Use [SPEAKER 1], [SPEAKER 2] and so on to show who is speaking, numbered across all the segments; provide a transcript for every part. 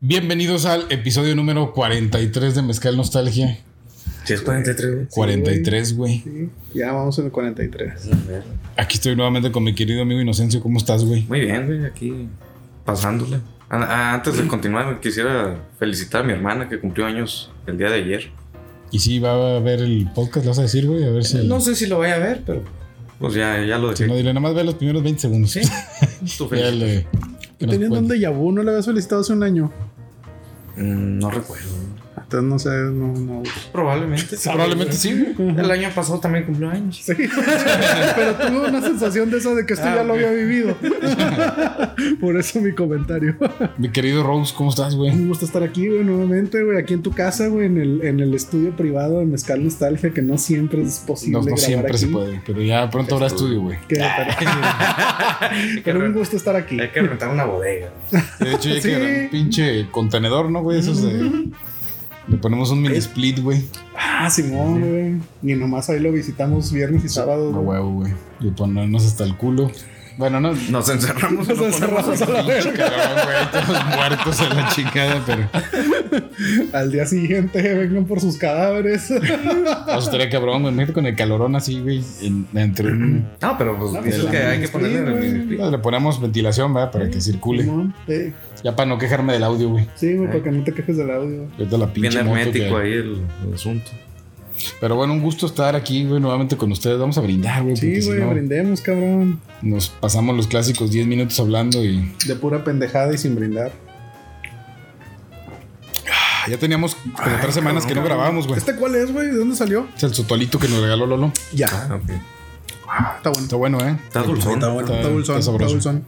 [SPEAKER 1] Bienvenidos al episodio número 43 de Mezcal Nostalgia.
[SPEAKER 2] Sí, es 43, güey.
[SPEAKER 1] 43, güey.
[SPEAKER 3] Sí, ya vamos en el 43.
[SPEAKER 1] Aquí estoy nuevamente con mi querido amigo Inocencio. ¿Cómo estás, güey?
[SPEAKER 2] Muy bien, güey, aquí pasándole. Ah, ah, antes de continuar, güey, quisiera felicitar a mi hermana que cumplió años el día de ayer.
[SPEAKER 1] Y si va a ver el podcast, lo vas a decir, güey. A ver si.
[SPEAKER 3] No sé si lo voy a ver, pero
[SPEAKER 2] Pues ya, ya lo
[SPEAKER 1] si
[SPEAKER 2] dejé.
[SPEAKER 1] no, dile, nada más ve los primeros 20 segundos.
[SPEAKER 2] Sí. Tú
[SPEAKER 1] Ya
[SPEAKER 2] feliz.
[SPEAKER 1] le- que nos
[SPEAKER 3] teniendo un
[SPEAKER 1] cuente.
[SPEAKER 3] déjà vu, no lo había solicitado hace un año.
[SPEAKER 2] Mm, no recuerdo. güey.
[SPEAKER 3] Entonces no sé, no, no.
[SPEAKER 2] Probablemente.
[SPEAKER 1] Probablemente sí, güey.
[SPEAKER 2] El año pasado también cumplió años.
[SPEAKER 3] Sí. pero tuve una sensación de eso de que esto
[SPEAKER 2] Ah,
[SPEAKER 3] ya lo
[SPEAKER 2] ok.
[SPEAKER 3] había vivido. Por eso mi comentario.
[SPEAKER 1] Mi querido Rose, ¿cómo estás, güey?
[SPEAKER 3] Me gusta estar aquí, güey, nuevamente, güey, aquí en tu casa, güey, en el, en el estudio privado de Mezcal Nostalgia, que no siempre es posible.
[SPEAKER 1] No, no
[SPEAKER 3] grabar
[SPEAKER 1] siempre se
[SPEAKER 3] aquí.
[SPEAKER 1] puede, pero ya pronto habrá estudio, güey.
[SPEAKER 3] Que- pero,
[SPEAKER 2] Hay que
[SPEAKER 3] pero
[SPEAKER 2] re-
[SPEAKER 3] un gusto estar aquí.
[SPEAKER 2] hay que rentar una bodega.
[SPEAKER 1] De hecho, ya
[SPEAKER 3] Sí.
[SPEAKER 1] que un pinche contenedor, ¿no, güey? Eso es de. Le ponemos un mini split, güey.
[SPEAKER 3] Ah, Simón, güey. Ni nomás ahí lo visitamos viernes y sábado.
[SPEAKER 1] A
[SPEAKER 3] güey.
[SPEAKER 1] huevo, güey. Y ponernos hasta el culo. Bueno, no.
[SPEAKER 2] Nos encerramos.
[SPEAKER 3] Nos encerramos a la
[SPEAKER 1] Pinche
[SPEAKER 3] verga.
[SPEAKER 1] cabrón, güey. Todos muertos a la chingada, pero.
[SPEAKER 3] Al día siguiente vengan por sus cadáveres.
[SPEAKER 1] Ah, eso estaría cabrón, güey. Imagínate con el calorón así, güey. en- entre un-
[SPEAKER 2] No, pero pues
[SPEAKER 3] No, pues,
[SPEAKER 2] dices
[SPEAKER 3] la
[SPEAKER 2] que hay que
[SPEAKER 3] mini
[SPEAKER 2] ponerle
[SPEAKER 3] split,
[SPEAKER 2] el
[SPEAKER 3] güey.
[SPEAKER 2] mini split.
[SPEAKER 1] Le ponemos ventilación, ¿verdad? Para que circule.
[SPEAKER 3] Simón, sí,
[SPEAKER 1] Ya para no quejarme del audio, güey.
[SPEAKER 3] sí, güey, para que no te quejes del audio.
[SPEAKER 1] Ahorita la
[SPEAKER 2] Bien
[SPEAKER 1] pinche moto
[SPEAKER 2] hermético
[SPEAKER 1] que-
[SPEAKER 2] ahí el, el asunto.
[SPEAKER 1] Pero bueno, un gusto estar aquí, güey, nuevamente con ustedes. Vamos a brindar, güey. porque
[SPEAKER 3] Sí,
[SPEAKER 1] si
[SPEAKER 3] güey,
[SPEAKER 1] no,
[SPEAKER 3] brindemos, cabrón.
[SPEAKER 1] Nos pasamos los clásicos 10 minutos hablando y.
[SPEAKER 3] De pura pendejada y sin brindar.
[SPEAKER 1] Ah, ya teníamos como tres semanas que no grabábamos, Pues, güey.
[SPEAKER 3] ¿Este cuál es, güey? ¿De dónde salió?
[SPEAKER 1] Es el sotolito que nos regaló Lolo.
[SPEAKER 3] Ya. Está bueno.
[SPEAKER 1] Está bueno, ¿eh?
[SPEAKER 2] Ah, Está dulzón.
[SPEAKER 3] Está bueno. Está dulzón.
[SPEAKER 1] está
[SPEAKER 3] Está
[SPEAKER 1] sabroso.
[SPEAKER 3] dulzón.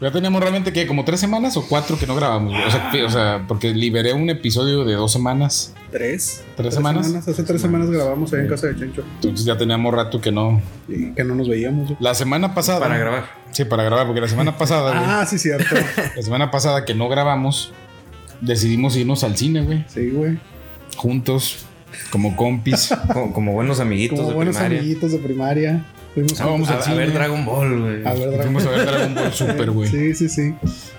[SPEAKER 1] Ya teníamos realmente que como tres semanas o cuatro que no grabamos, güey. O sea, que- o sea, porque liberé un episodio de dos semanas.
[SPEAKER 3] ¿Tres?
[SPEAKER 1] ¿Tres, semanas?
[SPEAKER 3] Hace tres semanas grabamos ahí en casa de Chencho.
[SPEAKER 1] Entonces ya teníamos rato que no.
[SPEAKER 3] Y que no nos veíamos. güey.
[SPEAKER 1] La semana pasada.
[SPEAKER 2] Para grabar.
[SPEAKER 1] Sí, para grabar, porque la semana pasada, güey,
[SPEAKER 3] Ah, sí, cierto.
[SPEAKER 1] la semana pasada que no grabamos, decidimos irnos al cine, güey,
[SPEAKER 3] Sí, güey.
[SPEAKER 1] juntos, como compis.
[SPEAKER 2] Como, como buenos amiguitos
[SPEAKER 3] Como
[SPEAKER 2] de
[SPEAKER 3] buenos
[SPEAKER 2] primaria.
[SPEAKER 3] amiguitos de primaria. Fuimos
[SPEAKER 1] Ah, vamos
[SPEAKER 2] A,
[SPEAKER 1] al
[SPEAKER 2] a
[SPEAKER 1] cine.
[SPEAKER 2] ver Dragon Ball, güey.
[SPEAKER 3] a ver Dragon
[SPEAKER 1] Fuimos a ver Dragon Ball Super, güey.
[SPEAKER 3] Sí, sí, sí.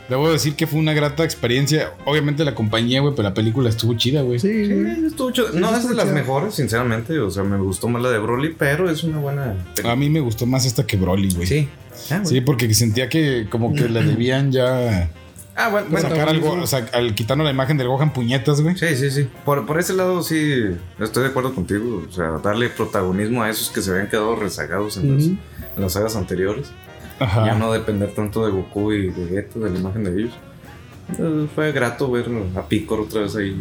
[SPEAKER 1] Debo decir que fue una grata experiencia. Obviamente la compañía, güey, pero la película estuvo chida, güey.
[SPEAKER 3] Sí,
[SPEAKER 2] Sí,
[SPEAKER 3] güey.
[SPEAKER 2] estuvo chido.
[SPEAKER 3] Sí,
[SPEAKER 2] No
[SPEAKER 3] sí,
[SPEAKER 2] es de
[SPEAKER 3] estuvo
[SPEAKER 2] las
[SPEAKER 3] chido.
[SPEAKER 2] mejores, sinceramente. O sea, me gustó más la de Broly, pero es una buena.
[SPEAKER 1] A mí me gustó más esta que Broly, güey.
[SPEAKER 2] Sí. Ah, güey.
[SPEAKER 1] Sí, porque sentía que como que le debían ya
[SPEAKER 2] Ah, bueno, bueno.
[SPEAKER 1] sacar algo, o sea, al quitarnos la imagen del Gohan puñetas, güey.
[SPEAKER 2] Sí, sí, sí. Por, por ese lado, sí, estoy de acuerdo contigo. O sea, darle protagonismo a esos que se habían quedado rezagados en, las-
[SPEAKER 3] Ujú.
[SPEAKER 2] en las sagas anteriores.
[SPEAKER 1] Ajá.
[SPEAKER 2] Ya no depender tanto de Goku y de Vegeta, de la imagen de ellos. Eh, fue grato ver a Picoro otra vez ahí.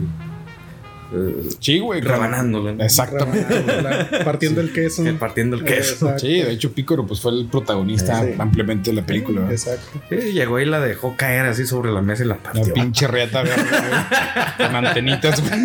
[SPEAKER 2] eh,
[SPEAKER 1] Sí, güey. claro.
[SPEAKER 2] rebanándola. ¿no?
[SPEAKER 1] Exactamente.
[SPEAKER 3] Rebanado, Partiendo el queso.
[SPEAKER 2] Eh, Partiendo el queso.
[SPEAKER 3] Exacto.
[SPEAKER 1] Sí, de hecho Picoro pues fue el protagonista
[SPEAKER 3] Sí.
[SPEAKER 1] ampliamente de la película. ¿verdad?
[SPEAKER 3] Exacto.
[SPEAKER 2] Sí, llegó y la dejó caer así sobre la mesa y la
[SPEAKER 1] La
[SPEAKER 2] partió.
[SPEAKER 1] pinche reata verde, güey, con antenitas, güey.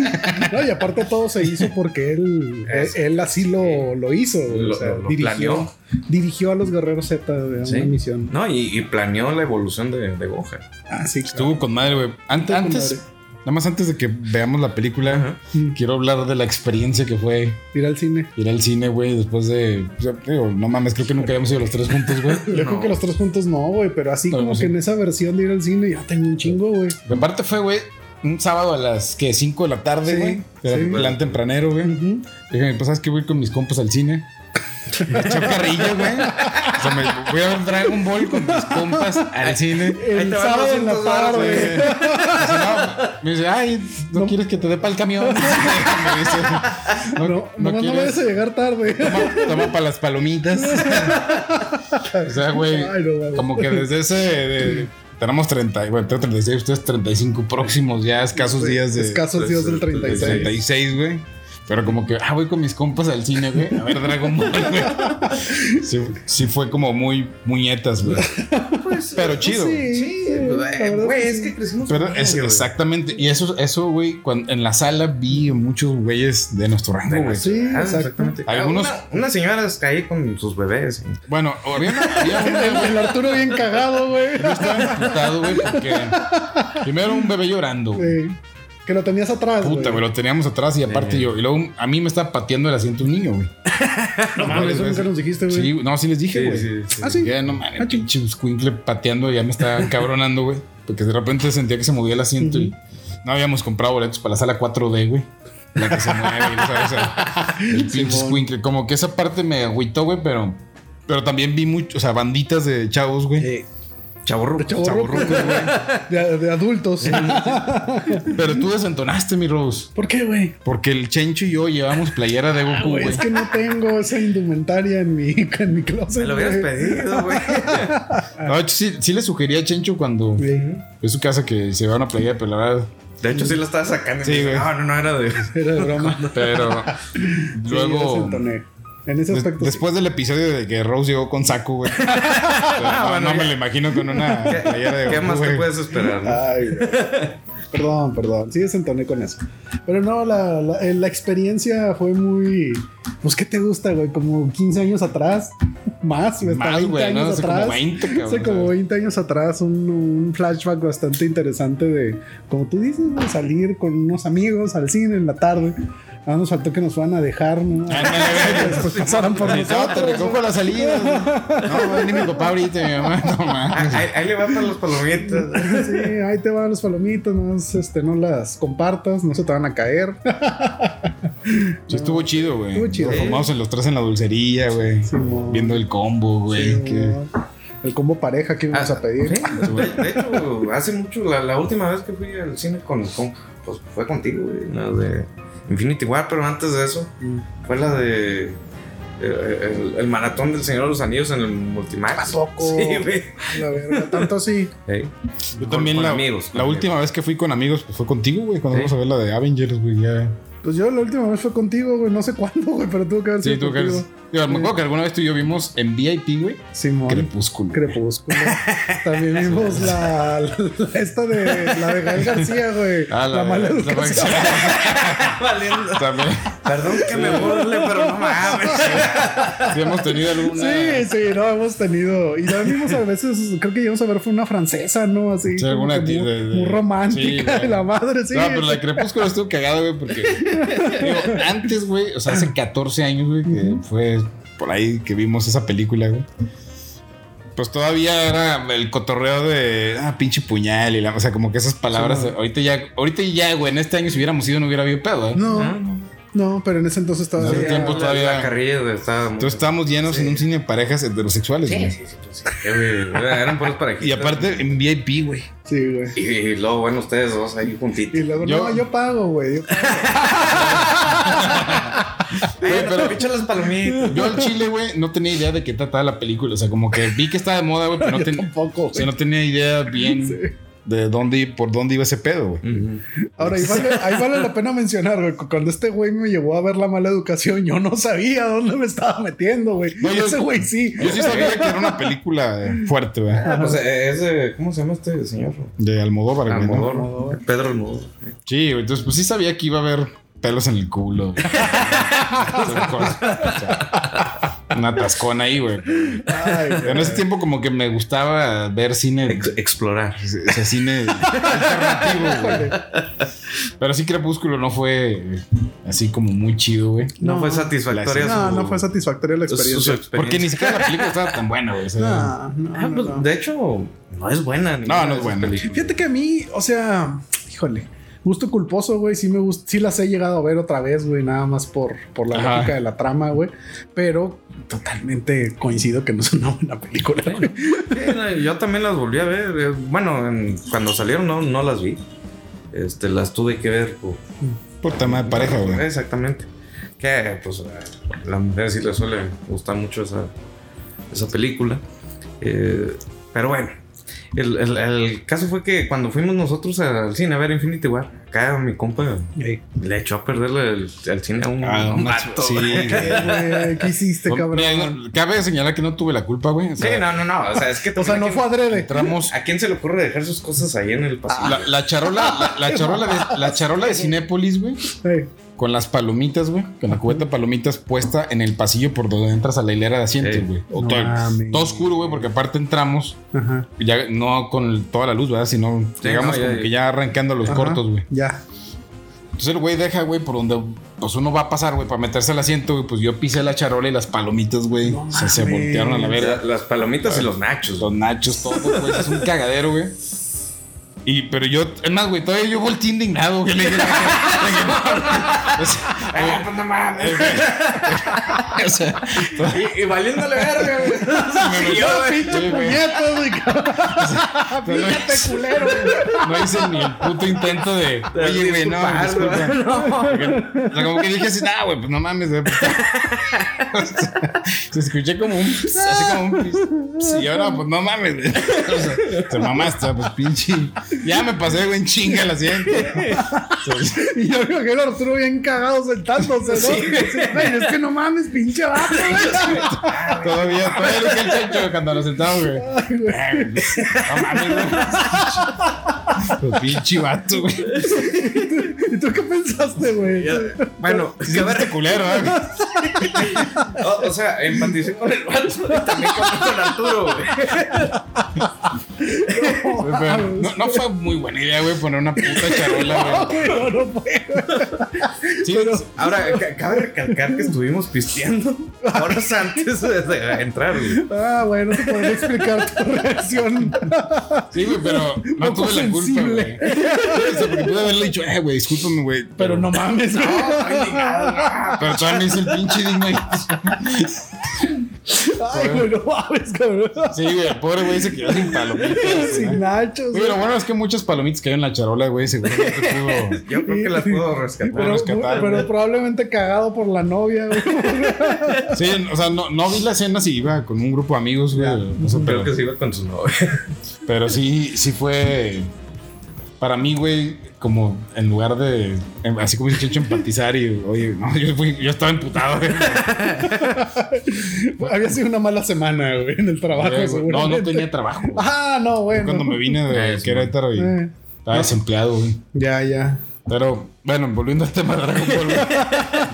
[SPEAKER 3] No, y aparte todo se hizo porque él, él,
[SPEAKER 2] Eso.
[SPEAKER 3] él así lo, lo hizo.
[SPEAKER 2] Lo-
[SPEAKER 3] o sea,
[SPEAKER 2] lo- lo
[SPEAKER 3] dirigió,
[SPEAKER 2] planeó.
[SPEAKER 3] dirigió a los guerreros Z de
[SPEAKER 2] Sí.
[SPEAKER 3] una misión.
[SPEAKER 2] No, y, y planeó la evolución de, de Gohan.
[SPEAKER 3] Ah, sí, claro.
[SPEAKER 1] Estuvo con madre, güey. Ante-
[SPEAKER 3] Estuvo con
[SPEAKER 1] antes, nada más antes de que veamos la película,
[SPEAKER 2] Ajá.
[SPEAKER 3] Mm,
[SPEAKER 1] quiero hablar de la experiencia que fue
[SPEAKER 3] Ir al cine.
[SPEAKER 1] ir al cine, güey, después de. o sea, digo, no mames, creo que nunca habíamos ido los tres juntos, güey.
[SPEAKER 3] Yo
[SPEAKER 2] No.
[SPEAKER 3] creo que los tres puntos no, güey, pero así
[SPEAKER 1] No,
[SPEAKER 3] como
[SPEAKER 1] no sé.
[SPEAKER 3] que en esa versión de ir al cine ya tengo un chingo, güey.
[SPEAKER 1] En parte fue, güey, un sábado a las que 5 de la tarde,
[SPEAKER 3] Sí,
[SPEAKER 1] güey. Era
[SPEAKER 3] sí.
[SPEAKER 1] plan tempranero, güey.
[SPEAKER 3] Ujú.
[SPEAKER 1] Dije, pues sabes que voy con mis compas al cine. Me echó carrillo, güey. O sea, me voy a ver Dragon Ball con mis compas al cine.
[SPEAKER 3] El
[SPEAKER 2] te van
[SPEAKER 3] sábado en la
[SPEAKER 2] 200 varos,
[SPEAKER 1] Sí.
[SPEAKER 3] tarde.
[SPEAKER 1] Dice, no, me dice, ay, ¿no, quieres que te dé para el camión? Me dice, no,
[SPEAKER 3] No,
[SPEAKER 1] no
[SPEAKER 3] nomás no vayas
[SPEAKER 1] quieres.
[SPEAKER 3] a llegar tarde.
[SPEAKER 1] Toma, para las palomitas. o sea, güey,
[SPEAKER 3] Ay, no, mames.
[SPEAKER 1] como que desde ese. de- tenemos 30, bueno, tengo 36, ustedes 35 próximos, ya escasos días de.
[SPEAKER 3] Escasos días del
[SPEAKER 2] del
[SPEAKER 3] 36.
[SPEAKER 1] 36, güey. Pero como que, ah, voy con mis compas al cine, güey. A ver, Dragon Ball, güey. Sí, sí fue como muy muñetas, güey. Pero chido.
[SPEAKER 3] Pues, Sí, sí,
[SPEAKER 2] Sí,
[SPEAKER 3] la
[SPEAKER 2] güey,
[SPEAKER 3] verdad
[SPEAKER 2] güey,
[SPEAKER 3] que
[SPEAKER 2] es
[SPEAKER 3] sí.
[SPEAKER 2] que crecimos.
[SPEAKER 1] Pero
[SPEAKER 2] con
[SPEAKER 1] es
[SPEAKER 2] ello, güey.
[SPEAKER 1] exactamente. Y eso, eso, güey, cuando- en la sala vi muchos güeyes de nuestro rango, güey.
[SPEAKER 3] Sí,
[SPEAKER 2] Ah,
[SPEAKER 3] exacto.
[SPEAKER 2] exactamente.
[SPEAKER 1] Algunos-
[SPEAKER 2] Algunos... Una, unas señoras caí con sus bebés. ¿eh?
[SPEAKER 1] Bueno, había, había un
[SPEAKER 3] El,
[SPEAKER 1] bebé
[SPEAKER 3] el Arturo bien cagado, güey.
[SPEAKER 1] que estaba emputado, güey, porque primero un bebé llorando, güey.
[SPEAKER 3] Sí. Que lo tenías atrás.
[SPEAKER 1] Puta, güey, lo teníamos atrás y aparte
[SPEAKER 2] Sí.
[SPEAKER 1] yo. Y luego a mí me estaba pateando el asiento un niño, güey.
[SPEAKER 3] No mames, eso nunca nos dijiste, güey.
[SPEAKER 1] Sí, no, sí les dije, güey.
[SPEAKER 2] Sí, sí, sí.
[SPEAKER 3] Ah, sí.
[SPEAKER 1] Ya no mames, pinche escuincle pateando, ya me está cabronando, güey. Porque de repente sentía que se movía el asiento y no habíamos comprado boletos para la sala 4D, güey. La que se mueve, y, ¿sabes? El pinche
[SPEAKER 3] Simón.
[SPEAKER 1] escuincle. Como que esa parte me agüitó, güey, pero, pero también vi mucho, o sea, banditas de chavos, güey.
[SPEAKER 3] Eh,
[SPEAKER 2] Chaborro.
[SPEAKER 3] chavorrucos, güey. De, de adultos.
[SPEAKER 1] Pero tú desentonaste, mi Rose.
[SPEAKER 3] ¿Por qué, güey?
[SPEAKER 1] Porque el Chencho y yo llevamos playera de
[SPEAKER 3] Ah,
[SPEAKER 1] Goku,
[SPEAKER 3] güey,
[SPEAKER 1] güey.
[SPEAKER 3] es que no tengo esa indumentaria en mi, en mi closet.
[SPEAKER 2] Me lo hubieras
[SPEAKER 3] güey.
[SPEAKER 2] pedido, güey.
[SPEAKER 1] No, sí, sí le sugería a Chencho cuando
[SPEAKER 3] Sí,
[SPEAKER 1] es su casa que se va a una playera, pero la verdad.
[SPEAKER 2] De hecho, sí lo estaba sacando. y
[SPEAKER 1] Sí,
[SPEAKER 2] me
[SPEAKER 1] güey.
[SPEAKER 2] dice, No, no, no era de.
[SPEAKER 3] Era de broma.
[SPEAKER 1] Pero
[SPEAKER 3] Sí,
[SPEAKER 1] luego.
[SPEAKER 3] desentoné. en ese
[SPEAKER 1] des-
[SPEAKER 3] aspecto.
[SPEAKER 1] después del episodio de que Rose llegó con saco, güey. Pero no,
[SPEAKER 2] Bueno,
[SPEAKER 1] no me
[SPEAKER 2] ya.
[SPEAKER 1] lo imagino con una
[SPEAKER 2] ¿Qué,
[SPEAKER 1] playera de
[SPEAKER 2] qué
[SPEAKER 1] Goku,
[SPEAKER 2] más te
[SPEAKER 1] güey.
[SPEAKER 2] puedes esperar? no?
[SPEAKER 3] Ay, güey. Perdón, perdón. Sí, desentoné con eso. Pero no, la, la- eh, la experiencia fue muy. Pues, ¿qué te gusta, güey? Como 15 años atrás. Más, güey, hasta
[SPEAKER 1] Más,
[SPEAKER 3] 20
[SPEAKER 1] güey,
[SPEAKER 3] años
[SPEAKER 1] ¿no? Hace
[SPEAKER 3] atrás.
[SPEAKER 1] como 20, cabrón.
[SPEAKER 3] Hace como 20 años atrás, un, un flashback bastante interesante de, como tú dices, güey, salir con unos amigos al cine en la tarde. Ahora nos faltó que nos fueran a dejar, ¿no?
[SPEAKER 1] Ah, Ándale, güey.
[SPEAKER 3] Después pasaran Pues por
[SPEAKER 1] Ni yo Ah, te
[SPEAKER 3] nosotros.
[SPEAKER 1] recojo a la salida. güey. No, güey, ni mi papá ahorita, mi mamá. No
[SPEAKER 2] Ah,
[SPEAKER 1] mames.
[SPEAKER 2] Ahí, ahí le van para los palomitas.
[SPEAKER 3] Sí, ahí te van los palomitas, no, este, no las compartas, no se te van a caer.
[SPEAKER 1] Sí, estuvo chido, güey.
[SPEAKER 3] Estuvo chido.
[SPEAKER 1] Formados en los tres en la dulcería, güey.
[SPEAKER 3] Simón.
[SPEAKER 1] Viendo el combo, güey.
[SPEAKER 3] Sí,
[SPEAKER 1] que-
[SPEAKER 3] El combo pareja que íbamos
[SPEAKER 2] Ah,
[SPEAKER 3] a pedir.
[SPEAKER 2] De, de hecho, hace mucho, la, la última vez que fui al cine con, con- pues fue contigo, güey, la de Infinity War, pero antes de eso
[SPEAKER 3] Mm.
[SPEAKER 2] fue la de eh, el, el maratón del Señor de los Anillos en el Multimax.
[SPEAKER 3] ¿A poco?
[SPEAKER 2] Sí, güey.
[SPEAKER 3] La verdad, tanto así.
[SPEAKER 2] Ey,
[SPEAKER 1] Yo
[SPEAKER 2] con-
[SPEAKER 1] también
[SPEAKER 2] con
[SPEAKER 1] la,
[SPEAKER 2] amigos,
[SPEAKER 1] la
[SPEAKER 2] con amigos.
[SPEAKER 1] última vez que fui con amigos pues, fue contigo, güey. Cuando
[SPEAKER 2] Sí.
[SPEAKER 1] vamos a ver la de Avengers, güey. Ya.
[SPEAKER 3] Pues yo la última vez fue contigo, güey. No sé cuándo, güey, pero tuvo que haber
[SPEAKER 1] Sí,
[SPEAKER 3] sido
[SPEAKER 1] tú que
[SPEAKER 3] contigo.
[SPEAKER 1] eres- Yo,
[SPEAKER 3] Sí.
[SPEAKER 1] Me acuerdo que alguna vez tú y yo vimos en VIP, güey.
[SPEAKER 3] Simón.
[SPEAKER 1] Crepúsculo. güey.
[SPEAKER 3] Crepúsculo. También vimos la, la- la- esta de la de Gael García, güey.
[SPEAKER 1] Ah,
[SPEAKER 3] la, mala
[SPEAKER 1] la-
[SPEAKER 3] educación.
[SPEAKER 2] Valiendo.
[SPEAKER 1] También.
[SPEAKER 2] Perdón que me burle, pero no mames.
[SPEAKER 1] Sí, hemos tenido alguna.
[SPEAKER 3] Sí, sí, no hemos tenido. Y la vimos a veces, creo que íbamos a ver, fue una francesa, ¿no? Así.
[SPEAKER 1] Sí,
[SPEAKER 3] como
[SPEAKER 1] alguna
[SPEAKER 3] que
[SPEAKER 1] de-
[SPEAKER 3] muy,
[SPEAKER 1] de-
[SPEAKER 3] muy
[SPEAKER 1] Sí,
[SPEAKER 3] romántica
[SPEAKER 1] güey.
[SPEAKER 3] de la madre, sí.
[SPEAKER 1] No, pero la de Crepúsculo estuvo cagada, güey, porque digo, antes, güey, o sea, hace 14 años, güey, que
[SPEAKER 3] Ujú.
[SPEAKER 1] fue por ahí que vimos esa película, güey. Pues todavía era el cotorreo de ah, pinche puñal y la, o sea, como que esas palabras.
[SPEAKER 3] Sí.
[SPEAKER 1] ahorita ya, ahorita ya, güey, en este año si hubiéramos ido no hubiera habido pedo, ¿eh?
[SPEAKER 3] No, no, pero en ese entonces estaba.
[SPEAKER 1] En ese
[SPEAKER 3] ya-
[SPEAKER 1] tiempo
[SPEAKER 2] la-
[SPEAKER 1] todavía-
[SPEAKER 2] La carrilla de- estaba muy-
[SPEAKER 1] Entonces estábamos llenos
[SPEAKER 2] Sí.
[SPEAKER 1] en un cine de parejas heterosexuales, güey.
[SPEAKER 2] Sí, sí, pues, sí. Era- Eran puros parejitas.
[SPEAKER 1] Y aparte en VIP, güey.
[SPEAKER 3] Sí, güey.
[SPEAKER 2] Y, y luego, bueno, ustedes dos ahí juntitos.
[SPEAKER 3] Y luego,
[SPEAKER 1] Yo-
[SPEAKER 3] no, yo pago, güey. yo pago.
[SPEAKER 1] Güey, pero-
[SPEAKER 2] picha las palomitas.
[SPEAKER 1] Yo al chile, güey, no tenía idea de qué trataba la película. O sea, como que vi que estaba de moda, güey, pero no,
[SPEAKER 3] yo
[SPEAKER 1] ten-
[SPEAKER 3] tampoco,
[SPEAKER 1] o sea,
[SPEAKER 3] güey.
[SPEAKER 1] no tenía idea bien
[SPEAKER 3] Sí.
[SPEAKER 1] de dónde, por dónde iba ese pedo, güey.
[SPEAKER 3] Ahora, ahí vale, ahí vale la pena mencionar, güey. cu- Cuando este güey me llevó a ver la mala educación, yo no sabía dónde me estaba metiendo, güey.
[SPEAKER 1] No, yo-
[SPEAKER 3] Ese güey sí.
[SPEAKER 1] Yo sí sabía que era una película eh, fuerte, güey.
[SPEAKER 2] Ah, pues eh, ese, ¿cómo se llama este señor?
[SPEAKER 1] De Almodóvar, güey. ¿no?
[SPEAKER 2] Almodóvar.
[SPEAKER 3] Almodóvar.
[SPEAKER 2] Pedro Almodóvar.
[SPEAKER 1] Sí, güey. Entonces, pues sí sabía que iba a haber pelos en el culo. güey. Cosas, o sea, un atascón ahí, güey.
[SPEAKER 3] Ay,
[SPEAKER 1] Pero en ese tiempo como que me gustaba ver cine,
[SPEAKER 2] Ex- explorar.
[SPEAKER 1] o sea, cine alternativo, güey. Pero sí Crepúsculo no fue así como muy chido, güey.
[SPEAKER 2] No,
[SPEAKER 3] No.
[SPEAKER 2] fue satisfactoria.
[SPEAKER 3] no,
[SPEAKER 2] su-
[SPEAKER 3] no fue satisfactoria la
[SPEAKER 2] su- su
[SPEAKER 3] experiencia.
[SPEAKER 2] experiencia.
[SPEAKER 1] Porque ni siquiera la película estaba tan buena, güey. o sea,
[SPEAKER 3] No, no,
[SPEAKER 2] Ah,
[SPEAKER 3] no,
[SPEAKER 2] pues,
[SPEAKER 3] no.
[SPEAKER 2] De hecho, no es buena. ni
[SPEAKER 1] No,
[SPEAKER 2] nada
[SPEAKER 1] no es
[SPEAKER 2] de esas
[SPEAKER 1] buena.
[SPEAKER 2] películas.
[SPEAKER 3] Fíjate que a mí, o sea, híjole, gusto culposo, güey. Sí me gusta, sí las he llegado a ver otra vez, güey, nada más por, por la
[SPEAKER 1] Ajá.
[SPEAKER 3] lógica de la trama, güey. Pero totalmente coincido que no es una buena película, güey.
[SPEAKER 2] Sí, no, yo también las volví a ver. eh, Bueno, en- cuando salieron no, no las vi. Este, las tuve que ver por,
[SPEAKER 1] Por tema de pareja, güey.
[SPEAKER 2] Exactamente. Que pues a la mujer sí le suele gustar mucho esa, esa película. Eh, pero bueno, el, el- el caso fue que cuando fuimos nosotros al cine a ver Infinity War, acá mi compa
[SPEAKER 3] Ey,
[SPEAKER 2] le echó a perder el, el cine a un,
[SPEAKER 1] Ah,
[SPEAKER 2] un
[SPEAKER 1] una-
[SPEAKER 2] vato.
[SPEAKER 1] sí, güey.
[SPEAKER 3] güey, ¿Qué hiciste,
[SPEAKER 1] Bueno,
[SPEAKER 3] cabrón?
[SPEAKER 1] mira, no- cabe señalar que no tuve la culpa, güey. O
[SPEAKER 2] Sí,
[SPEAKER 1] sea,
[SPEAKER 2] no, no, no. O sea, es que
[SPEAKER 3] O sea,
[SPEAKER 2] también
[SPEAKER 3] no
[SPEAKER 2] a
[SPEAKER 3] fue
[SPEAKER 2] quién-
[SPEAKER 3] adrede. Ah,
[SPEAKER 1] Entramos.
[SPEAKER 2] ¿A quién se le ocurre dejar sus cosas ahí en el pasillo?
[SPEAKER 1] Ah, La, la charola, la, la charola de, la charola de Cinépolis, güey.
[SPEAKER 3] Ey,
[SPEAKER 1] Con las palomitas, güey. Con la cubeta de palomitas puesta en el pasillo por donde entras a la hilera de asientos,
[SPEAKER 2] Sí.
[SPEAKER 1] güey. O
[SPEAKER 3] No
[SPEAKER 1] todo,
[SPEAKER 3] mames.
[SPEAKER 1] todo oscuro, güey, porque aparte entramos,
[SPEAKER 3] Ajá.
[SPEAKER 1] ya no con el- toda la luz, ¿verdad? Sino
[SPEAKER 2] Sí,
[SPEAKER 1] llegamos
[SPEAKER 2] no, ya-
[SPEAKER 1] como que ya arrancando los
[SPEAKER 3] Ajá.
[SPEAKER 1] cortos, güey.
[SPEAKER 3] Ya.
[SPEAKER 1] Entonces el güey deja, güey, por donde pues uno va a pasar, güey, para meterse al asiento, güey. Pues yo pisé la charola y las palomitas, güey.
[SPEAKER 3] No
[SPEAKER 1] o sea, se
[SPEAKER 3] mames.
[SPEAKER 1] voltearon a la verga.
[SPEAKER 2] La- las palomitas y los nachos.
[SPEAKER 1] pues, Los nachos, todo, güey. Es un cagadero, güey. Y, pero yo, es más, güey, todavía yo volteé indignado, güey. Le dije, le dije, o sea,
[SPEAKER 2] Ah, pues no mames.
[SPEAKER 1] o sea,
[SPEAKER 2] Y, y valiéndole verga,
[SPEAKER 1] me
[SPEAKER 2] güey.
[SPEAKER 1] metió,
[SPEAKER 2] Y yo, güey.
[SPEAKER 1] sí, güey.
[SPEAKER 3] puñetas, güey.
[SPEAKER 1] Fíjate, culero. No hice ni el puto intento de. Oye, güey, no,
[SPEAKER 2] Disculpar,
[SPEAKER 1] disculpa.
[SPEAKER 2] güey. No.
[SPEAKER 1] O sea, como que dije así, ah, güey, pues no mames, güey. pues". O sea, se escuché como un. pss, Así como un. pss, Sí, ahora, pues no mames, güey. O sea, te mamaste, pues pinche. Ya me pasé, güey, en chinga el asiento.
[SPEAKER 3] Y yo creo que el Arturo bien cagado sentándose, ¿no?
[SPEAKER 1] Sí.
[SPEAKER 3] Sí, güey, es que no mames, pinche vato, güey.
[SPEAKER 1] Todavía, todavía lo que el chancho cuando nos sentamos, güey.
[SPEAKER 3] Ay, güey.
[SPEAKER 1] Ah, güey, pues, No mames, güey. Pues pinche vato, güey.
[SPEAKER 3] ¿Y tú qué pensaste, güey?
[SPEAKER 2] Ya- Bueno,
[SPEAKER 1] Sí,
[SPEAKER 2] a ver,
[SPEAKER 1] este culero, güey.
[SPEAKER 2] o, o sea, empaticé con el vato y también con, con Arturo, güey.
[SPEAKER 1] Güey, pero No, no fue muy buena idea, güey, poner una puta charola,
[SPEAKER 3] No,
[SPEAKER 1] güey.
[SPEAKER 3] güey, no, no fue, güey.
[SPEAKER 1] Sí,
[SPEAKER 3] Pero-
[SPEAKER 2] Ahora, ca- cabe recalcar que estuvimos pisteando horas antes de, de entrar, güey.
[SPEAKER 3] Ah, güey, no te podría explicar tu reacción.
[SPEAKER 1] sí, güey, pero no
[SPEAKER 3] Poco
[SPEAKER 1] tuve la culpa, güey.
[SPEAKER 3] sensible.
[SPEAKER 1] O sea, porque pude haberle dicho, eh, güey, discúlpame, güey.
[SPEAKER 3] Pero no mames, güey.
[SPEAKER 1] Pero todavía me hice el pinche digno. y-
[SPEAKER 3] Ay, güey, no mames, cabrón.
[SPEAKER 1] Sí, güey, el pobre güey se quedó sin palomitas.
[SPEAKER 3] Sin
[SPEAKER 1] ¿no?
[SPEAKER 3] nachos.
[SPEAKER 1] Güey, lo bueno es que muchos palomitas cayeron en la charola, güey, seguramente pudo.
[SPEAKER 2] Yo creo que las puedo
[SPEAKER 3] Pero,
[SPEAKER 2] rescatar.
[SPEAKER 1] rescatar,
[SPEAKER 3] pero
[SPEAKER 1] güey.
[SPEAKER 3] probablemente cagado por la novia, güey.
[SPEAKER 1] Sí, o sea, no, no vi la escena si iba con un grupo de amigos, güey. o sea,
[SPEAKER 2] Creo
[SPEAKER 1] pero,
[SPEAKER 2] que se iba con su novia.
[SPEAKER 1] pero sí, sí fue. Para mí, güey, como en lugar de. en- Así como dice Checho, empatizar y. Oye, no, yo, fui- yo estaba emputado, güey.
[SPEAKER 3] Había sido una mala semana, güey, en el trabajo, seguro.
[SPEAKER 1] No, no tenía trabajo. güey.
[SPEAKER 3] Ah, no, bueno.
[SPEAKER 1] Cuando me vine de
[SPEAKER 2] Eh, sí,
[SPEAKER 1] Querétaro y
[SPEAKER 3] Eh,
[SPEAKER 1] estaba desempleado, güey.
[SPEAKER 3] ya, ya.
[SPEAKER 1] Pero, bueno, volviendo al tema de Dragon Ball, güey.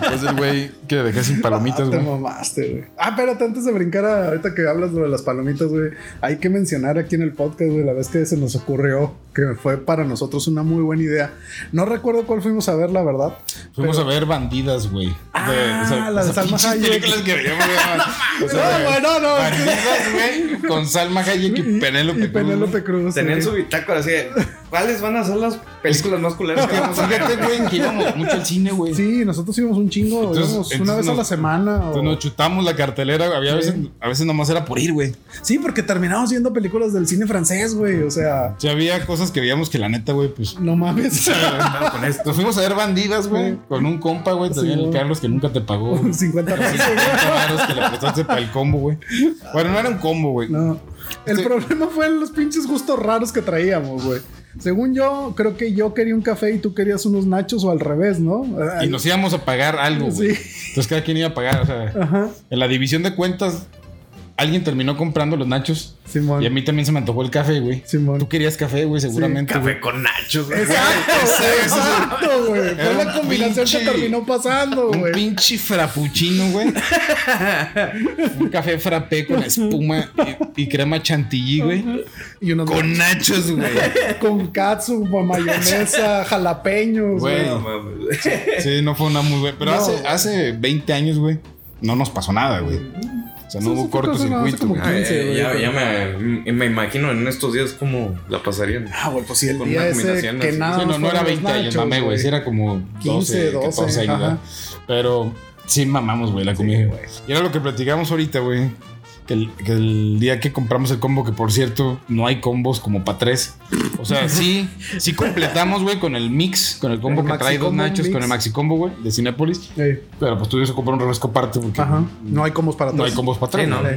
[SPEAKER 1] Pues el güey que dejé sin palomitas,
[SPEAKER 3] Ah, te
[SPEAKER 1] güey.
[SPEAKER 3] mamaste, güey. Ah, espérate, antes de brincar a- ahorita que hablas de las palomitas, güey, hay que mencionar aquí en el podcast, güey, la vez que se nos ocurrió, que fue para nosotros una muy buena idea. No recuerdo cuál fuimos a ver, la verdad.
[SPEAKER 1] Fuimos a ver bandidas, güey. De-
[SPEAKER 3] Ah, la de Salma
[SPEAKER 1] pinches
[SPEAKER 3] Hayek.
[SPEAKER 1] películas que veíamos, güey. O sea,
[SPEAKER 3] no, güey, no, no.
[SPEAKER 1] Bandidas, güey, con Salma Hayek y Penélope
[SPEAKER 3] Y
[SPEAKER 1] Cruz,
[SPEAKER 3] Penélope
[SPEAKER 1] güey.
[SPEAKER 3] Cruz. eh.
[SPEAKER 2] Tenían
[SPEAKER 3] sí.
[SPEAKER 2] su bitácora así de, ¿cuáles van a ser las películas más culeras que vamos a ver?
[SPEAKER 1] pues, Fíjate, güey, que íbamos mucho al cine, güey.
[SPEAKER 3] Sí, nosotros íbamos un chingo,
[SPEAKER 1] Entonces-
[SPEAKER 3] íbamos una
[SPEAKER 1] entonces
[SPEAKER 3] vez a
[SPEAKER 1] nos-
[SPEAKER 3] la semana. o-
[SPEAKER 1] Entonces nos chutamos la cartelera, güey. Había
[SPEAKER 3] Sí.
[SPEAKER 1] veces, a veces nomás era por ir, güey.
[SPEAKER 3] Sí, porque terminamos viendo películas del cine francés, güey. O sea,
[SPEAKER 1] Sí, había cosas que veíamos que la neta, güey, pues.
[SPEAKER 3] no mames.
[SPEAKER 2] Con esto.
[SPEAKER 1] Nos fuimos a ver bandidas, güey.
[SPEAKER 3] Sí.
[SPEAKER 1] Con un compa, güey. También el
[SPEAKER 3] güey.
[SPEAKER 1] Carlos que nunca te pagó. güey.
[SPEAKER 3] 50
[SPEAKER 1] Los
[SPEAKER 3] pesos.
[SPEAKER 1] 50 varos que le prestaste para el combo, güey. Bueno, no era un combo, güey.
[SPEAKER 3] No. El
[SPEAKER 1] Sí.
[SPEAKER 3] problema fue los pinches gustos raros que traíamos, güey. Según yo, creo que yo quería un café y tú querías unos nachos o al revés, ¿no?
[SPEAKER 1] Y nos íbamos a pagar algo, güey.
[SPEAKER 3] Sí.
[SPEAKER 1] Entonces cada quien iba a pagar. O sea,
[SPEAKER 3] Ajá.
[SPEAKER 1] en la división de cuentas, alguien terminó comprando los nachos.
[SPEAKER 3] Simón.
[SPEAKER 1] Y a mí también se me antojó el café, güey.
[SPEAKER 3] Simón.
[SPEAKER 1] Tú querías café, güey, seguramente, güey.
[SPEAKER 2] Café con nachos, güey.
[SPEAKER 3] Exacto, güey.
[SPEAKER 1] Ese- ese-
[SPEAKER 3] Exacto, güey.
[SPEAKER 1] Era
[SPEAKER 3] Fue
[SPEAKER 1] un
[SPEAKER 3] la combinación que
[SPEAKER 1] pinche-
[SPEAKER 3] terminó pasando,
[SPEAKER 1] Un
[SPEAKER 3] güey.
[SPEAKER 1] pinche frappuccino, güey. un café frappé con espuma y, y crema chantilly, güey.
[SPEAKER 3] Y unos
[SPEAKER 1] Con
[SPEAKER 3] con,
[SPEAKER 1] nachos, güey.
[SPEAKER 3] con katsu, mayonesa, jalapeños,
[SPEAKER 1] Güey.
[SPEAKER 3] güey.
[SPEAKER 2] No mames.
[SPEAKER 1] Sí, no fue una muy buena. Pero
[SPEAKER 3] No.
[SPEAKER 1] hace, hace 20 años, güey, no nos pasó nada, güey. O sea, no
[SPEAKER 3] Sí,
[SPEAKER 1] hubo
[SPEAKER 3] sí, fue cosa, no, hace
[SPEAKER 1] cortocircuito,
[SPEAKER 3] como
[SPEAKER 1] güey.
[SPEAKER 2] Ah, eh,
[SPEAKER 3] 15, güey.
[SPEAKER 2] ya, ya me, me imagino en estos días cómo la pasarían.
[SPEAKER 3] Ah, güey, pues sí, el
[SPEAKER 2] Con
[SPEAKER 3] día
[SPEAKER 2] una
[SPEAKER 3] ese
[SPEAKER 2] combinación
[SPEAKER 3] que
[SPEAKER 2] así.
[SPEAKER 3] nada.
[SPEAKER 1] Sí, no,
[SPEAKER 3] más
[SPEAKER 1] no era
[SPEAKER 3] Ah, fueron los
[SPEAKER 1] 20 años,
[SPEAKER 3] nachos,
[SPEAKER 1] mamé, güey. Sí, era como 12,
[SPEAKER 3] 15,
[SPEAKER 1] 12 14 años,
[SPEAKER 3] ajá.
[SPEAKER 1] ¿verdad? Pero sí mamamos, güey, la comida. y era lo que platicamos ahorita, güey. Que el, que el día que compramos el combo, que por cierto, no hay combos como para tres. O sea, sí, sí completamos, güey, con el mix, con el combo
[SPEAKER 3] El
[SPEAKER 1] que trae dos
[SPEAKER 3] maxicombo
[SPEAKER 1] nachos, con
[SPEAKER 3] mix.
[SPEAKER 1] el maxi combo, güey, de Cinépolis.
[SPEAKER 3] Ey,
[SPEAKER 1] Pero pues tuvimos que comprar un refresco aparte porque
[SPEAKER 3] Ajá. No hay combos para todos.
[SPEAKER 1] no hay combos para tres.
[SPEAKER 2] Sí, no.
[SPEAKER 1] ¿no?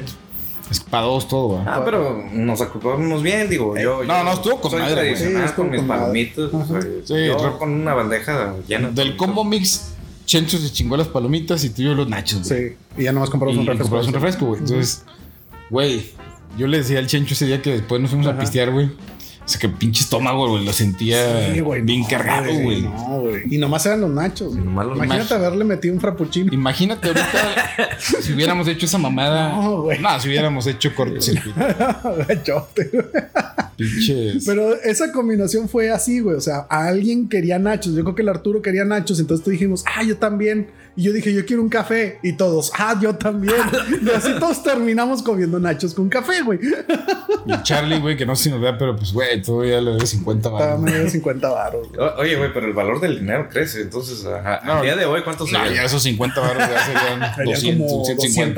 [SPEAKER 1] Es para dos todo, güey.
[SPEAKER 2] Ah, pero nos ocupamos bien, digo. Yo,
[SPEAKER 1] Eh, no,
[SPEAKER 2] yo
[SPEAKER 1] no, estuvo con
[SPEAKER 2] soy
[SPEAKER 1] madre, güey.
[SPEAKER 2] tradicional
[SPEAKER 3] Sí, estuvo
[SPEAKER 2] con mis
[SPEAKER 3] con madre.
[SPEAKER 2] palomitas.
[SPEAKER 3] Ajá.
[SPEAKER 2] soy-
[SPEAKER 1] Sí,
[SPEAKER 2] yo
[SPEAKER 1] pero-
[SPEAKER 2] con una bandeja llena. de
[SPEAKER 1] Del
[SPEAKER 2] palomitas.
[SPEAKER 1] combo mix, Chencho se chingó las palomitas y tú y yo los nachos, güey.
[SPEAKER 3] Sí, y ya nomás compramos
[SPEAKER 1] y
[SPEAKER 3] un refresco.
[SPEAKER 1] compramos un refresco, güey. Entonces, güey, yo le decía al Chencho ese día que después nos fuimos a
[SPEAKER 3] Ajá.
[SPEAKER 1] pistear, güey. O sea, que pinche estómago, güey, lo sentía
[SPEAKER 3] Sí, güey,
[SPEAKER 1] bien
[SPEAKER 3] no,
[SPEAKER 1] cargado, güey.
[SPEAKER 3] No, güey. Y nomás eran los nachos. güey.
[SPEAKER 2] Nomás los
[SPEAKER 3] Imagínate
[SPEAKER 1] nachos.
[SPEAKER 3] haberle metido un frappuccino.
[SPEAKER 1] Imagínate ahorita si hubiéramos hecho esa mamada.
[SPEAKER 3] No, güey.
[SPEAKER 1] No, si hubiéramos hecho cortocircuito.
[SPEAKER 3] Gachote, güey.
[SPEAKER 1] Pinches.
[SPEAKER 3] Pero esa combinación fue así, güey. O sea, a alguien quería nachos. Yo creo que el Arturo quería nachos. Entonces tú dijimos, ah, yo también. Y yo dije, yo quiero un café. Y todos, ah, yo también. y así todos terminamos comiendo nachos con café, güey.
[SPEAKER 1] Y Charlie, güey, que no sé si nos vea, pero pues, güey, todavía le doy 50
[SPEAKER 3] Estaba
[SPEAKER 1] baros.
[SPEAKER 3] medio de 50 baros. güey.
[SPEAKER 2] O- Oye, güey, pero el valor del dinero crece. Entonces, ajá,
[SPEAKER 1] No.
[SPEAKER 2] al día de hoy, ¿cuánto se
[SPEAKER 1] No, ya esos 50 baros ya serían
[SPEAKER 3] Serían
[SPEAKER 1] 200,
[SPEAKER 3] como
[SPEAKER 1] 150.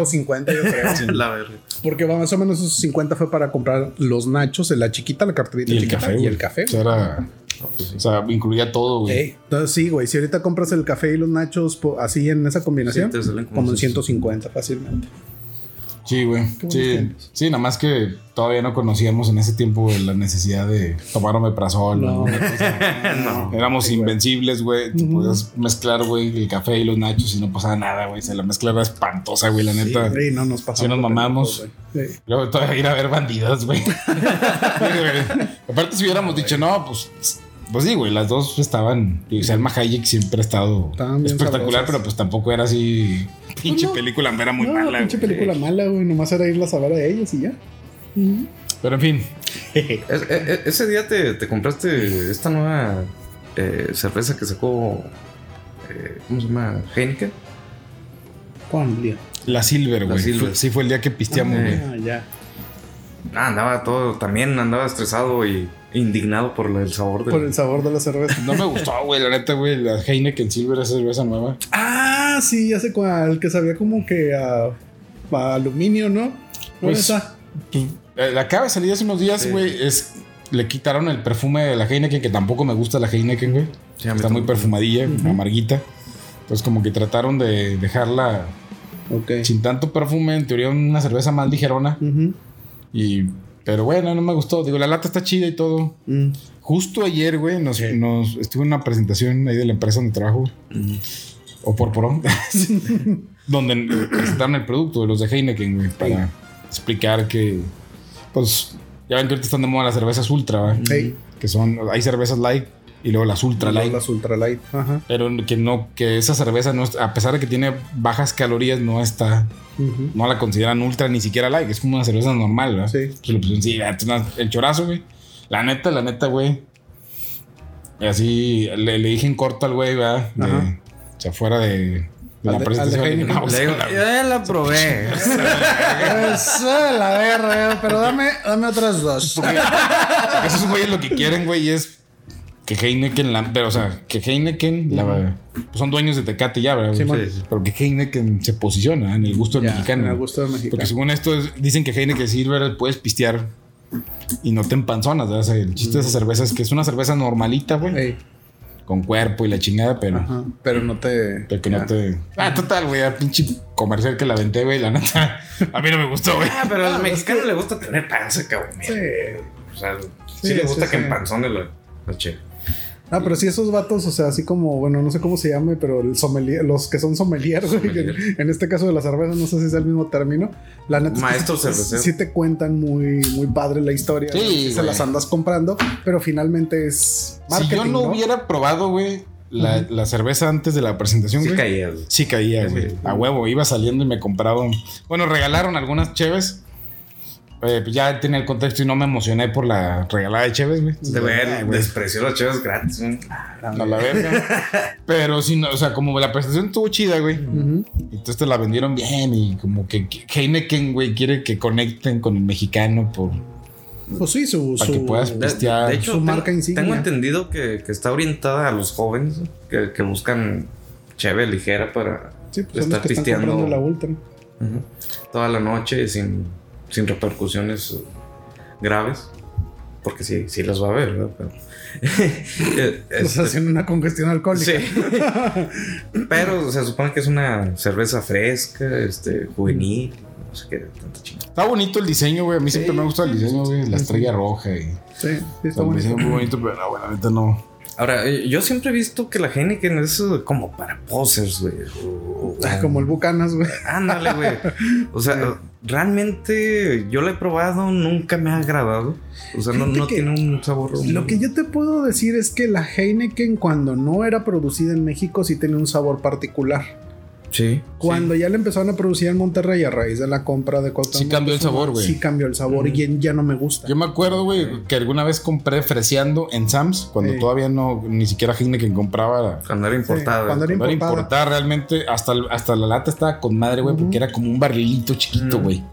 [SPEAKER 3] 250, yo creo.
[SPEAKER 2] La verga.
[SPEAKER 3] Porque más o menos esos 50 fue para comprar los nachos, la chiquita, la carterita
[SPEAKER 1] Y el
[SPEAKER 3] chiquita
[SPEAKER 1] café,
[SPEAKER 3] y
[SPEAKER 1] güey.
[SPEAKER 3] el café.
[SPEAKER 1] O sea, era-
[SPEAKER 2] No, pues sí.
[SPEAKER 1] o sea, incluía todo, güey.
[SPEAKER 3] Ey, Entonces sí, güey, si ahorita compras el café y los nachos po- así en esa combinación,
[SPEAKER 2] Sí, te salen como
[SPEAKER 3] como en
[SPEAKER 2] 600.
[SPEAKER 3] 150 fácilmente.
[SPEAKER 1] Sí, güey.
[SPEAKER 3] buenos
[SPEAKER 1] Sí,
[SPEAKER 3] tiempos.
[SPEAKER 1] sí, nada más que todavía no conocíamos en ese tiempo güey, la necesidad de tomar omeprazol.
[SPEAKER 3] No.
[SPEAKER 1] ¿no? Éramos invencibles, güey. Te podías mezclar, güey, el café y los nachos y no pasaba nada, güey. Se la mezcla era espantosa, güey, la neta.
[SPEAKER 3] Sí, no nos pasamos.
[SPEAKER 1] Sí, nos
[SPEAKER 3] de
[SPEAKER 1] mamamos.
[SPEAKER 3] pendejos, güey. Sí.
[SPEAKER 1] Luego todavía ir a ver bandidos, güey. Sí, güey. Aparte, si hubiéramos dicho, no, pues. Pues sí, güey, las dos estaban. y Salma Hayek siempre ha estado
[SPEAKER 3] Estaban bien
[SPEAKER 1] espectacular,
[SPEAKER 3] sabrosas. Pues
[SPEAKER 1] pero pues tampoco era así. Pinche
[SPEAKER 3] no.
[SPEAKER 1] película, era muy
[SPEAKER 3] no,
[SPEAKER 1] mala.
[SPEAKER 3] pinche
[SPEAKER 1] güey.
[SPEAKER 3] película mala, güey, nomás era irlas a ver a ellas y ya.
[SPEAKER 1] Pero en fin,
[SPEAKER 2] Es- e- e- ese día te, te compraste esta nueva eh, cerveza que sacó. eh, ¿Cómo se llama? Heineken.
[SPEAKER 3] Juan, día?
[SPEAKER 1] la Silver,
[SPEAKER 2] La
[SPEAKER 1] güey.
[SPEAKER 2] Silver.
[SPEAKER 1] Fue- Sí, fue el día que pisteamos,
[SPEAKER 2] Ah,
[SPEAKER 1] güey.
[SPEAKER 3] Ah, ya.
[SPEAKER 2] Ah, andaba todo, también andaba estresado y indignado por el sabor
[SPEAKER 1] Pues
[SPEAKER 2] del.
[SPEAKER 3] Por el sabor de la cerveza.
[SPEAKER 1] No me gustó, güey, la neta, güey. La Heineken Silver, esa cerveza nueva.
[SPEAKER 3] ah, sí, ya sé cuál, que sabía como que a, a aluminio, ¿no? ¿No
[SPEAKER 1] Pues-
[SPEAKER 3] esa?
[SPEAKER 1] Eh, La acaba de salir hace unos días,
[SPEAKER 2] Sí.
[SPEAKER 1] güey. Es. Le quitaron el perfume de la Heineken, que tampoco me gusta la Heineken, güey.
[SPEAKER 2] Sí, a mí
[SPEAKER 1] Está muy
[SPEAKER 2] tampoco.
[SPEAKER 1] perfumadilla,
[SPEAKER 3] Ujú.
[SPEAKER 1] amarguita. Entonces, como que trataron de dejarla
[SPEAKER 3] Ok.
[SPEAKER 1] sin tanto perfume. En teoría, una cerveza más ligerona.
[SPEAKER 3] Ujú.
[SPEAKER 1] Y. Pero bueno, no me gustó. Digo, la lata está chida y todo.
[SPEAKER 3] Mm.
[SPEAKER 1] Justo ayer, güey, nos, nos- estuve en una presentación ahí de la empresa donde trabajo. O por porón. donde eh, presentaron el producto de los de Heineken, güey, para explicar que. Pues. Ya ven que ahorita están de moda las cervezas ultra, ¿va?
[SPEAKER 3] Ey,
[SPEAKER 1] Que son. Hay cervezas light y luego las ultra light.
[SPEAKER 3] Las ultralight. Ajá.
[SPEAKER 1] Pero que no, que esa cerveza no es- a pesar de que tiene bajas calorías, no está,
[SPEAKER 3] Ujú.
[SPEAKER 1] no la consideran ultra ni siquiera light, es como una cerveza normal, ¿verdad?
[SPEAKER 3] Sí.
[SPEAKER 1] Pues le pusieron, sí, ya, es una- el chorazo, güey. La neta, la neta, güey. Y Así le, le dije en corto al güey, ¿verdad? De,
[SPEAKER 3] Ajá.
[SPEAKER 1] o sea, fuera de, de
[SPEAKER 3] Al
[SPEAKER 1] la
[SPEAKER 3] de-
[SPEAKER 1] presentación.
[SPEAKER 3] al de
[SPEAKER 1] le dije,
[SPEAKER 3] Heineken.
[SPEAKER 1] "No, o
[SPEAKER 2] Le
[SPEAKER 1] sea,
[SPEAKER 2] digo,
[SPEAKER 1] la-
[SPEAKER 2] ya la probé.
[SPEAKER 3] Eso de Pues, la verga, pero dame, dame otras dos.
[SPEAKER 1] porque esos güeyes lo que quieren, güey, es que Heineken, la- pero o sea, que Heineken, la- pues son dueños de Tecate ya, ¿verdad? güey?
[SPEAKER 3] Simón.
[SPEAKER 2] Sí, sí.
[SPEAKER 1] Pero que Heineken se posiciona en el gusto del
[SPEAKER 3] Ya,
[SPEAKER 1] mexicano.
[SPEAKER 3] Me gusta el
[SPEAKER 1] Porque
[SPEAKER 3] mexicano.
[SPEAKER 1] según esto, es- dicen que Heineken Silver puedes pistear y no te empanzonas. ¿verdad? O sea, el chiste de esa cerveza es que es una cerveza normalita, güey.
[SPEAKER 3] Ey,
[SPEAKER 1] Con cuerpo y la chingada, pero.
[SPEAKER 3] ajá, Pero no te.
[SPEAKER 1] pero que no te. Ah, total, güey. A pinche comercial que la aventé, güey. La neta. A mí no me gustó, güey.
[SPEAKER 2] Ah, pero al mexicano le gusta tener panza, cabrón. mira.
[SPEAKER 3] Sí.
[SPEAKER 2] O sea, sí,
[SPEAKER 3] Sí,
[SPEAKER 2] le
[SPEAKER 3] sí,
[SPEAKER 2] gusta que
[SPEAKER 3] sí.
[SPEAKER 2] empanzone la, la cheve.
[SPEAKER 3] Ah, pero sí, esos vatos, o sea, así como, bueno, no sé cómo se llame, pero el sommelier, los que son sommelier, güey,
[SPEAKER 2] Sommelier.
[SPEAKER 3] que en, en este caso de las cervezas, no sé si es el mismo término. La neta, es que
[SPEAKER 2] Maestros
[SPEAKER 3] sí-
[SPEAKER 2] cerveceros.
[SPEAKER 3] Sí, te cuentan muy, muy padre la historia.
[SPEAKER 1] Sí,
[SPEAKER 3] ¿no? Que se
[SPEAKER 1] güey.
[SPEAKER 3] las andas comprando, pero finalmente es
[SPEAKER 1] Si
[SPEAKER 3] marketing.
[SPEAKER 1] yo no, hubiera probado, güey, la, la cerveza antes de la presentación,
[SPEAKER 2] Sí
[SPEAKER 1] güey.
[SPEAKER 2] caía. güey.
[SPEAKER 1] Sí caía, güey. A huevo, iba saliendo y me compraron. Bueno, regalaron algunas cheves. Eh, pues ya tenía el contexto y no me emocioné por la regalada de cheves, güey.
[SPEAKER 2] De
[SPEAKER 1] Ah,
[SPEAKER 2] ver,
[SPEAKER 1] güey.
[SPEAKER 2] despreció las cheves gratis. güey.
[SPEAKER 1] A la verga. Pero sí, no, o sea, como la presentación estuvo chida, güey.
[SPEAKER 3] Ujú.
[SPEAKER 1] Entonces te la vendieron bien y como que que Heineken, güey, quiere que conecten con el mexicano por...
[SPEAKER 3] Pues sí, pues, su.
[SPEAKER 1] Para que
[SPEAKER 3] su-
[SPEAKER 1] puedas
[SPEAKER 2] De,
[SPEAKER 1] Cristian.
[SPEAKER 2] de hecho,
[SPEAKER 3] Su
[SPEAKER 2] tengo-
[SPEAKER 3] marca insignia.
[SPEAKER 2] tengo entendido que, que está orientada a los jóvenes que, que buscan cheve ligera para
[SPEAKER 3] Sí, pues son los
[SPEAKER 2] estar
[SPEAKER 3] que están comprando
[SPEAKER 2] pisteando
[SPEAKER 3] la ultra.
[SPEAKER 2] ujú, toda la noche sin, sin repercusiones eh, graves. Porque sí, sí las va a haber, ¿verdad? Pero, eh,
[SPEAKER 3] Los
[SPEAKER 2] este,
[SPEAKER 3] hacen una congestión alcohólica.
[SPEAKER 2] Sí. Pero se supone que es una cerveza fresca, este, juvenil, no sé qué, tanta chingada.
[SPEAKER 1] Está bonito el diseño, güey. A mí siempre me gusta el diseño, güey. La estrella roja y...
[SPEAKER 3] Sí, sí,
[SPEAKER 1] Está
[SPEAKER 3] está bonito.
[SPEAKER 1] diseño muy bonito, pero no, bueno, ahorita no.
[SPEAKER 2] Ahora, eh, yo siempre he visto que la Heineken es eh, como para posers, güey. o- o-
[SPEAKER 3] Ah, Como el Bucanas, güey.
[SPEAKER 2] Ándale, güey. O sea, realmente yo la he probado, nunca me ha agradado. O sea, no,
[SPEAKER 3] Fíjate
[SPEAKER 2] no
[SPEAKER 3] que
[SPEAKER 2] tiene un sabor.
[SPEAKER 3] Lo que yo te puedo decir es que la Heineken, cuando no era producida en México, sí tenía un sabor particular.
[SPEAKER 2] Sí.
[SPEAKER 3] Cuando ya le empezaron a producir en Monterrey a raíz de la compra de Cuauhtémoc.
[SPEAKER 1] Sí cambió el sabor, güey.
[SPEAKER 3] Sí cambió el sabor y ya- ya no me gusta.
[SPEAKER 1] Yo me acuerdo, güey, que alguna vez compré freseando en Sam's, cuando
[SPEAKER 3] Sí.
[SPEAKER 1] todavía no, ni siquiera Heineken compraba.
[SPEAKER 2] Cuando era importada.
[SPEAKER 3] Sí, cuando era
[SPEAKER 1] No era
[SPEAKER 3] Importada.
[SPEAKER 1] importada realmente. Hasta, hasta la lata estaba con madre, güey, porque era como un barrilito chiquito,
[SPEAKER 2] Ujú.
[SPEAKER 1] güey.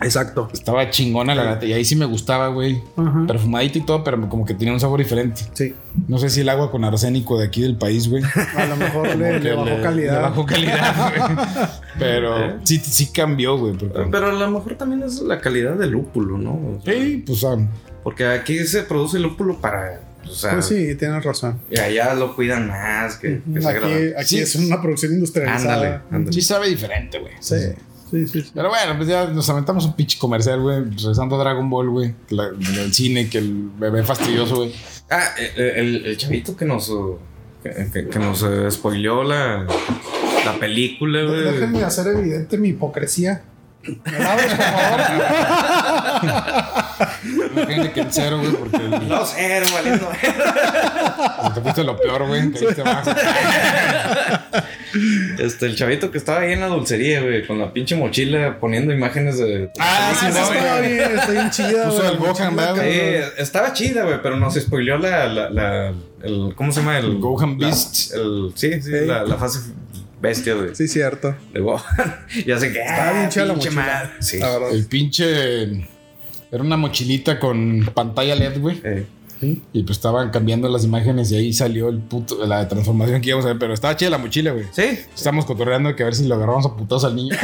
[SPEAKER 3] Exacto.
[SPEAKER 1] Estaba chingona la lata y ahí sí me gustaba, güey.
[SPEAKER 3] Ajá.
[SPEAKER 1] Perfumadito y todo, pero como que tenía un sabor diferente.
[SPEAKER 3] Sí.
[SPEAKER 1] No sé si el agua con arsénico de aquí del país, güey.
[SPEAKER 3] A lo mejor le, le
[SPEAKER 1] que
[SPEAKER 3] bajó calidad. ¿Eh?
[SPEAKER 1] le bajó calidad, güey. Pero sí, sí cambió, güey. porque-
[SPEAKER 2] Pero a lo mejor también es la calidad del lúpulo, ¿no? O sea,
[SPEAKER 1] Sí, pues ah,
[SPEAKER 2] Porque aquí se produce el lúpulo para. O sea,
[SPEAKER 3] Pues sí, tienes razón.
[SPEAKER 2] y allá lo cuidan más, que, que se
[SPEAKER 3] Aquí,
[SPEAKER 2] agrada.
[SPEAKER 3] aquí
[SPEAKER 1] Sí.
[SPEAKER 3] es una producción
[SPEAKER 2] Ándale,
[SPEAKER 3] industrializada.
[SPEAKER 2] ándale.
[SPEAKER 1] sí sabe diferente, güey.
[SPEAKER 3] Sí, sí, sí. sí.
[SPEAKER 1] Pero bueno, pues ya nos aventamos un pinche comercial, güey. Regresando a Dragon Ball, güey. La- El cine, que el bebé fastidioso, güey.
[SPEAKER 2] Ah, el, el- el chavito que nos. uh, Que, que- que nos uh, spoileó la, la película, güey.
[SPEAKER 3] Déjenme hacer evidente mi hipocresía. ¿Me la abres, por favor?
[SPEAKER 1] Imagínate que el cero, güey, porque el-
[SPEAKER 2] No sé, hermano.
[SPEAKER 1] te fuiste lo peor, güey. Caíste bajo.
[SPEAKER 2] Este, el chavito que estaba ahí en la dulcería, güey, con la pinche mochila poniendo imágenes de.
[SPEAKER 1] Ah, sí,
[SPEAKER 3] Ah, esa
[SPEAKER 1] no, güey.
[SPEAKER 3] está bien, está bien chida.
[SPEAKER 1] Puso
[SPEAKER 3] güey.
[SPEAKER 1] el Gohan, ¿verdad,
[SPEAKER 2] Sí,
[SPEAKER 1] güey?
[SPEAKER 2] estaba chida, güey, pero nos spoileó la, la, la- el, ¿cómo se llama? El
[SPEAKER 1] Gohan
[SPEAKER 2] la-
[SPEAKER 1] Beast.
[SPEAKER 2] el- sí, sí,
[SPEAKER 3] Sí.
[SPEAKER 2] La, la fase bestia de,
[SPEAKER 3] Sí, cierto.
[SPEAKER 2] de Gohan. ya sé que ah,
[SPEAKER 3] Estaba bien chida la mochila.
[SPEAKER 2] madre. Sí.
[SPEAKER 3] La verdad.
[SPEAKER 1] El pinche. Era una mochilita con pantalla LED, güey.
[SPEAKER 2] Eh,
[SPEAKER 1] Y pues estaban cambiando las imágenes y ahí salió el puto, la transformación que íbamos a ver. Pero estaba chida la mochila, güey.
[SPEAKER 2] sí.
[SPEAKER 1] Estamos cotorreando que a ver si lo agarramos a putados al niño.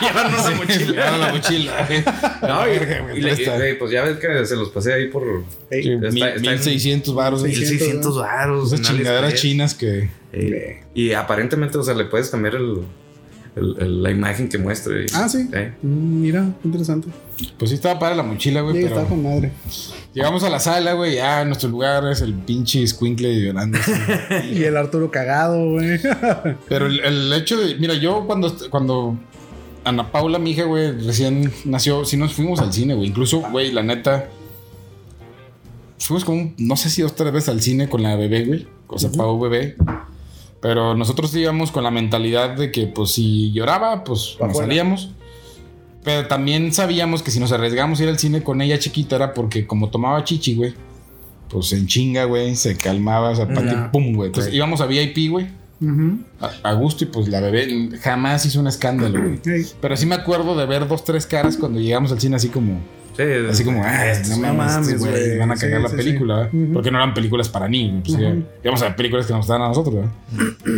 [SPEAKER 2] Llevarnos la
[SPEAKER 1] Le daban la mochila. güey.
[SPEAKER 2] No, y,
[SPEAKER 1] Verga, güey,
[SPEAKER 2] y le- y,
[SPEAKER 1] presta.
[SPEAKER 2] güey, pues ya ves que se los pasé ahí por
[SPEAKER 3] Ey,
[SPEAKER 1] Sí,
[SPEAKER 2] está-
[SPEAKER 1] mil-
[SPEAKER 2] está en-
[SPEAKER 1] 1600 baros. güey.
[SPEAKER 2] 1600 varos.
[SPEAKER 1] Esas
[SPEAKER 2] en
[SPEAKER 1] chingaderas
[SPEAKER 2] AliExpress.
[SPEAKER 1] chinas que.
[SPEAKER 2] Eh, y aparentemente, o sea, le puedes cambiar el, el- el- la imagen que muestre.
[SPEAKER 3] Ah, sí.
[SPEAKER 2] Eh.
[SPEAKER 3] Mm, Mira, interesante.
[SPEAKER 1] Pues sí, estaba para la mochila, güey.
[SPEAKER 3] Sí,
[SPEAKER 1] pero
[SPEAKER 3] está con madre.
[SPEAKER 1] llegamos a la sala, güey. Ya en nuestro lugar es el pinche squinkle llorando. así.
[SPEAKER 3] Y el Arturo cagado, güey.
[SPEAKER 1] Pero el, el hecho de, mira, yo cuando, cuando Ana Paula, mi hija, güey, recién nació, sí nos fuimos al cine, güey. Incluso, güey, la neta, fuimos como, un- no sé si dos, tres veces al cine con la bebé, güey. O sea, Pau bebé. Pero nosotros íbamos con la mentalidad de que, pues, si lloraba, pues,
[SPEAKER 3] Pa'
[SPEAKER 1] nos
[SPEAKER 3] fuera.
[SPEAKER 1] salíamos. Pero también sabíamos que si nos arriesgamos a ir al cine con ella chiquita era porque como tomaba chichi, güey, pues en chinga, güey, se calmaba, o sea, pa' ti,
[SPEAKER 2] Ya.
[SPEAKER 1] pum, güey. Entonces
[SPEAKER 2] Sí.
[SPEAKER 1] íbamos a VIP, güey
[SPEAKER 3] Ujú.
[SPEAKER 1] a a gusto y pues la bebé jamás hizo un escándalo, güey.
[SPEAKER 3] Ey.
[SPEAKER 1] Pero sí me acuerdo de ver dos, tres caras cuando llegamos al cine así como,
[SPEAKER 2] Sí,
[SPEAKER 1] así como, ah,
[SPEAKER 2] estos
[SPEAKER 1] no
[SPEAKER 3] no
[SPEAKER 1] mames,
[SPEAKER 3] mames,
[SPEAKER 1] estos güeyes
[SPEAKER 3] güey.
[SPEAKER 1] van a
[SPEAKER 3] Sí,
[SPEAKER 1] cagar la
[SPEAKER 3] sí,
[SPEAKER 1] película, ¿verdad?
[SPEAKER 3] sí. Ujú.
[SPEAKER 1] porque no eran películas para niños, pues, ya-
[SPEAKER 3] Ujú.
[SPEAKER 1] íbamos a ver películas que nos dan a nosotros, ¿verdad?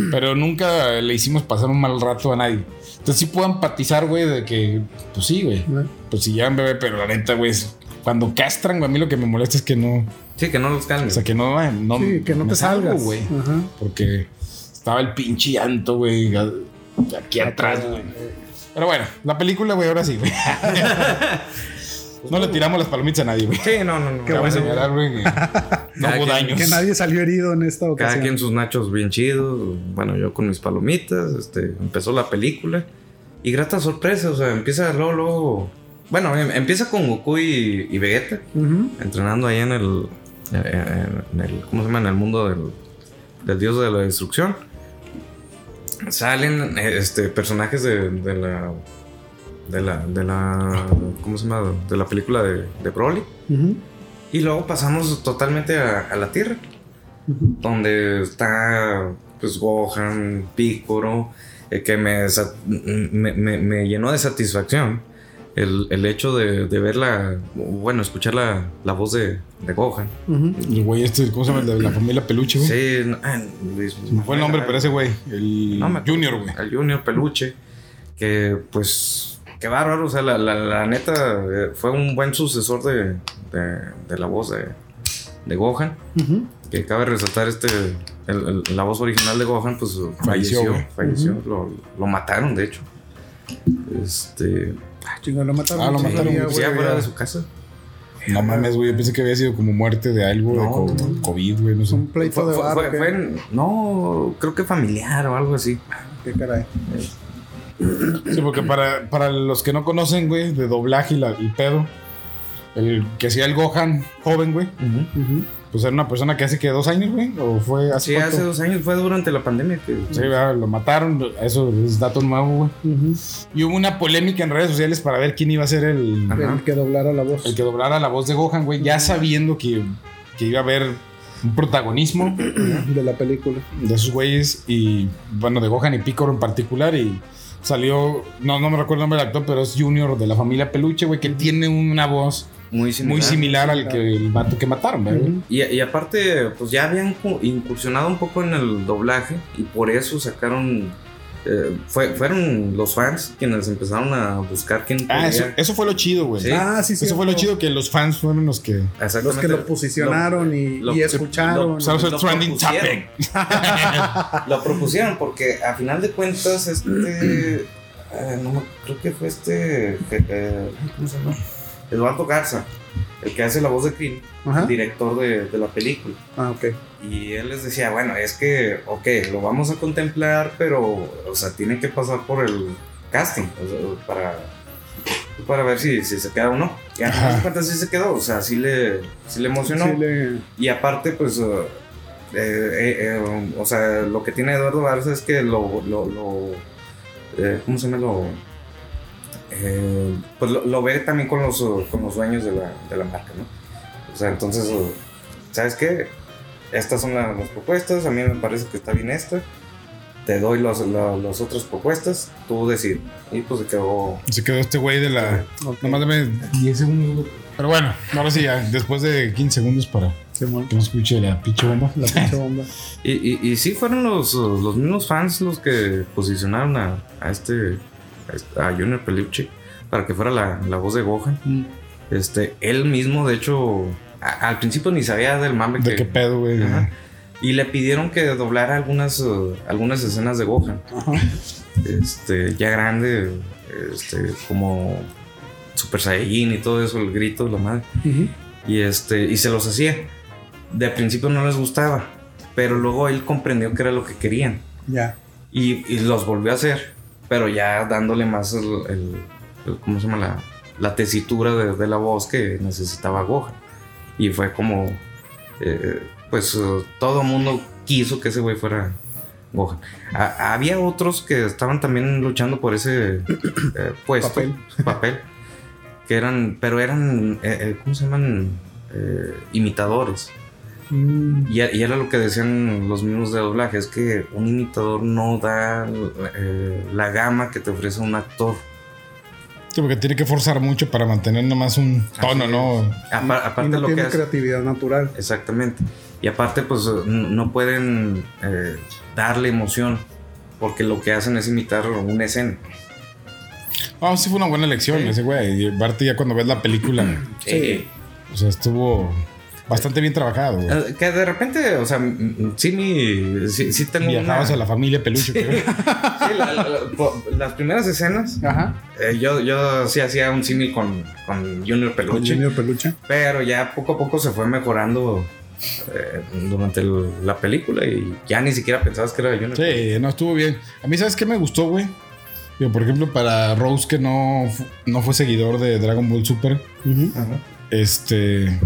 [SPEAKER 1] Pero nunca le hicimos pasar un mal rato a nadie. Entonces sí puedo empatizar, güey, de que, pues sí, güey, pues si llevan bebé, pero la neta, güey, es- cuando castran, güey, a mí lo que me molesta es que no,
[SPEAKER 2] Sí, que no los
[SPEAKER 1] o
[SPEAKER 2] calmes.
[SPEAKER 1] sea, que no, eh, no,
[SPEAKER 3] Sí, que no
[SPEAKER 1] me
[SPEAKER 3] te
[SPEAKER 1] salgo,
[SPEAKER 3] salgas.
[SPEAKER 1] güey
[SPEAKER 3] Ajá.
[SPEAKER 1] porque estaba el pinche llanto, güey. a- Aquí atrás, güey. Pero bueno, la película, güey, ahora sí, güey. No le tiramos las palomitas a nadie, güey.
[SPEAKER 2] Sí, no, no, no.
[SPEAKER 3] Qué
[SPEAKER 1] Cabe
[SPEAKER 3] bueno.
[SPEAKER 1] señalar, güey, que no
[SPEAKER 2] Cada
[SPEAKER 1] hubo
[SPEAKER 2] quien-
[SPEAKER 1] daños.
[SPEAKER 3] Que nadie salió herido en esta
[SPEAKER 2] Cada
[SPEAKER 3] ocasión.
[SPEAKER 2] quien sus nachos bien chidos. Bueno, yo con mis palomitas. Este, empezó la película. Y grata sorpresa, o sea, empieza luego, luego- Bueno, em- empieza con Goku y, y Vegeta
[SPEAKER 3] Ujú.
[SPEAKER 2] entrenando ahí en el, en- en el- ¿Cómo se llama? En el mundo del, del dios de la destrucción. Salen eh, este, personajes de, de la. De la, de la. ¿Cómo se llama? De la película de, de Broly.
[SPEAKER 3] Ujú.
[SPEAKER 2] Y luego pasamos totalmente a- a la Tierra
[SPEAKER 3] Ujú.
[SPEAKER 2] donde está pues Gohan, Piccolo, eh, que me, sa- me, me- me llenó de satisfacción el, el hecho de, de ver la, bueno, escuchar la, la voz de, de Gohan.
[SPEAKER 3] Ujú.
[SPEAKER 1] El güey este, ¿cómo se llama? El de la familia Peluche, güey.
[SPEAKER 2] Sí, no- ah, Luis-
[SPEAKER 1] Se me fue el nombre, pero ese güey, el
[SPEAKER 2] No me acuerdo.
[SPEAKER 1] Junior, güey.
[SPEAKER 2] Al Junior Peluche, que pues, qué bárbaro, o sea, la, la- la neta eh, fue un buen sucesor de, de- de la voz de, de Gohan.
[SPEAKER 3] Ujú.
[SPEAKER 2] que cabe resaltar este el- el- la voz original de Gohan pues
[SPEAKER 1] Falleció,
[SPEAKER 2] falleció
[SPEAKER 1] güey.
[SPEAKER 2] falleció
[SPEAKER 3] Ujú.
[SPEAKER 2] lo, lo mataron de hecho este
[SPEAKER 3] Chingo, lo mataron.
[SPEAKER 1] Ah, lo
[SPEAKER 3] otro
[SPEAKER 1] mataron,
[SPEAKER 3] día,
[SPEAKER 1] güey.
[SPEAKER 2] sí,
[SPEAKER 3] güey.
[SPEAKER 2] afuera de su casa
[SPEAKER 1] No mames, güey. Yo pensé que había sido como muerte de algo, de
[SPEAKER 2] No,
[SPEAKER 1] co-
[SPEAKER 2] no.
[SPEAKER 1] COVID, güey, no sé.
[SPEAKER 3] Un pleito
[SPEAKER 2] Fue-
[SPEAKER 3] de ¿eh?
[SPEAKER 2] fue-
[SPEAKER 3] barro.
[SPEAKER 2] fue- fue en- no creo que familiar o algo así
[SPEAKER 3] Qué caray.
[SPEAKER 1] Sí, porque para, para los que no conocen, güey, de doblaje y la- el pedo, el que hacía el Gohan joven, güey,
[SPEAKER 3] Ujú.
[SPEAKER 1] Pues era una persona que hace que dos años, güey, o fue hace
[SPEAKER 2] Sí,
[SPEAKER 1] cuánto?
[SPEAKER 2] hace dos años fue durante la pandemia que
[SPEAKER 1] Sí, ¿verdad? lo mataron, eso es dato nuevo, güey.
[SPEAKER 3] Ujú.
[SPEAKER 1] Y hubo una polémica en redes sociales para ver quién iba a ser el,
[SPEAKER 2] Ajá.
[SPEAKER 3] El que doblara la voz.
[SPEAKER 1] el que doblara la voz de Gohan, güey, ya sabiendo que, que iba a haber un protagonismo
[SPEAKER 3] de la película.
[SPEAKER 1] de esos güeyes y, bueno, de Gohan y Piccolo en particular y salió, no, no me recuerdo el nombre del actor, pero es Junior de la familia Peluche, güey, que tiene una voz
[SPEAKER 2] muy similar.
[SPEAKER 1] muy similar al que el vato que mataron, güey.
[SPEAKER 3] Ujú.
[SPEAKER 2] Y, y aparte, pues ya habían co- incursionado un poco en el doblaje y por eso sacaron. eh, fue- fueron los fans quienes empezaron a buscar quién
[SPEAKER 1] Ah, eso,
[SPEAKER 2] podía-
[SPEAKER 1] eso fue lo chido, güey.
[SPEAKER 2] Sí.
[SPEAKER 3] Ah, sí, sí.
[SPEAKER 1] Eso fue lo chido que los fans fueron los que.
[SPEAKER 3] Los
[SPEAKER 2] Exactamente.
[SPEAKER 3] que lo posicionaron y,
[SPEAKER 2] lo-
[SPEAKER 3] y escucharon.
[SPEAKER 2] lo-
[SPEAKER 1] O sea, es el
[SPEAKER 2] Lo
[SPEAKER 1] trending
[SPEAKER 2] propusieron.
[SPEAKER 1] topic.
[SPEAKER 2] Lo propusieron porque a final de cuentas, este. eh, no me- creo que fue este. que- eh, ¿Cómo se llama? Eduardo Garza, el que hace la voz de Cream,
[SPEAKER 3] Ajá.
[SPEAKER 2] el director de, de la película.
[SPEAKER 3] Ah, ok.
[SPEAKER 2] Y él les decía, bueno, es que, ok, lo vamos a contemplar, pero, o sea, tiene que pasar por el casting o sea, para, para ver si, si se queda o no. Y a final de cuentas sí se quedó, o sea, sí le, sí le emocionó.
[SPEAKER 3] Sí le-
[SPEAKER 2] Y aparte, pues, eh, eh, eh, o sea, lo que tiene Eduardo Garza es que lo, lo, lo, eh, ¿cómo se llama? Lo, eh, pues lo, lo ve también con los, eh, con los dueños de la, de la marca, ¿no? O sea, entonces, eh, ¿sabes qué? Estas son la- las propuestas, a mí me parece que está bien esta. Te doy las los, las otras propuestas, tú decides. Y pues se quedó.
[SPEAKER 1] Se quedó este güey de la.
[SPEAKER 3] ok.
[SPEAKER 1] Nomás dame 10 segundos. Pero bueno, ahora sí ya, después de 15 segundos para
[SPEAKER 3] Simón,
[SPEAKER 1] que no escuche la pinche bomba.
[SPEAKER 3] la pinche bomba.
[SPEAKER 2] Y, y, y sí fueron los, los mismos fans los que posicionaron a, a este a este- a Junior Peluche para que fuera la, la voz de Gohan.
[SPEAKER 3] Mm.
[SPEAKER 2] Este, él mismo, de hecho, a- al principio ni sabía del mame
[SPEAKER 1] ¿De
[SPEAKER 2] que,
[SPEAKER 1] qué pedo, güey?
[SPEAKER 2] Ajá. y le pidieron que doblara algunas eh, algunas escenas de Gohan.
[SPEAKER 3] Ajá.
[SPEAKER 2] Este, ya grande, este, como Super Saiyajin y todo eso, el grito, la madre
[SPEAKER 3] Ujú.
[SPEAKER 2] y este y se los hacía. De principio no les gustaba, pero luego él comprendió que era lo que querían
[SPEAKER 3] Ya.
[SPEAKER 2] y, y los volvió a hacer, pero ya dándole más el, el- el- ¿cómo se llama? La, la tesitura de, de la voz que necesitaba Gohan. Y fue como, eh, pues eh, todo mundo quiso que ese güey fuera Gohan. A- había otros que estaban también luchando por ese eh, puesto,
[SPEAKER 3] Papel.
[SPEAKER 2] papel. que eran, pero eran, eh, eh, ¿cómo se llaman? Eh, imitadores.
[SPEAKER 3] Mm,
[SPEAKER 2] Y, y era lo que decían los mismos de doblaje, es que un imitador no da eh, la gama que te ofrece un actor.
[SPEAKER 1] Sí, porque tiene que forzar mucho para mantener nomás un tono,
[SPEAKER 2] Así
[SPEAKER 1] ¿no?
[SPEAKER 2] Apa-
[SPEAKER 3] y
[SPEAKER 2] aparte
[SPEAKER 3] no
[SPEAKER 2] lo que
[SPEAKER 3] tiene
[SPEAKER 2] hace-
[SPEAKER 3] creatividad natural.
[SPEAKER 2] Exactamente. Y aparte, pues n- no pueden eh, darle emoción, porque lo que hacen es imitar una escena.
[SPEAKER 1] Ah, sí fue una buena elección
[SPEAKER 2] Sí.
[SPEAKER 1] ese güey. Y aparte ya cuando ves la película,
[SPEAKER 3] Sí.
[SPEAKER 2] Eh,
[SPEAKER 1] o sea, estuvo bastante bien trabajado, güey.
[SPEAKER 2] eh, que de repente, o sea, m- m- sí, mi, sí, sí tengo una-
[SPEAKER 1] Viajabas a la familia peluche, creo.
[SPEAKER 2] Sí, la- la- la- por- las primeras escenas,
[SPEAKER 3] Ajá.
[SPEAKER 2] eh, yo, yo sí hacía un símil con, con Junior
[SPEAKER 3] Con
[SPEAKER 2] Peluche.
[SPEAKER 3] Junior Peluche.
[SPEAKER 2] Pero ya poco a poco se fue mejorando eh, durante el- la película y ya ni siquiera pensabas que era Junior.
[SPEAKER 1] Sí, no, estuvo bien. A mí, ¿sabes qué me gustó, güey? Digo, por ejemplo, para Rose, que no, fu- no fue seguidor de Dragon Ball Super,
[SPEAKER 3] Ujú.
[SPEAKER 2] Ajá.
[SPEAKER 1] este.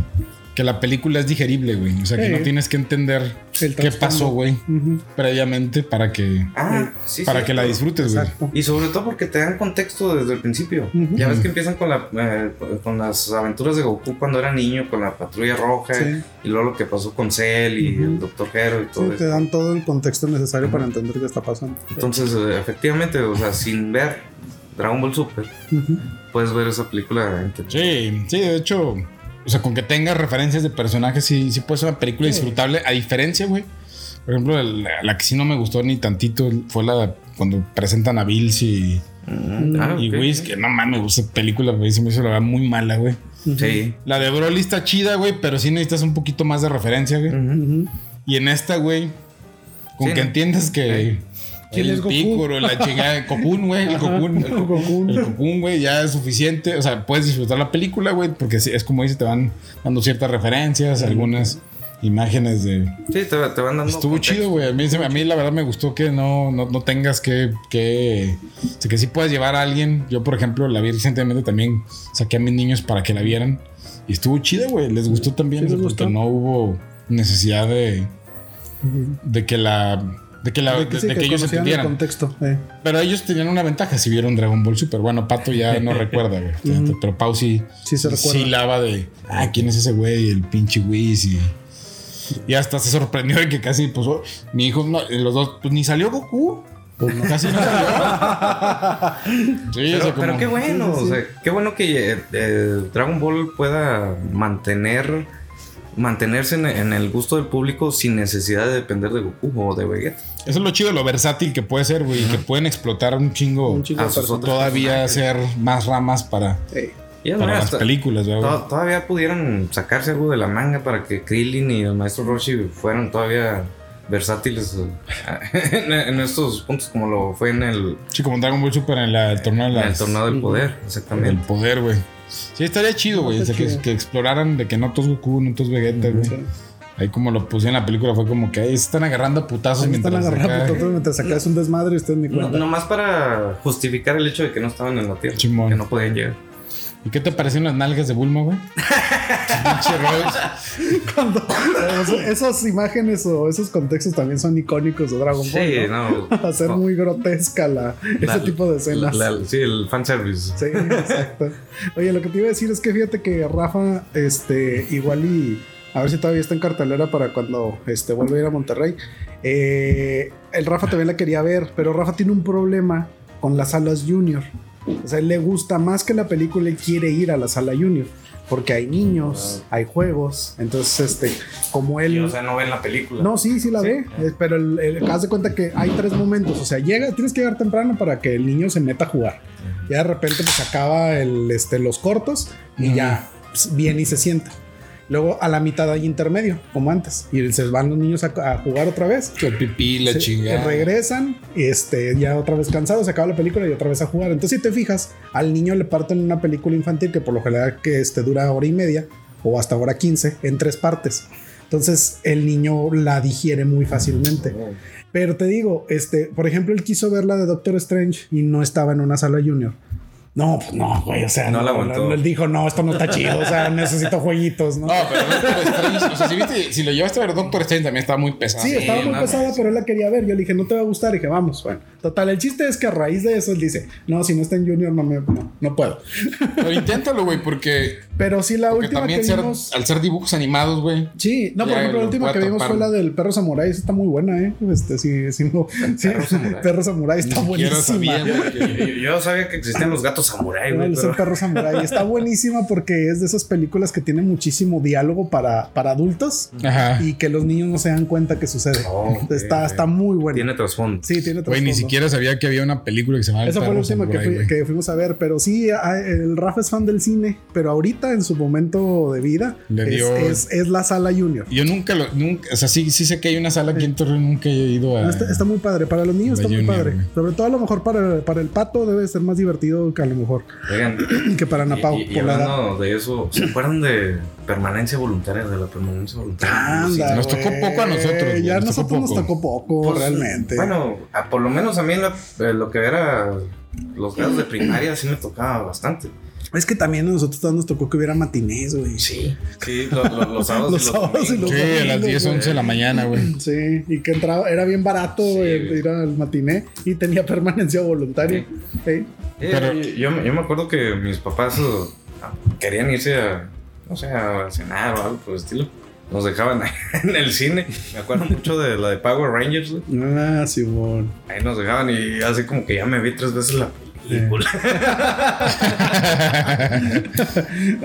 [SPEAKER 1] Que la película es digerible, güey. O sea, que
[SPEAKER 3] Sí.
[SPEAKER 1] no tienes que entender
[SPEAKER 3] El
[SPEAKER 1] qué
[SPEAKER 3] trasfondo.
[SPEAKER 1] pasó, güey,
[SPEAKER 3] Ujú.
[SPEAKER 1] previamente para que,
[SPEAKER 2] Ah, sí,
[SPEAKER 1] para
[SPEAKER 2] sí,
[SPEAKER 1] que la
[SPEAKER 2] claro.
[SPEAKER 1] disfrutes, güey.
[SPEAKER 3] Exacto.
[SPEAKER 2] Y sobre todo porque te dan contexto desde el principio.
[SPEAKER 3] Ujú.
[SPEAKER 2] Ya ves que empiezan con, la, eh, con las aventuras de Goku cuando era niño, con la patrulla roja
[SPEAKER 3] Sí.
[SPEAKER 2] y luego lo que pasó con Cell y
[SPEAKER 3] Ujú.
[SPEAKER 2] el Doctor Hero y
[SPEAKER 3] Sí,
[SPEAKER 2] todo
[SPEAKER 3] te
[SPEAKER 2] eso.
[SPEAKER 3] dan todo el contexto necesario para entender qué está pasando.
[SPEAKER 2] Entonces, eh, efectivamente, o sea, sin ver Dragon Ball Super,
[SPEAKER 3] Ujú.
[SPEAKER 2] puedes ver esa película. entera.
[SPEAKER 1] Sí, sí, de hecho, o sea, con que tengas referencias de personajes, sí, sí puede ser una película
[SPEAKER 3] Sí.
[SPEAKER 1] disfrutable, a diferencia, güey. Por ejemplo, el- la, la que sí no me gustó ni tantito fue la cuando presentan a Bills y,
[SPEAKER 2] Mm, ah,
[SPEAKER 1] y
[SPEAKER 2] ok.
[SPEAKER 1] Whis, que no mames, güey, esa película güey, se me hizo la verdad muy mala, güey.
[SPEAKER 2] Sí.
[SPEAKER 1] La de Broly está chida, güey, pero sí necesitas un poquito más de referencia, güey.
[SPEAKER 2] Ujú.
[SPEAKER 3] Ujú.
[SPEAKER 1] Y en esta, güey, con
[SPEAKER 2] Sí,
[SPEAKER 1] que
[SPEAKER 2] ¿no?
[SPEAKER 1] entiendas que
[SPEAKER 3] ¿Quién
[SPEAKER 1] el
[SPEAKER 3] es Goku?
[SPEAKER 1] Piccolo, la chingada, el Cocoon, güey, el Cocoon.
[SPEAKER 3] El Cocoon.
[SPEAKER 1] El Cocoon, güey, ya es suficiente. O sea, puedes disfrutar la película, güey, porque sí, es como dice, te van dando ciertas referencias, algunas imágenes de...
[SPEAKER 2] Sí, te, te van dando.
[SPEAKER 1] Estuvo
[SPEAKER 2] contexto.
[SPEAKER 1] chido, güey. A mí, se- a mí la verdad me gustó que no, no, no tengas que... que o sea, que sí puedas llevar a alguien. Yo, por ejemplo, la vi recientemente también. Saqué a mis niños para que la vieran. Y estuvo chida, güey. Les gustó también.
[SPEAKER 3] Sí, les
[SPEAKER 1] o sea,
[SPEAKER 3] gustó.
[SPEAKER 1] Porque no hubo... necesidad de, de que la. De que, la,
[SPEAKER 3] De que, sí,
[SPEAKER 1] de
[SPEAKER 3] que
[SPEAKER 1] que ellos
[SPEAKER 3] conocieran el
[SPEAKER 1] entendieran.
[SPEAKER 3] contexto. eh.
[SPEAKER 1] Pero ellos tenían una ventaja si vieron Dragon Ball Super. Bueno, Pato ya no recuerda, güey. fíjate, Pero Pau sí,
[SPEAKER 3] Sí se recuerda.
[SPEAKER 1] lava de, ah, ¿quién es ese güey? El pinche Whis. Y, y hasta se sorprendió de que casi, pues, oh, mi hijo, no, los dos, pues ni salió Goku. Pues no, casi no salió. Sí, o
[SPEAKER 2] Pero,
[SPEAKER 1] sea, como-
[SPEAKER 2] pero qué bueno,
[SPEAKER 3] Sí, sí,
[SPEAKER 2] o sea, qué bueno que eh, eh, Dragon Ball pueda mantener mantenerse en, en el gusto del público sin necesidad de depender de Goku o de Vegeta.
[SPEAKER 1] Eso es lo chido, lo versátil que puede ser, güey. Que pueden explotar un chingo.
[SPEAKER 3] Un chingo
[SPEAKER 2] a
[SPEAKER 3] de
[SPEAKER 2] sus
[SPEAKER 3] personas.
[SPEAKER 1] todavía hacer más ramas para,
[SPEAKER 3] Eh,
[SPEAKER 2] Y es
[SPEAKER 1] para
[SPEAKER 2] más,
[SPEAKER 1] las
[SPEAKER 2] to-
[SPEAKER 1] películas, güey.
[SPEAKER 2] to- todavía pudieron sacarse algo de la manga para que Krillin y el maestro Roshi fueran todavía versátiles eh, en, en estos puntos como lo fue en el,
[SPEAKER 1] Sí, como Dragon Ball Super en la, el torneo de
[SPEAKER 2] en el
[SPEAKER 1] las-
[SPEAKER 2] torneo del
[SPEAKER 3] Ujú.
[SPEAKER 2] poder,
[SPEAKER 1] del
[SPEAKER 2] exactamente.
[SPEAKER 1] poder, güey. Sí, estaría chido, güey. o sea,
[SPEAKER 3] Está
[SPEAKER 1] que,
[SPEAKER 3] chido.
[SPEAKER 1] que exploraran de que no todos Goku, no todos Vegeta, güey.
[SPEAKER 3] sí.
[SPEAKER 1] Ahí como lo puse en la película fue como que ahí se están agarrando a putazos
[SPEAKER 3] Ahí me están
[SPEAKER 1] mientras
[SPEAKER 3] agarrando
[SPEAKER 1] acá-
[SPEAKER 3] todo mientras acá es un desmadre y ustedes ni
[SPEAKER 2] No,
[SPEAKER 3] cuenta.
[SPEAKER 2] nomás para justificar el hecho de que no estaban en la tierra,
[SPEAKER 1] Simón.
[SPEAKER 2] que no podían llegar.
[SPEAKER 1] ¿Y qué te parecieron las nalgas de Bulma, güey? Pinche Rose.
[SPEAKER 3] Cuando- o sea, Eh, esas imágenes o esos contextos también son icónicos de Dragon Ball.
[SPEAKER 2] Sí,
[SPEAKER 3] ¿no?
[SPEAKER 2] no.
[SPEAKER 3] Hacer
[SPEAKER 2] no.
[SPEAKER 3] muy grotesca la,
[SPEAKER 2] La-
[SPEAKER 3] ese tipo de escenas.
[SPEAKER 2] La- la- sí, el fanservice.
[SPEAKER 3] Sí, exacto. Oye, lo que te iba a decir es que fíjate que Rafa, este, igual y a ver si todavía está en cartelera para cuando este, vuelva a ir a Monterrey. Eh, el Rafa también la quería ver, pero Rafa tiene un problema con las salas junior. O sea, él le gusta más que la película, él quiere ir a la sala junior. Porque hay niños, hay juegos. Entonces, este, como él.
[SPEAKER 2] Y, o sea, no ven la película.
[SPEAKER 3] No, sí, sí la
[SPEAKER 2] Sí.
[SPEAKER 3] ve. eh, Pero el, el- haz de cuenta que hay tres momentos. O sea, llega, tienes que llegar temprano para que el niño se meta a jugar. Ya de repente pues acaba el, este, los cortos y
[SPEAKER 1] Ujú.
[SPEAKER 3] ya pues, viene y se sienta. Luego a la mitad hay intermedio, como antes. Y se van los niños a, a jugar otra vez.
[SPEAKER 1] El pipí, la
[SPEAKER 3] Se-
[SPEAKER 1] chingada.
[SPEAKER 3] Regresan, este, ya otra vez cansados, se acaba la película y otra vez a jugar. Entonces, si te fijas, al niño le parten una película infantil que por lo general que este, dura hora y media o hasta hora 15 en tres partes. Entonces, el niño la digiere muy fácilmente. Pero te digo, este, por ejemplo, él quiso ver la de Doctor Strange y no estaba en una sala junior. No, pues no, güey, o sea,
[SPEAKER 2] No la aguantó.
[SPEAKER 3] Él dijo, no, esto no está chido, o sea, necesito jueguitos, ¿no?
[SPEAKER 1] No, pero Doctor Strange, o sea, si, viste- si lo llevaste a ver Doctor Strange también estaba muy pesado.
[SPEAKER 3] Sí, estaba muy
[SPEAKER 2] no,
[SPEAKER 3] pesada, pero él la quería ver. Yo le dije, no te va a gustar. Y dije, vamos, bueno. Total, el chiste es que a raíz de eso él dice, no, si no está en Junior, no, me, no, no puedo.
[SPEAKER 1] Pero inténtalo, güey, porque,
[SPEAKER 3] Pero sí, la
[SPEAKER 1] porque
[SPEAKER 3] última que
[SPEAKER 1] también ser-
[SPEAKER 3] vimos.
[SPEAKER 1] al ser dibujos animados, güey.
[SPEAKER 3] Sí, no, por
[SPEAKER 1] Ya,
[SPEAKER 3] ejemplo, la
[SPEAKER 1] lo
[SPEAKER 3] última
[SPEAKER 1] voy a
[SPEAKER 3] que vimos
[SPEAKER 1] topar.
[SPEAKER 3] fue la del perro samurái. Esa está muy buena, ¿eh? Este, sí, sí, no. Sí,
[SPEAKER 2] Perro Samurái.
[SPEAKER 3] perro samurái está
[SPEAKER 1] Ni siquiera
[SPEAKER 3] buenísima.
[SPEAKER 1] sabía, güey, que-
[SPEAKER 2] Yo, yo sabía que existían los gatos samurái,
[SPEAKER 3] Bueno,
[SPEAKER 2] güey.
[SPEAKER 3] es el
[SPEAKER 2] pero-
[SPEAKER 3] perro samurái. Está buenísima porque es de esas películas que tiene muchísimo diálogo para, para adultos
[SPEAKER 1] Ajá.
[SPEAKER 3] y que los niños no se dan cuenta que sucede.
[SPEAKER 2] Oh, ok,
[SPEAKER 3] está,
[SPEAKER 2] ok.
[SPEAKER 3] está muy buena.
[SPEAKER 2] Tiene trasfondo.
[SPEAKER 3] sí, tiene
[SPEAKER 1] Güey, ni
[SPEAKER 3] trasfondo.
[SPEAKER 1] siquiera sabía que había una película que se llamaba El
[SPEAKER 3] Esa fue la
[SPEAKER 1] Perro
[SPEAKER 3] última que,
[SPEAKER 1] Samurái,
[SPEAKER 3] fui-
[SPEAKER 1] güey.
[SPEAKER 3] que fuimos a ver, pero sí, a- el Rafa es fan del cine, pero ahorita en su momento de vida
[SPEAKER 1] Le
[SPEAKER 3] es,
[SPEAKER 1] dio-
[SPEAKER 3] es- es la sala junior.
[SPEAKER 1] Yo nunca lo, nunca, o sea, sí, sí sé que hay una sala aquí en Torreón, nunca he ido a.
[SPEAKER 3] No, Está, está muy padre, para los niños
[SPEAKER 1] La
[SPEAKER 3] está muy
[SPEAKER 1] junior,
[SPEAKER 3] padre.
[SPEAKER 1] güey.
[SPEAKER 3] Sobre todo a lo mejor para, para el pato debe ser más divertido que a lo mejor
[SPEAKER 2] Oigan,
[SPEAKER 3] que para
[SPEAKER 2] y-
[SPEAKER 3] Napao
[SPEAKER 2] y- y
[SPEAKER 3] por la edad.
[SPEAKER 2] hablando de eso, ¿se acuerdan de permanencia voluntaria? De la permanencia voluntaria.
[SPEAKER 3] Anda,
[SPEAKER 1] Nos tocó
[SPEAKER 3] güey.
[SPEAKER 1] poco a nosotros, güey,
[SPEAKER 3] Ya a
[SPEAKER 1] nos
[SPEAKER 3] nosotros
[SPEAKER 1] tocó
[SPEAKER 3] nos
[SPEAKER 1] poco.
[SPEAKER 3] tocó poco,
[SPEAKER 2] Pues,
[SPEAKER 3] oh, realmente.
[SPEAKER 2] Bueno, a- por lo menos a mí la- eh, lo que era los grados de primaria sí me tocaba bastante.
[SPEAKER 3] es que también a nosotros todos nos tocó que hubiera matinés, güey.
[SPEAKER 2] Sí. Sí, lo- lo- los sábados
[SPEAKER 3] Los
[SPEAKER 2] y los
[SPEAKER 3] sábados y
[SPEAKER 2] domingos.
[SPEAKER 1] Sí, a las 10, 11 de la mañana, güey.
[SPEAKER 3] Sí, y que entraba, era bien barato
[SPEAKER 2] Sí,
[SPEAKER 3] güey,
[SPEAKER 2] güey.
[SPEAKER 3] ir al matiné y tenía permanencia voluntaria. Sí.
[SPEAKER 2] Eh,
[SPEAKER 1] Pero-
[SPEAKER 2] yo, yo me acuerdo que mis papás uh, querían irse a, no sé, a cenar o algo por el estilo. Nos dejaban en el cine. Me acuerdo mucho de la de Power Rangers. güey.
[SPEAKER 3] Ah, Simón.
[SPEAKER 2] Ahí nos dejaban y así como que ya me vi tres veces la película.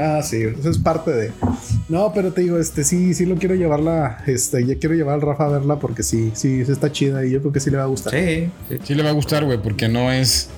[SPEAKER 3] Ah, sí, eso es parte de. No, pero te digo, este sí, sí lo quiero llevarla. Este, ya quiero llevar al Rafa a verla porque sí, sí, sí está chida y yo creo que sí le va a gustar.
[SPEAKER 2] Sí, sí.
[SPEAKER 1] Sí le va a gustar, güey, porque no es.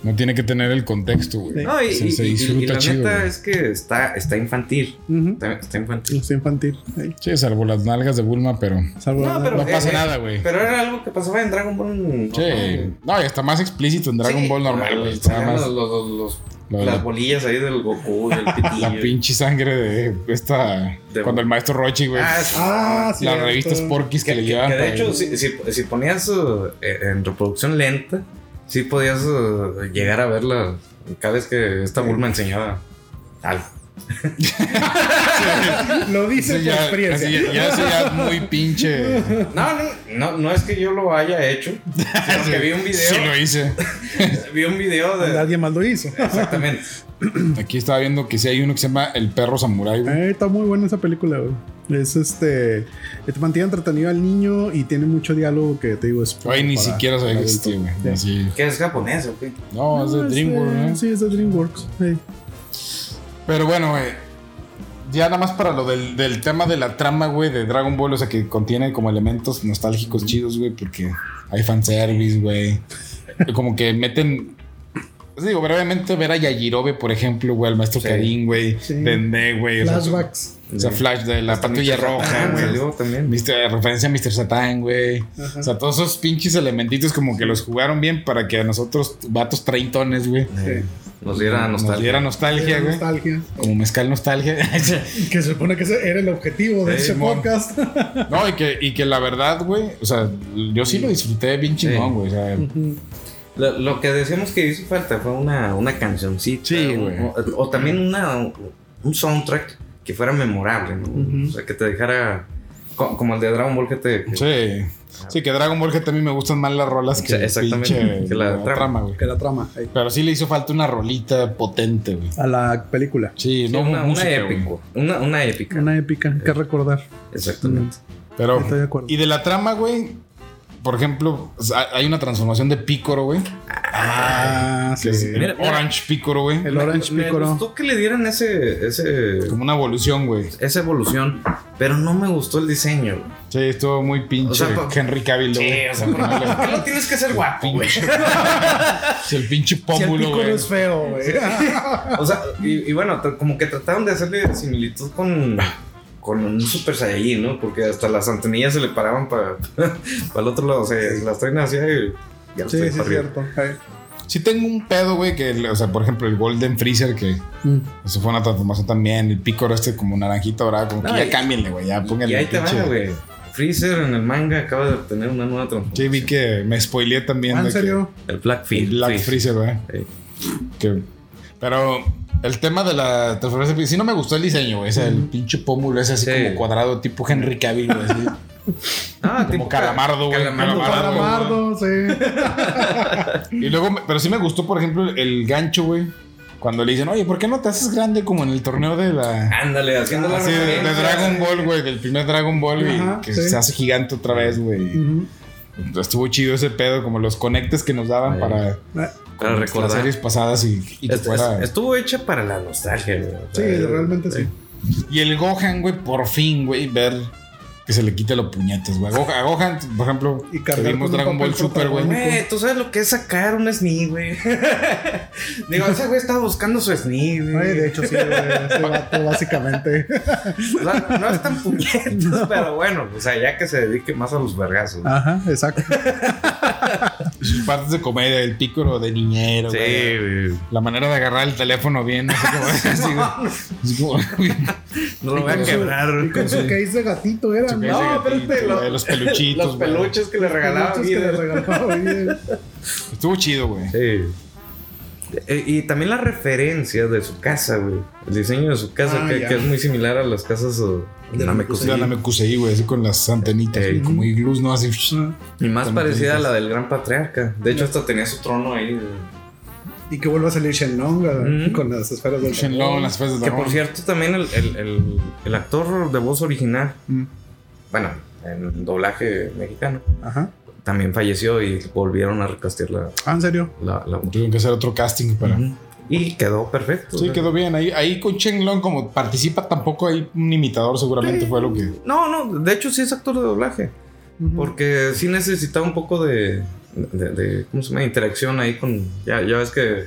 [SPEAKER 1] No tiene que tener el contexto, güey.
[SPEAKER 2] No, y,
[SPEAKER 1] se,
[SPEAKER 2] y-
[SPEAKER 1] se
[SPEAKER 2] y- y
[SPEAKER 1] disfruta
[SPEAKER 2] la
[SPEAKER 1] chido.
[SPEAKER 2] neta
[SPEAKER 1] güey.
[SPEAKER 2] es que está, está infantil.
[SPEAKER 3] Ujú.
[SPEAKER 2] Está, está infantil.
[SPEAKER 3] Es infantil. eh,
[SPEAKER 1] Sí, salvo las nalgas de Bulma, pero.
[SPEAKER 3] salvo la-
[SPEAKER 1] pero- no pasa nada, güey.
[SPEAKER 2] Eh, Pero era algo que pasaba en Dragon Ball.
[SPEAKER 1] Sí. No, y está más explícito en Dragon
[SPEAKER 2] Sí,
[SPEAKER 1] Ball normal,
[SPEAKER 2] los-
[SPEAKER 1] güey. Está
[SPEAKER 2] los-
[SPEAKER 1] más.
[SPEAKER 2] los- los-
[SPEAKER 1] lo de
[SPEAKER 2] las
[SPEAKER 1] la-
[SPEAKER 2] bolillas ahí del Goku, del pitillo.
[SPEAKER 1] La pinche sangre de esta.
[SPEAKER 2] eh. De-
[SPEAKER 1] cuando el maestro Rochi, güey.
[SPEAKER 2] Ah, sí.
[SPEAKER 3] Ah, sí.
[SPEAKER 1] las revistas Porquis que,
[SPEAKER 2] Que,
[SPEAKER 1] le
[SPEAKER 2] que-
[SPEAKER 1] llevaban.
[SPEAKER 2] que de
[SPEAKER 1] Ah, para-
[SPEAKER 2] hecho, si, si- si ponías uh, eh, en reproducción lenta, sí eh, podías uh, llegar a verla cada vez que esta Bulma enseñaba algo.
[SPEAKER 3] Lo dice
[SPEAKER 1] Eso
[SPEAKER 3] por
[SPEAKER 1] ya,
[SPEAKER 3] experiencia.
[SPEAKER 1] así ya- ya- eso ya es muy pinche.
[SPEAKER 2] No, no, no, no es que yo lo haya hecho. Sino que vi un video.
[SPEAKER 1] Sí lo hice.
[SPEAKER 2] vi un video de.
[SPEAKER 3] Nadie más lo hizo.
[SPEAKER 2] Exactamente.
[SPEAKER 1] Aquí estaba viendo que sí hay uno que se llama El Perro Samurai, güey.
[SPEAKER 3] Eh, está muy buena esa película, güey. Es este. Te mantiene entretenido al niño y tiene mucho diálogo que te digo es.
[SPEAKER 1] Güey, ni
[SPEAKER 3] para-
[SPEAKER 1] siquiera sabía
[SPEAKER 3] para
[SPEAKER 1] que existía,
[SPEAKER 3] adulto.
[SPEAKER 1] güey.
[SPEAKER 3] Ya.
[SPEAKER 1] Así.
[SPEAKER 2] Que es japonés, ¿o qué?
[SPEAKER 1] No, es de
[SPEAKER 3] No,
[SPEAKER 1] DreamWorks,
[SPEAKER 3] eh,
[SPEAKER 1] ¿no?
[SPEAKER 3] Sí, es de DreamWorks. eh.
[SPEAKER 1] Pero bueno, güey. Ya nada más para lo del, del tema de la trama, güey, de Dragon Ball, o sea, que contiene como elementos nostálgicos chidos, güey, porque hay fanservice, güey. Como que meten. pues digo, brevemente ver a Yajirobe, por ejemplo, güey, al maestro
[SPEAKER 2] Sí.
[SPEAKER 1] Karim, güey,
[SPEAKER 3] Sí.
[SPEAKER 1] Dende, güey. o sea,
[SPEAKER 3] Flashbacks.
[SPEAKER 1] O sea, Flash de la patrulla roja,
[SPEAKER 2] Ajá,
[SPEAKER 1] güey.
[SPEAKER 2] salió también.
[SPEAKER 1] Mister- referencia a Mr. Satan, güey.
[SPEAKER 3] Ajá.
[SPEAKER 1] O sea, todos esos pinches elementitos como que los jugaron bien para que a nosotros, vatos treintones, güey,
[SPEAKER 2] Eh, Nos diera
[SPEAKER 1] nos
[SPEAKER 2] nostalgia.
[SPEAKER 1] diera nostalgia, güey.
[SPEAKER 3] Eh, Nostalgia.
[SPEAKER 1] Como mezcal nostalgia.
[SPEAKER 3] Que se supone que ese era el objetivo de
[SPEAKER 1] Sí,
[SPEAKER 3] ese
[SPEAKER 1] mon.
[SPEAKER 3] podcast.
[SPEAKER 1] no, y que, y que la verdad, güey, o sea, yo sí lo disfruté bien chingón,
[SPEAKER 2] Sí.
[SPEAKER 1] güey. O sea,
[SPEAKER 2] Lo, lo que decíamos que hizo falta fue una, una cancioncita.
[SPEAKER 1] Sí,
[SPEAKER 2] o-
[SPEAKER 1] güey.
[SPEAKER 2] O, o también una, un soundtrack que fuera memorable, ¿no?
[SPEAKER 3] Ujú.
[SPEAKER 2] O sea, que te dejara. co- Como el de Dragon Ball que te. que-
[SPEAKER 1] sí. Sí, que Dragon Ball que también me gustan más las rolas que
[SPEAKER 2] Sí, exactamente,
[SPEAKER 1] pinche
[SPEAKER 2] que la trama.
[SPEAKER 1] trama, güey.
[SPEAKER 3] Que la trama. eh.
[SPEAKER 1] Pero sí le hizo falta una rolita potente, güey.
[SPEAKER 3] A la película.
[SPEAKER 1] Sí,
[SPEAKER 2] sí,
[SPEAKER 1] no
[SPEAKER 2] una, una
[SPEAKER 1] música, güey.
[SPEAKER 2] épico. Una, una épica.
[SPEAKER 3] Una épica que recordar.
[SPEAKER 2] Exactamente.
[SPEAKER 1] Pero
[SPEAKER 3] Estoy de acuerdo.
[SPEAKER 1] Y de la trama, güey. Por ejemplo, ha- hay una transformación de Pícoro, güey.
[SPEAKER 3] Ah,
[SPEAKER 1] Que es el
[SPEAKER 2] Mira, mira.
[SPEAKER 1] Orange Pícoro, güey.
[SPEAKER 3] El Orange
[SPEAKER 2] me, Me
[SPEAKER 3] Picoro.
[SPEAKER 2] gustó que le dieran ese, ese,
[SPEAKER 1] Como una evolución, güey.
[SPEAKER 2] esa evolución, pero no me gustó el diseño. güey.
[SPEAKER 1] Sí, estuvo muy pinche.
[SPEAKER 2] O sea, pa-
[SPEAKER 1] Henry Cavill, güey.
[SPEAKER 2] ¿por qué lo tienes que hacer guapo, güey?
[SPEAKER 1] Sí, el pinche pómulo, güey.
[SPEAKER 3] feo, güey.
[SPEAKER 2] O sea, y, y bueno, tra- como que trataron de hacerle similitud con, con un Super Saiyajin, ¿no? Porque hasta las antenillas se le paraban para el otro lado, o sea, las traen hacia y ya las
[SPEAKER 3] Sí,
[SPEAKER 2] traen
[SPEAKER 3] sí,
[SPEAKER 2] para
[SPEAKER 3] es
[SPEAKER 2] arriba.
[SPEAKER 3] cierto. Eh.
[SPEAKER 1] Sí tengo un pedo, güey, que... O sea, por ejemplo, el Golden Freezer, que...
[SPEAKER 3] Mm.
[SPEAKER 1] Eso fue una transformación también. El Pícoro este como naranjita dorada. Como que
[SPEAKER 2] No,
[SPEAKER 1] ya
[SPEAKER 2] y-
[SPEAKER 1] cámbienle, güey. Ya pónganle
[SPEAKER 2] Y ahí te
[SPEAKER 1] pinche.
[SPEAKER 2] van, güey. Freezer en el manga acaba de obtener una nueva transformación.
[SPEAKER 1] Sí, vi que me spoileé también.
[SPEAKER 3] Ah,
[SPEAKER 1] de
[SPEAKER 3] ¿En
[SPEAKER 1] que-
[SPEAKER 3] serio?
[SPEAKER 2] El Black
[SPEAKER 1] El
[SPEAKER 2] Freezer.
[SPEAKER 1] Black Freezer, güey.
[SPEAKER 2] Sí.
[SPEAKER 1] Que- pero el tema de la transformación, sí no me gustó el diseño, güey. O sea, el pinche pómulo es así
[SPEAKER 2] Sí.
[SPEAKER 1] como cuadrado, tipo Henry Cavill, güey. así.
[SPEAKER 2] Ah,
[SPEAKER 1] Como calamardo, güey.
[SPEAKER 2] Calamardo.
[SPEAKER 1] Calamardo.
[SPEAKER 3] Calamardo, sí.
[SPEAKER 1] y luego, me- pero sí me gustó, por ejemplo, el gancho, güey. Cuando le dicen, oye, ¿por qué no te haces grande como en el torneo de la.
[SPEAKER 2] Ándale, haciendo Ah, la
[SPEAKER 1] así, de, de
[SPEAKER 2] referencia.
[SPEAKER 1] Dragon Ball, güey, del primer Dragon Ball, güey,
[SPEAKER 3] Ajá,
[SPEAKER 1] que
[SPEAKER 3] sí.
[SPEAKER 1] se hace gigante otra vez, güey.
[SPEAKER 3] Ujú.
[SPEAKER 1] Estuvo chido ese pedo, como los conectes que nos daban
[SPEAKER 2] Sí.
[SPEAKER 1] para,
[SPEAKER 3] Ah,
[SPEAKER 2] Para
[SPEAKER 1] las
[SPEAKER 2] recordar.
[SPEAKER 1] series pasadas y, y que
[SPEAKER 2] Est-
[SPEAKER 1] fuera.
[SPEAKER 2] est- estuvo hecha para la nostalgia, güey. O
[SPEAKER 3] Sí,
[SPEAKER 2] sea,
[SPEAKER 3] realmente Eh, sí.
[SPEAKER 1] Y el Gohan, güey, por fin, güey, ver que se le quite los puñetes, güey. Gohan- A Gohan, por ejemplo,
[SPEAKER 3] Y
[SPEAKER 1] que
[SPEAKER 3] cargar
[SPEAKER 1] vimos
[SPEAKER 3] con un
[SPEAKER 1] Dragon
[SPEAKER 3] papel
[SPEAKER 1] Ball Super, güey.
[SPEAKER 3] protagónico.
[SPEAKER 2] Güey, tú sabes lo que es sacar un SNI, güey. Digo, ese güey estaba buscando su SNI, güey.
[SPEAKER 3] Ay, de hecho, sí, güey, ese vato, básicamente.
[SPEAKER 2] O sea, no es tan puñetos, pero bueno, pues, o sea, ya que se dedique más a los vergazos.
[SPEAKER 3] Ajá, exacto.
[SPEAKER 1] Sus partes de comedia, el pícoro de niñero,
[SPEAKER 2] sí,
[SPEAKER 1] güey.
[SPEAKER 2] güey.
[SPEAKER 1] La manera de agarrar el teléfono bien, así como, así, güey.
[SPEAKER 3] pues.
[SPEAKER 1] Así como, güey,
[SPEAKER 2] No lo voy a
[SPEAKER 3] con su-
[SPEAKER 2] quebrar,
[SPEAKER 3] Y con su
[SPEAKER 2] güey.
[SPEAKER 3] case de gatito era,
[SPEAKER 1] su
[SPEAKER 3] ¿no? este,
[SPEAKER 1] case de gatito,
[SPEAKER 2] espérate,
[SPEAKER 1] güey,
[SPEAKER 2] los-
[SPEAKER 1] los peluchitos,
[SPEAKER 2] Los
[SPEAKER 1] güey.
[SPEAKER 2] peluches que le regalaba
[SPEAKER 3] Muchos que le
[SPEAKER 2] vida.
[SPEAKER 3] regalaba, güey.
[SPEAKER 1] Estuvo chido, güey.
[SPEAKER 2] Sí. Eh, Y también la referencia de su casa, güey. El diseño de su casa,
[SPEAKER 3] Ah,
[SPEAKER 2] que,
[SPEAKER 3] ya.
[SPEAKER 2] que es muy similar a las casas o- de la
[SPEAKER 1] O sea,
[SPEAKER 2] Mecusilla.
[SPEAKER 1] la me cusé, güey, así con las antenitas,
[SPEAKER 2] Ey.
[SPEAKER 1] güey, como iglús, ¿no? Así.
[SPEAKER 2] Y más
[SPEAKER 1] También
[SPEAKER 2] parecida a
[SPEAKER 1] dices.
[SPEAKER 2] la del gran patriarca. De hecho, hasta tenía su trono ahí. güey.
[SPEAKER 3] Y que vuelva a salir Shenlong güey,
[SPEAKER 2] Mm.
[SPEAKER 3] con las esferas del
[SPEAKER 1] Shenlong, las
[SPEAKER 3] Pues
[SPEAKER 1] fases de
[SPEAKER 2] Que por
[SPEAKER 1] dragón.
[SPEAKER 2] cierto, también el, el- el- el actor de voz original,
[SPEAKER 3] Mm.
[SPEAKER 2] bueno, en doblaje mexicano,
[SPEAKER 3] Ajá.
[SPEAKER 2] también falleció y volvieron a recastear la,
[SPEAKER 3] Ah, ¿en serio?
[SPEAKER 2] la, la voz.
[SPEAKER 1] Tuvieron que hacer otro casting para.
[SPEAKER 2] Ujú. Y quedó perfecto.
[SPEAKER 1] Sí,
[SPEAKER 2] güey.
[SPEAKER 1] quedó bien. Ahí, ahí con Chen Long, como participa, tampoco hay un imitador, seguramente fue lo que.
[SPEAKER 2] No, no, de hecho sí es actor de doblaje.
[SPEAKER 3] Ujú.
[SPEAKER 2] Porque sí necesitaba un poco de, de- de- ¿cómo se llama? Interacción ahí con, ya, ya ves que,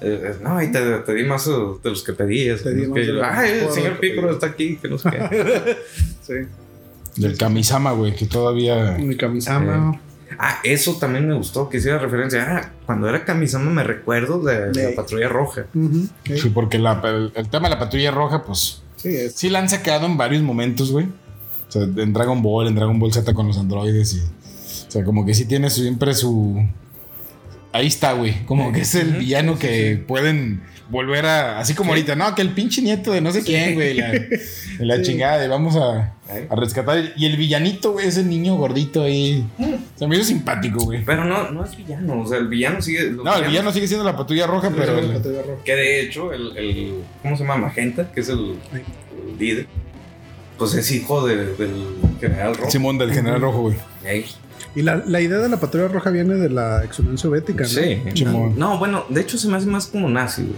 [SPEAKER 2] eh, no, y te, te di más eh, de los que pedías.
[SPEAKER 3] Te di
[SPEAKER 2] ¿no?
[SPEAKER 3] más
[SPEAKER 2] Que,
[SPEAKER 3] de los-
[SPEAKER 2] "Ay, el
[SPEAKER 3] por-
[SPEAKER 2] señor Piccolo está aquí, que no sé qué.
[SPEAKER 3] Sí.
[SPEAKER 1] Del Kamisama, güey, que todavía.
[SPEAKER 3] Mi Kamisama.
[SPEAKER 2] Ah, eso también me gustó, que hiciera referencia. Ah, cuando era Kamisama me recuerdo de
[SPEAKER 3] Sí.
[SPEAKER 2] la patrulla roja.
[SPEAKER 3] Ujú, ok.
[SPEAKER 1] Sí, porque la- el, el tema de la patrulla roja, pues
[SPEAKER 3] Sí, es.
[SPEAKER 1] sí la han sacado en varios momentos, güey. O sea, en Dragon Ball, en Dragon Ball Z con los androides y. O sea, como que sí tiene su- siempre su. ahí está, güey. Como que es el villano que pueden volver a. Así como ahorita, no, que el pinche nieto de no sé quién, güey. La, la chingada de vamos a, a rescatar. Y el villanito, güey, ese niño gordito ahí. Se me hizo simpático, güey.
[SPEAKER 2] Pero no, no es villano, o sea, el villano sigue. los
[SPEAKER 1] No, el
[SPEAKER 2] villanos-
[SPEAKER 1] villano sigue siendo la patrulla roja, Ah, pero.
[SPEAKER 3] Sí, te agarro.
[SPEAKER 2] Que de hecho, el, el- ¿Cómo se llama? Magenta, que es el, el líder. Pues es hijo de- del general Rojo.
[SPEAKER 1] Simón del general rojo, güey.
[SPEAKER 2] Ey.
[SPEAKER 3] Y la, la idea de la patrulla roja viene de la ex Unión Soviética, ¿no?
[SPEAKER 1] Simón.
[SPEAKER 2] No, bueno, de hecho se me hace más como nazi, güey.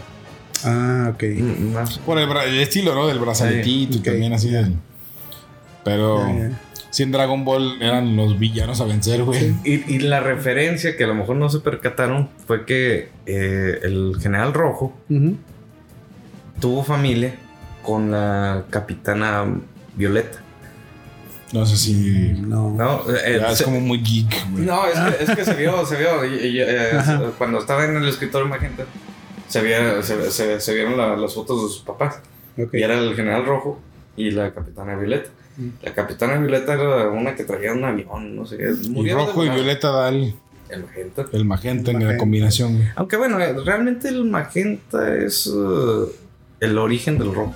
[SPEAKER 3] Ah, ok.
[SPEAKER 2] Mm, Más.
[SPEAKER 1] Por el, bra- el estilo, ¿no? Del brazaletito
[SPEAKER 3] ok.
[SPEAKER 1] también así del. Pero.
[SPEAKER 3] Ya, ya.
[SPEAKER 1] Si en Dragon Ball eran los villanos a vencer, güey.
[SPEAKER 2] Y, y la referencia que a lo mejor no se percataron fue que eh, el general Rojo
[SPEAKER 3] Ujú.
[SPEAKER 2] tuvo familia con la capitana Violeta.
[SPEAKER 1] No sé si.
[SPEAKER 3] No.
[SPEAKER 2] No, Eh,
[SPEAKER 1] Ya es
[SPEAKER 2] se-
[SPEAKER 1] como muy geek, güey.
[SPEAKER 2] No, es que, es que se vio, se vio. y- y, eh, se- cuando estaba en el escritorio Magenta, se, vio- se, se- se vieron la- las fotos de sus papás.
[SPEAKER 3] Ok.
[SPEAKER 2] Y era el general Rojo y la capitana Violeta.
[SPEAKER 3] Mm.
[SPEAKER 2] La capitana Violeta era una que traía un avión, no sé.
[SPEAKER 1] Y
[SPEAKER 2] murió de
[SPEAKER 1] rojo y
[SPEAKER 2] volada.
[SPEAKER 1] violeta da el,
[SPEAKER 2] El Magenta.
[SPEAKER 1] el magenta en la
[SPEAKER 3] Magenta.
[SPEAKER 1] combinación, güey.
[SPEAKER 2] Aunque bueno, eh, realmente el magenta es eh, el origen del rojo.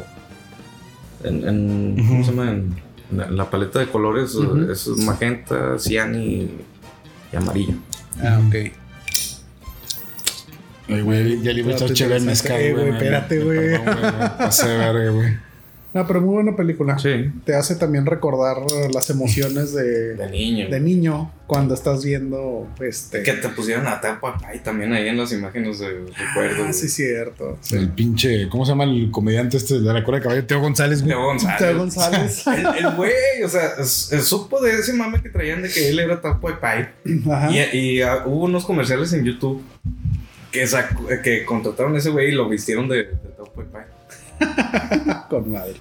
[SPEAKER 2] En, en- ¿Cómo
[SPEAKER 1] Ujú.
[SPEAKER 2] se llama? En- en la, la paleta de colores eh,
[SPEAKER 3] Ujú.
[SPEAKER 2] es magenta, cian y, y amarillo.
[SPEAKER 3] Ah, ok.
[SPEAKER 1] Ay, güey, ya le iba a echar
[SPEAKER 3] Espérate,
[SPEAKER 1] chévere al mezcal,
[SPEAKER 3] espérate,
[SPEAKER 1] güey.
[SPEAKER 3] güey,
[SPEAKER 1] me- me-
[SPEAKER 3] espérate, güey.
[SPEAKER 1] perdón, me Pasé de verga, güey.
[SPEAKER 3] No, pero muy buena película.
[SPEAKER 2] Sí.
[SPEAKER 3] Te hace también recordar eh, las emociones de,
[SPEAKER 2] De niño.
[SPEAKER 3] de niño cuando estás viendo este.
[SPEAKER 2] que te pusieron a tapa y también ahí en las imágenes de recuerdo.
[SPEAKER 3] Ah, sí, cierto. Sí.
[SPEAKER 1] El pinche. ¿Cómo se llama el comediante este de la cola de caballo? Teo González, güey.
[SPEAKER 2] Teo González.
[SPEAKER 3] Teo González.
[SPEAKER 2] El el güey, o sea, s- supo de ese mame que traían de que él era tapa de pai.
[SPEAKER 3] Ajá.
[SPEAKER 2] Y, y, ah, hubo unos comerciales en YouTube que, sacó- que contrataron a ese güey y lo vistieron de, de Top Boy Pie.
[SPEAKER 3] Con madre.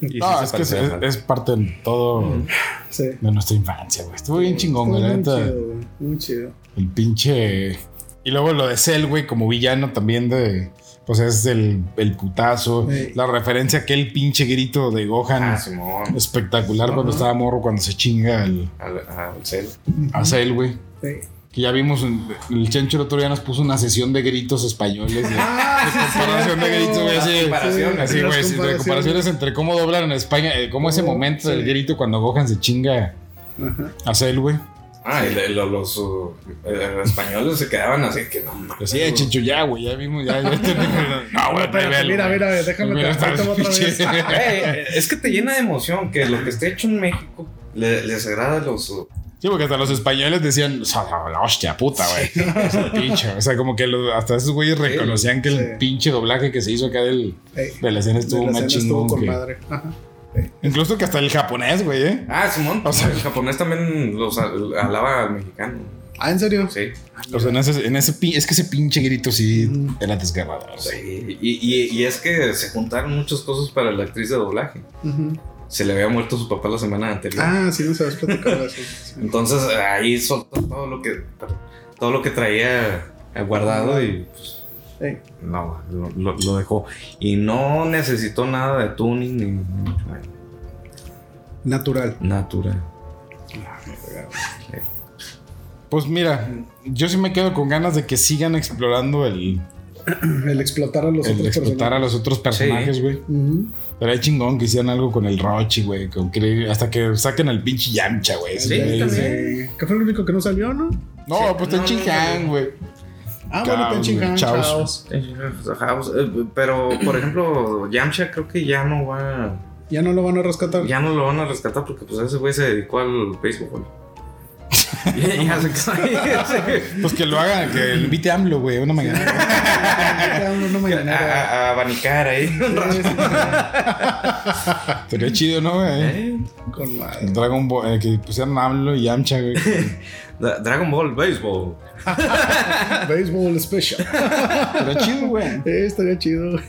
[SPEAKER 2] Y
[SPEAKER 1] No,
[SPEAKER 2] sí se
[SPEAKER 1] es que es,
[SPEAKER 2] parecía a-
[SPEAKER 1] es parte de todo
[SPEAKER 2] Ujú.
[SPEAKER 3] Sí.
[SPEAKER 1] de nuestra infancia, güey. Estuvo bien chingón,
[SPEAKER 3] Estuvo
[SPEAKER 1] güey. la
[SPEAKER 3] Muy
[SPEAKER 1] neta.
[SPEAKER 3] chido, güey. Muy chido.
[SPEAKER 1] El pinche. Y luego lo de Cell, güey, como villano también de. Pues es el, el putazo.
[SPEAKER 3] Sí.
[SPEAKER 1] La referencia a aquel pinche grito de Gohan.
[SPEAKER 2] Ah, Simón.
[SPEAKER 1] Espectacular cuando
[SPEAKER 2] Ajá.
[SPEAKER 1] estaba morro, cuando se chinga al,
[SPEAKER 2] Al, al cel.
[SPEAKER 1] a Cell, güey.
[SPEAKER 3] Sí.
[SPEAKER 1] Que ya vimos, en- el Chencho el otro día nos puso una sesión de gritos españoles. de- Ah. comparación de gritos, güey, así.
[SPEAKER 2] Las comparaciones.
[SPEAKER 1] Así,
[SPEAKER 3] Las
[SPEAKER 1] güey, sí, de
[SPEAKER 3] Ah, comparaciones.
[SPEAKER 1] comparaciones entre cómo doblan en España, eh, cómo ese
[SPEAKER 3] Oh,
[SPEAKER 1] momento del
[SPEAKER 3] sí.
[SPEAKER 1] grito cuando Gohan se chinga
[SPEAKER 3] Ajá.
[SPEAKER 1] a Cell, güey.
[SPEAKER 2] Ah, y le- lo- los uh, eh, españoles se quedaban así que no mames.
[SPEAKER 1] Así, eh, Chencho, ya, güey, ya vimos, ya. ya tenemos- no, güey,
[SPEAKER 3] Espérate,
[SPEAKER 1] velo,
[SPEAKER 3] mira,
[SPEAKER 1] güey.
[SPEAKER 3] mira, mira, déjame
[SPEAKER 1] Mira,
[SPEAKER 3] te-
[SPEAKER 1] está
[SPEAKER 3] ahí te voy otra vez.
[SPEAKER 1] pinche-
[SPEAKER 2] Eh, es que te llena de emoción que lo que esté hecho en México le- les agrada a los. uh,
[SPEAKER 1] Sí, porque hasta los españoles decían, "Sa- la hostia puta, güey. O sea, pinche. O sea, como que los- hasta esos güeyes reconocían que el
[SPEAKER 3] sí.
[SPEAKER 1] pinche doblaje que se hizo acá del,
[SPEAKER 3] Ey,
[SPEAKER 1] de la escena
[SPEAKER 3] de
[SPEAKER 1] estuvo
[SPEAKER 3] la
[SPEAKER 1] más
[SPEAKER 3] escena
[SPEAKER 1] chingón.
[SPEAKER 3] Estuvo con
[SPEAKER 1] que-
[SPEAKER 3] madre. Ajá.
[SPEAKER 1] incluso que hasta el japonés, güey, ¿eh?
[SPEAKER 2] Ah, Simón.
[SPEAKER 1] O sea-
[SPEAKER 2] el japonés también los al- alaba al mexicano.
[SPEAKER 3] Ah, ¿en serio?
[SPEAKER 2] Sí.
[SPEAKER 1] O sea, en ese, en ese pi- es que ese pinche grito sí
[SPEAKER 3] Mm.
[SPEAKER 1] era desgarrador. güey.
[SPEAKER 2] Sí, y, y- y es que se juntaron muchas cosas para la actriz de doblaje.
[SPEAKER 3] Ujú.
[SPEAKER 2] Se le había muerto su papá la semana anterior.
[SPEAKER 3] Ah, sí, no sabes platicar de eso. Sí.
[SPEAKER 2] Entonces ahí soltó todo lo que todo lo que traía guardado y pues,
[SPEAKER 3] Ey,
[SPEAKER 2] no, lo, lo- lo dejó. Y no necesitó nada de tuning ni, ni mucho menos.
[SPEAKER 3] natural.
[SPEAKER 2] natural.
[SPEAKER 1] Pues mira, yo sí me quedo con ganas de que sigan explorando el,
[SPEAKER 3] El explotar a los
[SPEAKER 1] el
[SPEAKER 3] otros
[SPEAKER 1] explotar a los otros personajes, güey.
[SPEAKER 3] Ujú.
[SPEAKER 1] Pero hay chingón que hicieran algo con el Rochi, güey. con que- Hasta que saquen al pinche Yamcha, güey.
[SPEAKER 2] Sí,
[SPEAKER 1] güey,
[SPEAKER 2] también.
[SPEAKER 3] Sí. ¿Qué fue lo único que no salió, no?
[SPEAKER 1] No,
[SPEAKER 2] Sí.
[SPEAKER 1] pues está
[SPEAKER 2] No, no,
[SPEAKER 1] en Chihang,
[SPEAKER 2] no.
[SPEAKER 1] güey.
[SPEAKER 3] Ah,
[SPEAKER 1] Chaos,
[SPEAKER 3] bueno, te chingan,
[SPEAKER 1] güey, chaos.
[SPEAKER 3] chaos.
[SPEAKER 2] House, eh, Pero por ejemplo, Yamcha creo que ya no va.
[SPEAKER 3] Ya no lo van a rescatar.
[SPEAKER 2] Ya no lo van a rescatar porque pues ese güey se dedicó al béisbol. Ya- ya se-
[SPEAKER 1] Pues que lo hagan, que lo invite AMLO, güey. Una mañana.
[SPEAKER 3] Ya no, no me
[SPEAKER 2] a,
[SPEAKER 3] llenaba.
[SPEAKER 2] a- a abanicar ahí.
[SPEAKER 3] Sí, sí, sí.
[SPEAKER 1] Sería chido, ¿no, güey?
[SPEAKER 2] Eh,
[SPEAKER 3] Con madre.
[SPEAKER 1] El Dragon Ball, eh, que pusieran AMLO y Yamcha, güey.
[SPEAKER 2] Dra- Dragon Ball Baseball.
[SPEAKER 3] Baseball Special.
[SPEAKER 1] Sería chido, güey.
[SPEAKER 3] Eh, estaría chido. güey.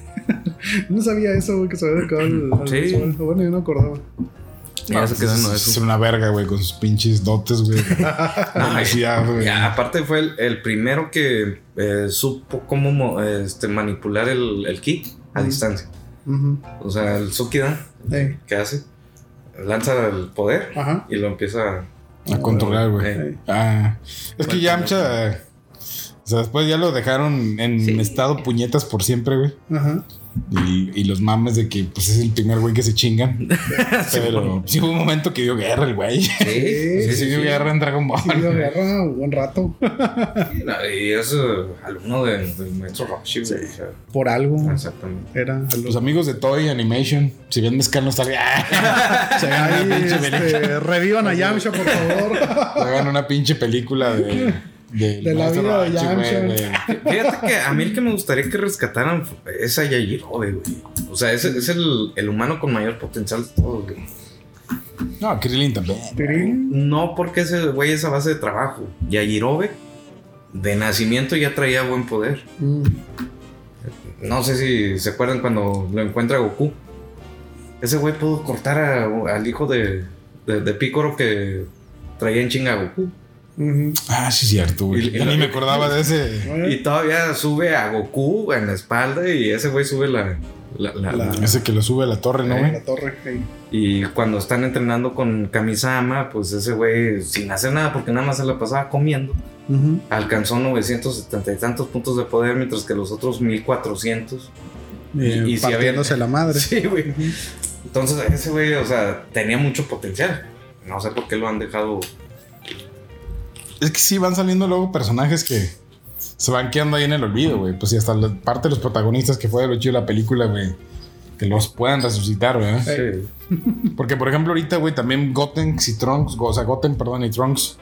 [SPEAKER 3] No sabía eso, güey, que se había dedicado al, al
[SPEAKER 2] Sí.
[SPEAKER 3] béisbol. Bueno, yo no acordaba.
[SPEAKER 2] Ya se quedó en lo de
[SPEAKER 1] Es
[SPEAKER 2] eso.
[SPEAKER 1] una verga, güey, con sus pinches dotes, güey.
[SPEAKER 2] Ay,
[SPEAKER 1] Velocidad, güey.
[SPEAKER 2] Ah, ya, aparte fue el, el primero que eh, supo cómo mo- este, manipular el, el ki a
[SPEAKER 3] Ujú.
[SPEAKER 2] distancia.
[SPEAKER 3] Ujú.
[SPEAKER 2] O sea, el Sukidan,
[SPEAKER 3] Ey,
[SPEAKER 2] ¿qué hace? Lanza el poder
[SPEAKER 3] Ajá.
[SPEAKER 2] y lo empieza a...
[SPEAKER 1] A controlar, güey.
[SPEAKER 2] eh,
[SPEAKER 1] Ah, es que Yamcha sea, después ya lo dejaron en
[SPEAKER 4] Sí.
[SPEAKER 1] estado puñetas por siempre, güey.
[SPEAKER 3] Ajá.
[SPEAKER 1] Y, y los mames de que pues es el primer güey que se chingan. Pero sí hubo un momento que dio guerra el güey. Sí,
[SPEAKER 3] Sí,
[SPEAKER 1] sí,
[SPEAKER 2] sí,
[SPEAKER 1] dio
[SPEAKER 2] sí.
[SPEAKER 1] guerra en Dragon Ball.
[SPEAKER 3] Sí, lo agarra un buen rato.
[SPEAKER 2] Sí, no, Y es eh, alumno del, del maestro Roshi, güey. o sea,
[SPEAKER 3] Por algo.
[SPEAKER 2] Ah, Exactamente.
[SPEAKER 3] Era
[SPEAKER 1] Los amigos de Toy Animation, si bien mezcal no está bien, se hagan
[SPEAKER 3] Ahí,
[SPEAKER 1] una pinche película.
[SPEAKER 3] este, revivan a Yamcha, por favor.
[SPEAKER 1] se hagan una pinche película de, de,
[SPEAKER 3] De la
[SPEAKER 1] Maestro
[SPEAKER 3] vida de
[SPEAKER 1] Roshi, güey,
[SPEAKER 3] Yamcha.
[SPEAKER 1] de-
[SPEAKER 2] Fíjate que a mí el que me gustaría que rescataran fue- es a Yajirobe, güey. O sea, ese es el, el humano con mayor potencial de todos, güey.
[SPEAKER 1] No, Krillin también.
[SPEAKER 3] Tirín.
[SPEAKER 2] No porque ese güey es a base de trabajo. Yajirobe, de nacimiento ya traía buen poder.
[SPEAKER 3] Mm.
[SPEAKER 2] No sé si se acuerdan cuando lo encuentra Goku. Ese güey pudo cortar a- al hijo de, de, de Picoro que traía en chinga a Goku.
[SPEAKER 3] Ujú.
[SPEAKER 1] Ah, sí, cierto,
[SPEAKER 2] Y-
[SPEAKER 1] güey.
[SPEAKER 2] y
[SPEAKER 1] Ya
[SPEAKER 2] la-
[SPEAKER 1] ni me acordaba de ese.
[SPEAKER 3] Bueno,
[SPEAKER 2] Y todavía sube a Goku en la espalda y ese güey sube la... la- la-
[SPEAKER 3] La-
[SPEAKER 2] la-
[SPEAKER 1] Ese que lo sube a la torre, ¿no,
[SPEAKER 2] Eh,
[SPEAKER 1] güey?
[SPEAKER 3] la torre. ahí.
[SPEAKER 2] Y cuando están entrenando con Kamisama, pues ese güey sin hacer nada porque nada más se la pasaba comiendo.
[SPEAKER 3] Ujú.
[SPEAKER 2] Alcanzó 970 y tantos puntos de poder mientras que los otros 1400.
[SPEAKER 3] Eh,
[SPEAKER 2] y si había-
[SPEAKER 3] partiéndose la madre.
[SPEAKER 2] Sí, güey. Entonces ese güey, o sea, tenía mucho potencial. No sé por qué lo han dejado.
[SPEAKER 1] Es que sí van saliendo luego personajes que se van quedando ahí en el olvido, güey. Pues y hasta la parte de los protagonistas que fue de lo chido de la película, güey. Que los puedan resucitar, ¿verdad?
[SPEAKER 2] Sí.
[SPEAKER 1] Porque, por ejemplo, ahorita, güey, también Goten y Trunks, o sea, Goten, perdón, y Trunks.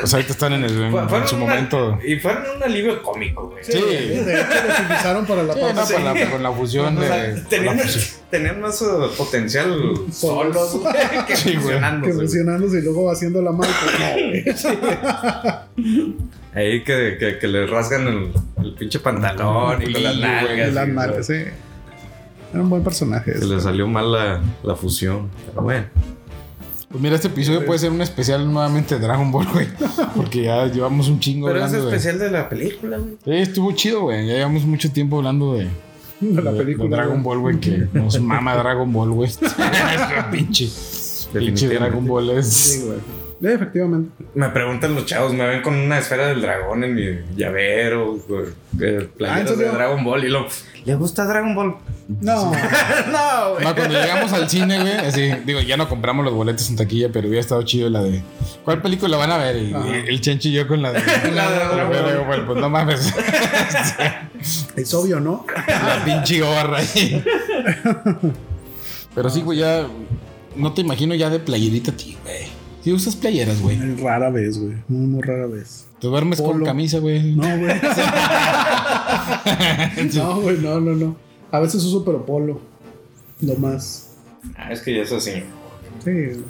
[SPEAKER 1] O sea, ahorita están en, el, en-
[SPEAKER 2] Fue- fueron
[SPEAKER 1] en su
[SPEAKER 2] una-
[SPEAKER 1] momento.
[SPEAKER 2] Y fueron un alivio cómico, güey.
[SPEAKER 1] Sí.
[SPEAKER 3] De hecho, los utilizaron para la
[SPEAKER 1] Sí, no,
[SPEAKER 3] parte.
[SPEAKER 1] con, la, con la fusión
[SPEAKER 2] O sea,
[SPEAKER 1] de. con
[SPEAKER 2] tenían,
[SPEAKER 1] la fusión.
[SPEAKER 2] tenían más eh, potencial solos güey, que
[SPEAKER 1] Sí, güey.
[SPEAKER 2] funcionando.
[SPEAKER 3] que
[SPEAKER 2] güey.
[SPEAKER 3] fusionándose y luego haciendo la mal. pues, no, güey.
[SPEAKER 2] Ahí que, que, que le rasgan el, el pinche pantalón y con las
[SPEAKER 1] Sí, güey,
[SPEAKER 2] nalgas.
[SPEAKER 3] Y las
[SPEAKER 2] y-
[SPEAKER 3] marcas, sí. Era un buen personaje.
[SPEAKER 2] Se
[SPEAKER 3] ese.
[SPEAKER 2] le salió mal la, la fusión. Pero bueno.
[SPEAKER 1] Pues mira, este episodio puede ser un especial nuevamente de Dragon Ball, güey. Porque ya llevamos un chingo
[SPEAKER 2] Pero es
[SPEAKER 1] hablando de.
[SPEAKER 2] especial de la película, güey.
[SPEAKER 1] Sí, estuvo chido, güey. Ya llevamos mucho tiempo hablando de,
[SPEAKER 3] De la
[SPEAKER 1] de-
[SPEAKER 3] película.
[SPEAKER 1] de Dragon
[SPEAKER 3] güey.
[SPEAKER 1] Ball, güey, que nos mama Dragon Ball, güey. Esa pinche. Pinche
[SPEAKER 2] Definitivamente.
[SPEAKER 1] Dragon Ball es.
[SPEAKER 3] Sí, güey. Eh, efectivamente.
[SPEAKER 2] Me preguntan los chavos, me ven con una esfera del dragón en mi llavero, güey, eh,
[SPEAKER 3] Ah, ¿en
[SPEAKER 2] playeras de
[SPEAKER 3] serio?
[SPEAKER 2] Dragon Ball y lo. ¿Le gusta Dragon Ball?
[SPEAKER 3] No.
[SPEAKER 2] no, güey.
[SPEAKER 1] No, cuando llegamos al cine, güey, así, digo, ya no compramos los boletos en taquilla, pero hubiera estado chido la de. ¿Cuál película van a ver? Y,
[SPEAKER 3] Ajá.
[SPEAKER 1] el Chenchi y yo con la de.
[SPEAKER 2] La de Dragon Ball.
[SPEAKER 1] Pero, güey, pues no mames.
[SPEAKER 3] Es obvio, ¿no?
[SPEAKER 1] la pinche gorra ahí. Pero sí, güey, ya. No te imagino ya de playerita, tío, güey. Si usas playeras, güey.
[SPEAKER 3] Rara vez, güey. Muy, muy rara vez.
[SPEAKER 1] Te duermes con
[SPEAKER 3] Polo.
[SPEAKER 1] camisa, güey.
[SPEAKER 3] No, güey. no, güey, no, no, no. A veces uso pero polo. Lo más.
[SPEAKER 2] Ah, es que ya es así.
[SPEAKER 3] Sí. eh,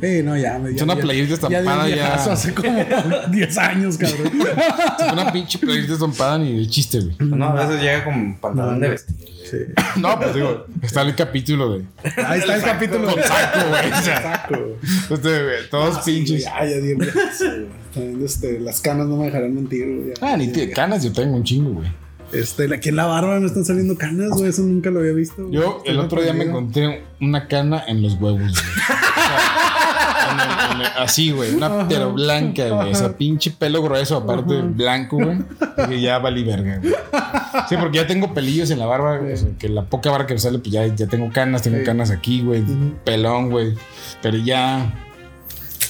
[SPEAKER 3] Sí, no, ya. ya
[SPEAKER 1] Es una
[SPEAKER 3] ya-
[SPEAKER 1] playerita
[SPEAKER 3] ya di un
[SPEAKER 1] estampada, ya.
[SPEAKER 3] viejazo hace como 10 años, cabrón.
[SPEAKER 1] Una pinche playerita estampada ni de chiste, güey.
[SPEAKER 2] Pues No, a veces llega con pantalón
[SPEAKER 3] No,
[SPEAKER 2] de
[SPEAKER 3] no.
[SPEAKER 2] vestir.
[SPEAKER 3] Sí.
[SPEAKER 1] No, pues digo, está el capítulo de.
[SPEAKER 3] Ahí está el capítulo
[SPEAKER 1] Con
[SPEAKER 3] de
[SPEAKER 1] saco, güey. O sea,
[SPEAKER 3] saco. güey.
[SPEAKER 1] este, güey, todos
[SPEAKER 3] Ah, sí,
[SPEAKER 1] pinches.
[SPEAKER 3] güey, ay, ya di un viejazo, güey. También, este, las canas no me dejarán mentir, güey.
[SPEAKER 1] Ah, ni te- canas yo tengo un chingo, güey.
[SPEAKER 3] Este, aquí en la barba me están saliendo canas, güey. Eso nunca lo había visto. güey.
[SPEAKER 1] Yo
[SPEAKER 3] Estoy
[SPEAKER 1] el otro día me
[SPEAKER 3] sorprendido.
[SPEAKER 1] encontré una cana en los huevos, güey. O sea, en el- en el- así, güey, una pero blanca, güey. O sea, pinche pelo grueso, aparte blanco, güey. Que ya valí verga, güey. Sí, porque ya tengo pelillos en la barba, güey, o sea, que la poca barba que me sale, pues ya, ya tengo canas, tengo
[SPEAKER 3] Sí.
[SPEAKER 1] canas aquí, güey.
[SPEAKER 3] Ujú.
[SPEAKER 1] Pelón, güey. Pero ya.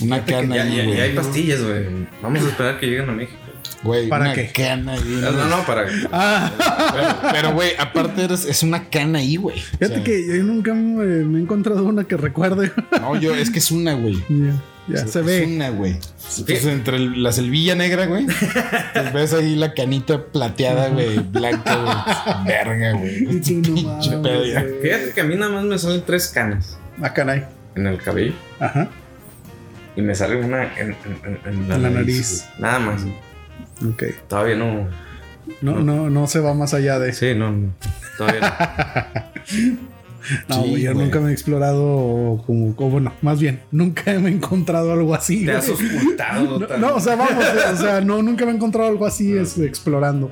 [SPEAKER 1] Una cana
[SPEAKER 2] Ya, ya-
[SPEAKER 1] ahí,
[SPEAKER 2] ya hay
[SPEAKER 1] güey.
[SPEAKER 2] pastillas, güey. Vamos a esperar que lleguen a México.
[SPEAKER 1] Güey,
[SPEAKER 3] ¿Para
[SPEAKER 1] una
[SPEAKER 3] qué?
[SPEAKER 1] cana ahí.
[SPEAKER 2] No, no, no, para.
[SPEAKER 3] Ah,
[SPEAKER 1] Pero- Pero, güey, aparte eres- es una cana ahí, güey. O
[SPEAKER 3] fíjate
[SPEAKER 1] sea,
[SPEAKER 3] que yo nunca me, me he encontrado una que recuerde.
[SPEAKER 1] No, yo, es que es una, güey.
[SPEAKER 3] ya ya se
[SPEAKER 1] es
[SPEAKER 3] ve.
[SPEAKER 1] una, güey. Entonces, entre el- la selvilla negra, güey, pues ves ahí la canita plateada, güey, blanca, güey. Verga, güey.
[SPEAKER 3] Y tú no
[SPEAKER 1] Pinche pedo ya.
[SPEAKER 3] mames,
[SPEAKER 2] Fíjate
[SPEAKER 3] güey.
[SPEAKER 2] que a mí nada más me salen tres canas
[SPEAKER 3] Ah, caray.
[SPEAKER 2] en el cabello
[SPEAKER 3] Ajá.
[SPEAKER 2] y me sale una en, en- en- en la,
[SPEAKER 3] En la
[SPEAKER 2] güey. Nada más.
[SPEAKER 3] Ok.
[SPEAKER 2] Todavía no.
[SPEAKER 3] No, no, no se va más allá de.
[SPEAKER 2] Sí, no. no. Todavía no.
[SPEAKER 3] No,
[SPEAKER 1] Sí,
[SPEAKER 3] güey, yo
[SPEAKER 1] güey.
[SPEAKER 3] nunca me he explorado como, como- bueno, más bien, nunca me he encontrado algo así.
[SPEAKER 2] Te
[SPEAKER 3] güey.
[SPEAKER 2] has ocultado.
[SPEAKER 3] No,
[SPEAKER 2] tan-
[SPEAKER 3] no, o sea, vamos, eh, o sea, no, nunca me he encontrado algo así es, explorando.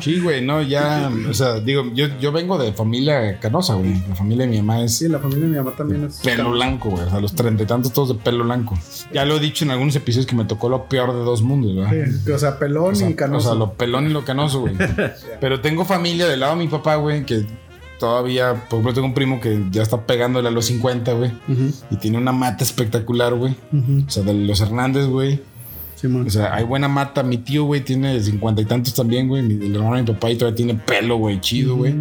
[SPEAKER 1] Sí, güey, no, ya, o sea, digo, yo, yo vengo de familia canosa, güey. La familia de mi mamá es
[SPEAKER 3] Sí, la familia de mi mamá también es.
[SPEAKER 1] pelo blanco, güey. O sea, los treinta y tantos todos de pelo blanco. Ya lo he dicho en algunos episodios que me tocó lo peor de dos mundos, ¿verdad?
[SPEAKER 3] Sí, o sea, pelón
[SPEAKER 1] O sea,
[SPEAKER 3] y canoso.
[SPEAKER 1] o sea, lo pelón y lo canoso, güey. Pero tengo familia del lado de mi papá, güey, que todavía, por ejemplo, tengo un primo que ya está pegándole a los 50, güey.
[SPEAKER 3] Ujú,
[SPEAKER 1] Y tiene una mata espectacular, güey.
[SPEAKER 3] ujú,
[SPEAKER 1] O sea, de los Hernández, güey.
[SPEAKER 3] Simón.
[SPEAKER 1] O sea, hay buena mata. Mi tío, güey, tiene cincuenta y tantos también, güey. Mi- El hermano de mi papá y todavía tiene pelo, güey, chido, güey.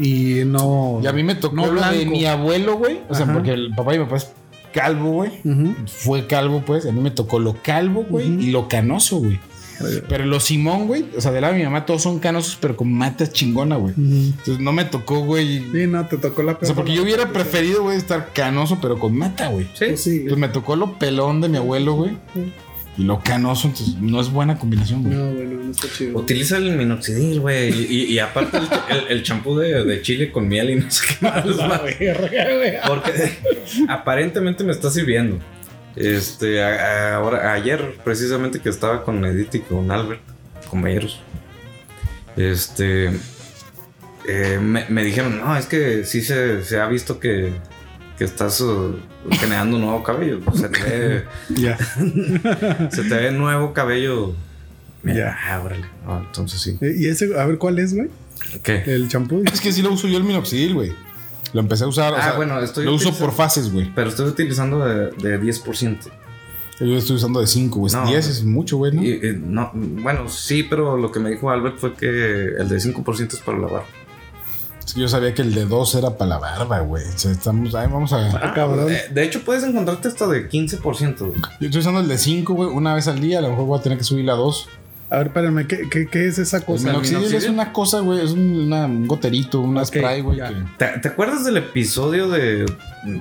[SPEAKER 3] Y no.
[SPEAKER 1] Y a mí me tocó
[SPEAKER 3] Mm. No
[SPEAKER 1] la de
[SPEAKER 3] blanco.
[SPEAKER 1] mi abuelo, güey. O sea,
[SPEAKER 3] Ajá.
[SPEAKER 1] porque el papá y mi papá es calvo, güey.
[SPEAKER 3] Ujú.
[SPEAKER 1] Fue calvo, pues. A mí me tocó lo calvo, güey,
[SPEAKER 3] Ujú.
[SPEAKER 1] y lo canoso, güey. Pero lo Simón, güey, o sea, del lado de mi mamá todos son canosos, pero con matas chingona, güey.
[SPEAKER 3] Ujú.
[SPEAKER 1] Entonces no me tocó, güey.
[SPEAKER 3] Sí, no, te tocó la
[SPEAKER 1] O sea, porque yo hubiera preferido, güey, estar canoso, pero con mata, güey.
[SPEAKER 2] Sí.
[SPEAKER 3] Pues sí.
[SPEAKER 1] Pues me tocó lo pelón de mi abuelo, güey.
[SPEAKER 3] Sí.
[SPEAKER 1] Y lo canoso, entonces no es buena combinación, güey.
[SPEAKER 3] No, bueno, no está chido.
[SPEAKER 2] Utiliza el minoxidil, güey. Y, y- y aparte el- el el champú de, de chile con miel y no sé qué más.
[SPEAKER 3] Ah, La
[SPEAKER 2] güey.
[SPEAKER 3] verga, güey.
[SPEAKER 2] Porque aparentemente me está sirviendo. Este, a- a- ahora, ayer, precisamente que estaba con Edith y con Albert, compañeros, este, eh, me, me dijeron, no, es que sí se, se ha visto que, que estás uh, generando nuevo cabello. Se te, ve,
[SPEAKER 3] Ya.
[SPEAKER 2] se te ve nuevo cabello. Mira,
[SPEAKER 3] Ya.
[SPEAKER 2] ah, órale. Ah, entonces sí.
[SPEAKER 3] Eh, Y ese, a ver cuál es, güey.
[SPEAKER 2] ¿Qué?
[SPEAKER 3] El champú.
[SPEAKER 1] Es que sí lo uso yo el minoxidil, güey. Lo empecé a usar, o
[SPEAKER 2] Ah,
[SPEAKER 1] sea,
[SPEAKER 2] bueno, estoy
[SPEAKER 1] lo uso
[SPEAKER 2] utilizando-
[SPEAKER 1] por fases, güey.
[SPEAKER 2] Pero estoy utilizando de, de 10%.
[SPEAKER 1] Yo estoy usando de 5, güey.
[SPEAKER 2] No.
[SPEAKER 1] 10 es mucho, güey, ¿no?
[SPEAKER 2] Y, eh, no, bueno, sí, pero lo que me dijo Albert fue que el de 5% es para lavar.
[SPEAKER 1] Es que yo sabía que el de 2 era para la barba, güey. O sea, estamos, ahí vamos a...
[SPEAKER 3] Ah, cabrón.
[SPEAKER 2] De, Eh, de hecho, puedes encontrarte hasta de 15%. güey.
[SPEAKER 1] Yo estoy usando el de 5, güey, una vez al día. A lo mejor voy a tener que subir a 2.
[SPEAKER 3] A ver, espérame, ¿qué, qué, qué es esa
[SPEAKER 1] El
[SPEAKER 3] cosa?
[SPEAKER 1] minoxidil
[SPEAKER 2] minoxidil.
[SPEAKER 1] es una cosa, güey. Es un, una- un goterito, una
[SPEAKER 3] Ok,
[SPEAKER 1] spray, güey.
[SPEAKER 3] ya.
[SPEAKER 1] que-
[SPEAKER 2] ¿Te, te acuerdas del episodio de,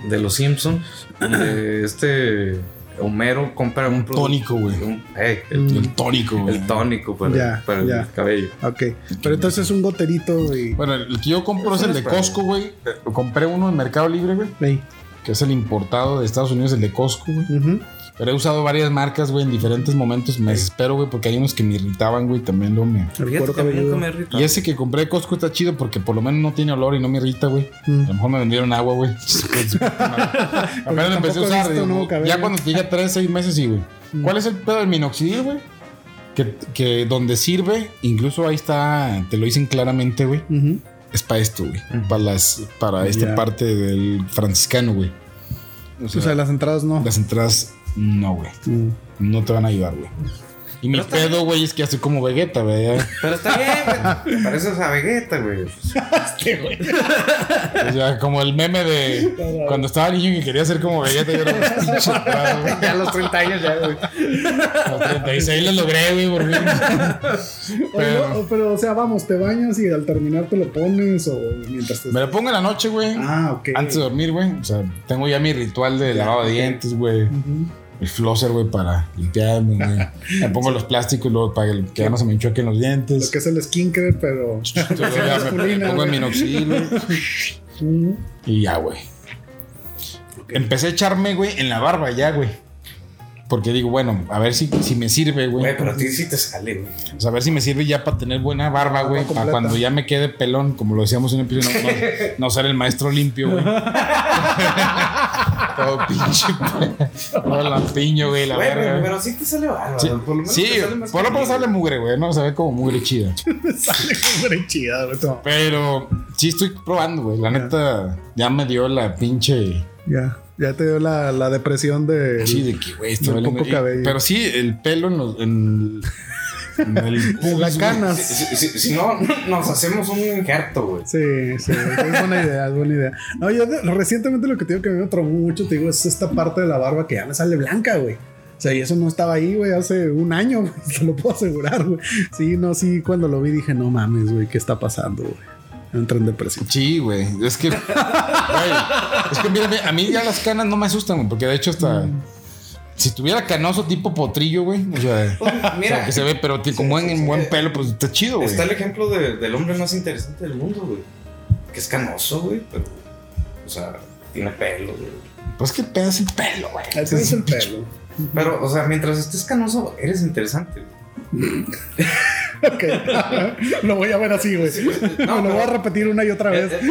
[SPEAKER 2] de Los Simpsons? Donde este Homero compra un producto-
[SPEAKER 1] tónico, güey.
[SPEAKER 2] un- eh,
[SPEAKER 3] Mm.
[SPEAKER 2] el,
[SPEAKER 1] El tónico, güey.
[SPEAKER 2] el tónico para,
[SPEAKER 3] Ya,
[SPEAKER 2] para
[SPEAKER 3] ya.
[SPEAKER 2] el cabello.
[SPEAKER 3] Ok. Pero entonces es un goterito, güey.
[SPEAKER 1] Bueno, el que yo compro es,
[SPEAKER 2] Es un
[SPEAKER 1] el de
[SPEAKER 2] spray.
[SPEAKER 1] Costco, güey. Eh, Compré uno en Mercado Libre, güey.
[SPEAKER 3] Ey.
[SPEAKER 1] Que es el importado de Estados Unidos, el de Costco, güey.
[SPEAKER 3] Ujú.
[SPEAKER 1] Pero he usado varias marcas, güey, en diferentes momentos. Me desespero, güey, porque hay unos que me irritaban, güey. También lo me...
[SPEAKER 3] El
[SPEAKER 2] Fíjate
[SPEAKER 3] cuero
[SPEAKER 2] que a mí nunca
[SPEAKER 3] cabelludo.
[SPEAKER 2] me irrita.
[SPEAKER 1] Y ese que compré de Costco está chido porque por lo menos no tiene olor y no me irrita, güey. A lo
[SPEAKER 3] Mm.
[SPEAKER 1] mejor me vendieron agua, güey. Pues, Apenas lo empecé a
[SPEAKER 3] Pues, tampoco he
[SPEAKER 1] usar.
[SPEAKER 3] visto
[SPEAKER 1] digo,
[SPEAKER 3] nuevo cabello.
[SPEAKER 1] ya cuando te llega tres, seis meses, sí, güey.
[SPEAKER 3] Mm.
[SPEAKER 1] ¿Cuál es el pedo del minoxidil, güey? Que, que donde sirve, incluso ahí está, te lo dicen claramente, güey.
[SPEAKER 3] Ujú.
[SPEAKER 1] Es para esto, güey.
[SPEAKER 2] Ujú.
[SPEAKER 1] Para, las, para esta
[SPEAKER 3] Mm. Ya.
[SPEAKER 1] parte del franciscano, güey. O
[SPEAKER 3] O sea, las entradas no.
[SPEAKER 1] las entradas, no, güey.
[SPEAKER 3] Mm.
[SPEAKER 1] No te van a ayudar, güey. Y mi
[SPEAKER 2] Pero está
[SPEAKER 1] pedo, güey, es que hace como Vegeta, güey.
[SPEAKER 2] Pero está bien, güey. Pareces a Vegeta, güey.
[SPEAKER 1] O sea, como el meme de cuando estaba niño que quería ser como Vegeta, yo era un pinche entrado, güey.
[SPEAKER 2] Ya a los 30 años ya, güey.
[SPEAKER 1] A los 36 lo logré, güey, por fin.
[SPEAKER 3] Oye,
[SPEAKER 1] Pero
[SPEAKER 3] o- pero, o sea, vamos, te bañas y al terminar te lo pones o mientras te.
[SPEAKER 1] me lo pongo en la noche, güey.
[SPEAKER 3] Ah, ok.
[SPEAKER 1] Antes de dormir, güey. O sea, tengo ya mi ritual de lavado de dientes, güey.
[SPEAKER 3] Ujú.
[SPEAKER 1] El flosser, güey, para limpiarme, güey. Me pongo los plásticos luego para que- que ya no se me enchuequen los
[SPEAKER 3] Lo
[SPEAKER 1] dientes.
[SPEAKER 3] que es el skincare, pero.
[SPEAKER 1] Entonces, ya me
[SPEAKER 3] masculina,
[SPEAKER 1] pongo
[SPEAKER 3] güey.
[SPEAKER 1] en minoxidil, güey.
[SPEAKER 3] Mm.
[SPEAKER 1] Y ya, güey. Empecé a echarme, güey, en la barba ya, güey. Porque digo, bueno, a ver si, si me sirve,
[SPEAKER 2] Güey, pero a ti sí te sale, güey.
[SPEAKER 1] O sea, a ver si me sirve ya para tener buena barba, güey. Para
[SPEAKER 3] completa.
[SPEAKER 1] cuando ya me quede pelón, como lo decíamos en un episodio, no, no, no ser el maestro limpio, güey. Todo pinche. pe- Todo lampiño, güey, la
[SPEAKER 2] Güey,
[SPEAKER 1] verga.
[SPEAKER 2] pero sí te sale bárbaro.
[SPEAKER 1] Sí,
[SPEAKER 2] Por lo menos
[SPEAKER 1] sí,
[SPEAKER 2] te sale más
[SPEAKER 1] por lo menos
[SPEAKER 2] que a mí,
[SPEAKER 1] sale mugre, güey, ¿no? Se ve como mugre chida.
[SPEAKER 3] Sale hombre chida, güey. toma.
[SPEAKER 1] Pero sí estoy probando, güey. La neta, ya me dio la pinche.
[SPEAKER 3] Ya, ya te dio la, la depresión de.
[SPEAKER 1] Sí, de que, güey, está
[SPEAKER 3] Del
[SPEAKER 1] valiendo-
[SPEAKER 3] poco
[SPEAKER 1] y-
[SPEAKER 3] cabello.
[SPEAKER 1] Pero sí, el pelo en, los- en- en el pubis, güey.
[SPEAKER 3] las canas.
[SPEAKER 2] Si, si- si no, nos hacemos un injerto, güey.
[SPEAKER 3] Sí, sí, es buena idea, es buena idea. No, yo de- recientemente lo que te digo que a mí me traumó mucho, te digo, es esta parte de la barba que ya me sale blanca, güey. O sea, y eso no estaba ahí, güey, hace un año, güey, te lo puedo asegurar, güey. Sí, no, sí, cuando lo vi dije, no mames, güey, ¿qué está pasando, güey? Entré en depresión.
[SPEAKER 1] Sí, güey. Es que. güey, es que mírame, a mí ya las canas no me asustan, güey, porque de hecho hasta. Si tuviera canoso tipo potrillo, güey. O sea, o
[SPEAKER 2] Pues,
[SPEAKER 1] sea,
[SPEAKER 2] mira,
[SPEAKER 1] que se ve, pero te- con buen,
[SPEAKER 2] sí, sí.
[SPEAKER 1] buen pelo, pues está chido, güey.
[SPEAKER 2] está el ejemplo de- del hombre más interesante del mundo, güey. que es canoso, güey, pero, o sea, tiene pelo, güey.
[SPEAKER 1] Pues que pedo es el pelo, güey.
[SPEAKER 3] Ese pues es el pelo.
[SPEAKER 2] Pero, o sea, mientras estés canoso, eres interesante, güey.
[SPEAKER 3] Ok. lo voy a ver así, güey.
[SPEAKER 2] No,
[SPEAKER 3] lo voy a
[SPEAKER 2] pero-
[SPEAKER 3] repetir una y otra vez.
[SPEAKER 2] Eh, eh,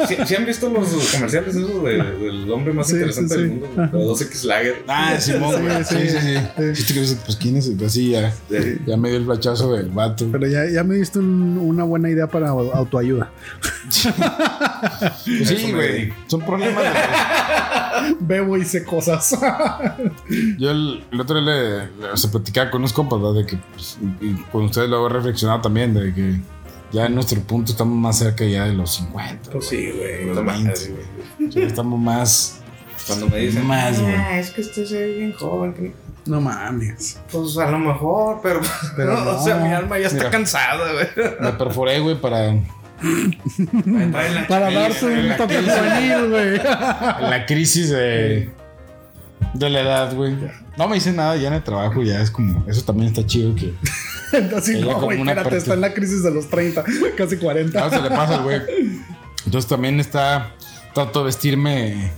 [SPEAKER 2] es que, si, si han visto los comerciales esos de- del hombre más
[SPEAKER 3] Sí,
[SPEAKER 2] interesante
[SPEAKER 3] sí,
[SPEAKER 2] del
[SPEAKER 3] sí.
[SPEAKER 2] mundo, güey, los 2X Lager.
[SPEAKER 1] Ah, Simón, güey. Sí, sí, sí. Y tú crees, Pues quién es, pues sí, ya,
[SPEAKER 2] Sí.
[SPEAKER 1] ya me dio el flachazo del vato.
[SPEAKER 3] Pero ya, ya me diste un- una buena idea para autoayuda.
[SPEAKER 1] Pues
[SPEAKER 2] Eso
[SPEAKER 1] sí,
[SPEAKER 2] me
[SPEAKER 1] güey.
[SPEAKER 2] dedico.
[SPEAKER 1] Son problemas. güey.
[SPEAKER 3] Bebo y sé cosas.
[SPEAKER 1] Yo el, el otro día le, le- o sea, platicaba con unos compas, ¿verdad? De que pues, y- y con ustedes lo he reflexionado también, de que ya en nuestro punto estamos más cerca ya de los 50.
[SPEAKER 2] Pues sí, güey.
[SPEAKER 1] Los
[SPEAKER 2] no mames,
[SPEAKER 1] 20.
[SPEAKER 2] güey.
[SPEAKER 1] Ya estamos más.
[SPEAKER 2] Cuando me dicen,
[SPEAKER 1] Más, güey.
[SPEAKER 2] ah, es que usted se ve bien joven. que-
[SPEAKER 3] no mames.
[SPEAKER 2] Pues a lo mejor, pero,
[SPEAKER 3] Pero
[SPEAKER 2] no, o sea,
[SPEAKER 3] no.
[SPEAKER 2] mi alma ya está
[SPEAKER 1] Mira.
[SPEAKER 2] cansada, güey.
[SPEAKER 1] Me perforé, güey, para. en
[SPEAKER 3] Para darse un toque juvenil, güey.
[SPEAKER 1] La crisis de. De la edad, güey. No me hice nada ya en el trabajo, ya es como. Eso también está chido que.
[SPEAKER 3] Entonces,
[SPEAKER 1] Ella
[SPEAKER 3] no,
[SPEAKER 1] como
[SPEAKER 3] güey,
[SPEAKER 1] una Ah,
[SPEAKER 3] espérate,
[SPEAKER 1] parte-
[SPEAKER 3] está en la crisis de los 30, casi 40.
[SPEAKER 1] Claro, se le pasa, güey. Entonces también está. Trato de vestirme.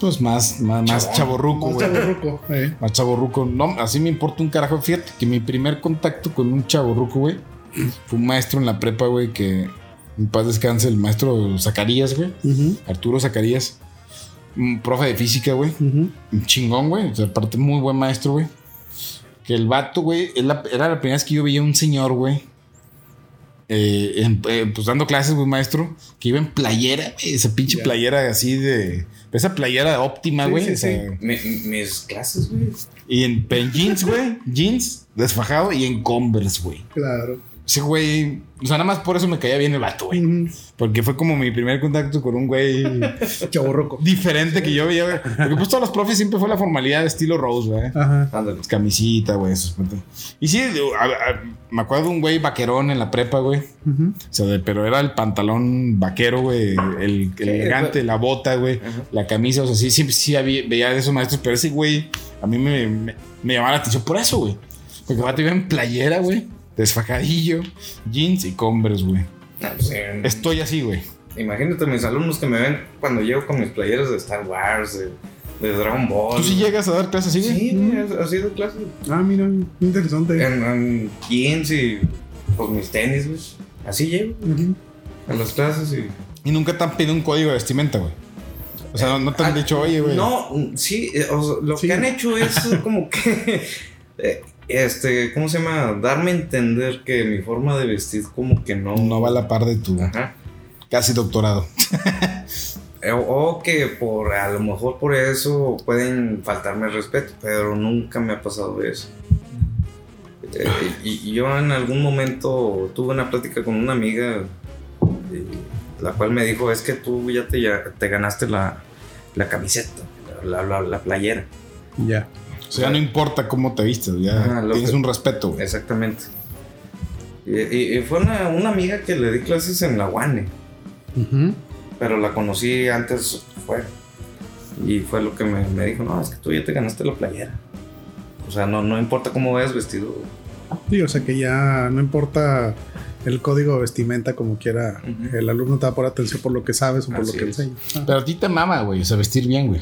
[SPEAKER 1] Pues más, más, más chaborruco,
[SPEAKER 3] Más
[SPEAKER 1] güey.
[SPEAKER 3] chavorruco, eh.
[SPEAKER 1] Más chaborruco. No, así me importa un carajo. Fíjate que mi primer contacto con un chaborruco, güey, fue un maestro en la prepa, güey, que en paz descanse, el maestro Zacarías, güey.
[SPEAKER 3] Ujú,
[SPEAKER 1] Arturo Zacarías. Un profe de física, güey.
[SPEAKER 3] ujú.
[SPEAKER 1] Un chingón, güey. O sea, aparte, muy buen maestro, güey. Que el vato, güey, es la- era la primera vez que yo veía un señor, güey. eh, en- eh, pues dando clases, güey, maestro. Que iba en playera, güey. Esa pinche
[SPEAKER 3] Ya.
[SPEAKER 1] playera así de. Esa playera óptima,
[SPEAKER 3] Sí,
[SPEAKER 1] güey.
[SPEAKER 3] sí,
[SPEAKER 1] o sea,
[SPEAKER 2] mis clases, güey.
[SPEAKER 1] Y en, en jeans, güey. jeans, desfajado y en Converse, güey.
[SPEAKER 3] Claro.
[SPEAKER 1] Ese güey. O sea, nada más por eso me caía bien el vato, güey.
[SPEAKER 3] Ujú.
[SPEAKER 1] Porque fue como mi primer contacto con un güey
[SPEAKER 3] Chavorruco.
[SPEAKER 1] diferente que yo veía, güey. Porque pues todos los profes siempre fue la formalidad de estilo Rose, güey. Pues,
[SPEAKER 3] Ajá.
[SPEAKER 2] Ándale.
[SPEAKER 1] Camisita, güey, esos pantalones. Y sí, digo, a- a- me acuerdo de un güey vaquerón en la prepa, güey.
[SPEAKER 3] Ujú.
[SPEAKER 1] O sea, de- pero era el pantalón vaquero, güey. El, el elegante, la bota, güey.
[SPEAKER 2] Ajá.
[SPEAKER 1] La camisa, o sea, sí, siempre sí había- veía de esos maestros. Pero ese güey, a mí me, me- me llamaba la atención por eso, güey. Porque el vato iba en playera, güey. Desfajadillo, jeans y converse, güey.
[SPEAKER 2] No, pues, en-
[SPEAKER 1] Estoy así, güey.
[SPEAKER 2] Imagínate mis alumnos que me ven cuando llego con mis playeras de Star Wars, de, de Dragon Ball.
[SPEAKER 1] ¿Tú sí llegas a dar clases así, güey?
[SPEAKER 2] Sí, güey, ha- ha sido clases.
[SPEAKER 3] Ah, mira, interesante.
[SPEAKER 2] En, en jeans y pues mis tenis, güey. Así llego
[SPEAKER 3] Ujú.
[SPEAKER 2] a las clases y.
[SPEAKER 1] Y nunca te han pedido un código de vestimenta, güey. O sea, no, no te han
[SPEAKER 2] Ah,
[SPEAKER 1] dicho, oye, güey.
[SPEAKER 2] No, mm, sí, eh, o sea, lo
[SPEAKER 3] Sí.
[SPEAKER 2] que han hecho es como que. eh, Este, ¿cómo se llama? Darme a entender que mi forma de vestir como que no.
[SPEAKER 1] No va a la par de tu
[SPEAKER 2] Ajá.
[SPEAKER 1] casi doctorado.
[SPEAKER 2] Eh, O, o que por a lo mejor por eso pueden faltarme el respeto, pero nunca me ha pasado eso. Eh, y, y yo en algún momento tuve una plática con una amiga, eh, la cual me dijo, es que tú ya te, ya te ganaste la, la camiseta, la, la- la playera.
[SPEAKER 3] Ya.
[SPEAKER 1] O sea, ya no importa cómo te vistes, ya
[SPEAKER 2] Ajá, lo
[SPEAKER 1] tienes
[SPEAKER 2] que-
[SPEAKER 1] un respeto, güey.
[SPEAKER 2] Exactamente. Y, y- y fue una, una amiga que le di clases en la UANE.
[SPEAKER 3] Ujú.
[SPEAKER 2] pero la conocí antes fue y fue lo que me, me dijo no es que tú ya te ganaste la playera o sea no no importa cómo vayas vestido
[SPEAKER 3] Sí, o sea que ya no importa el código de vestimenta como quiera.
[SPEAKER 2] Ujú.
[SPEAKER 3] El alumno te da por atención por lo que sabes o por
[SPEAKER 2] Así
[SPEAKER 3] lo que
[SPEAKER 2] es.
[SPEAKER 3] enseñas. Ah.
[SPEAKER 1] Pero a ti te mama, güey. O sea, vestir bien, güey.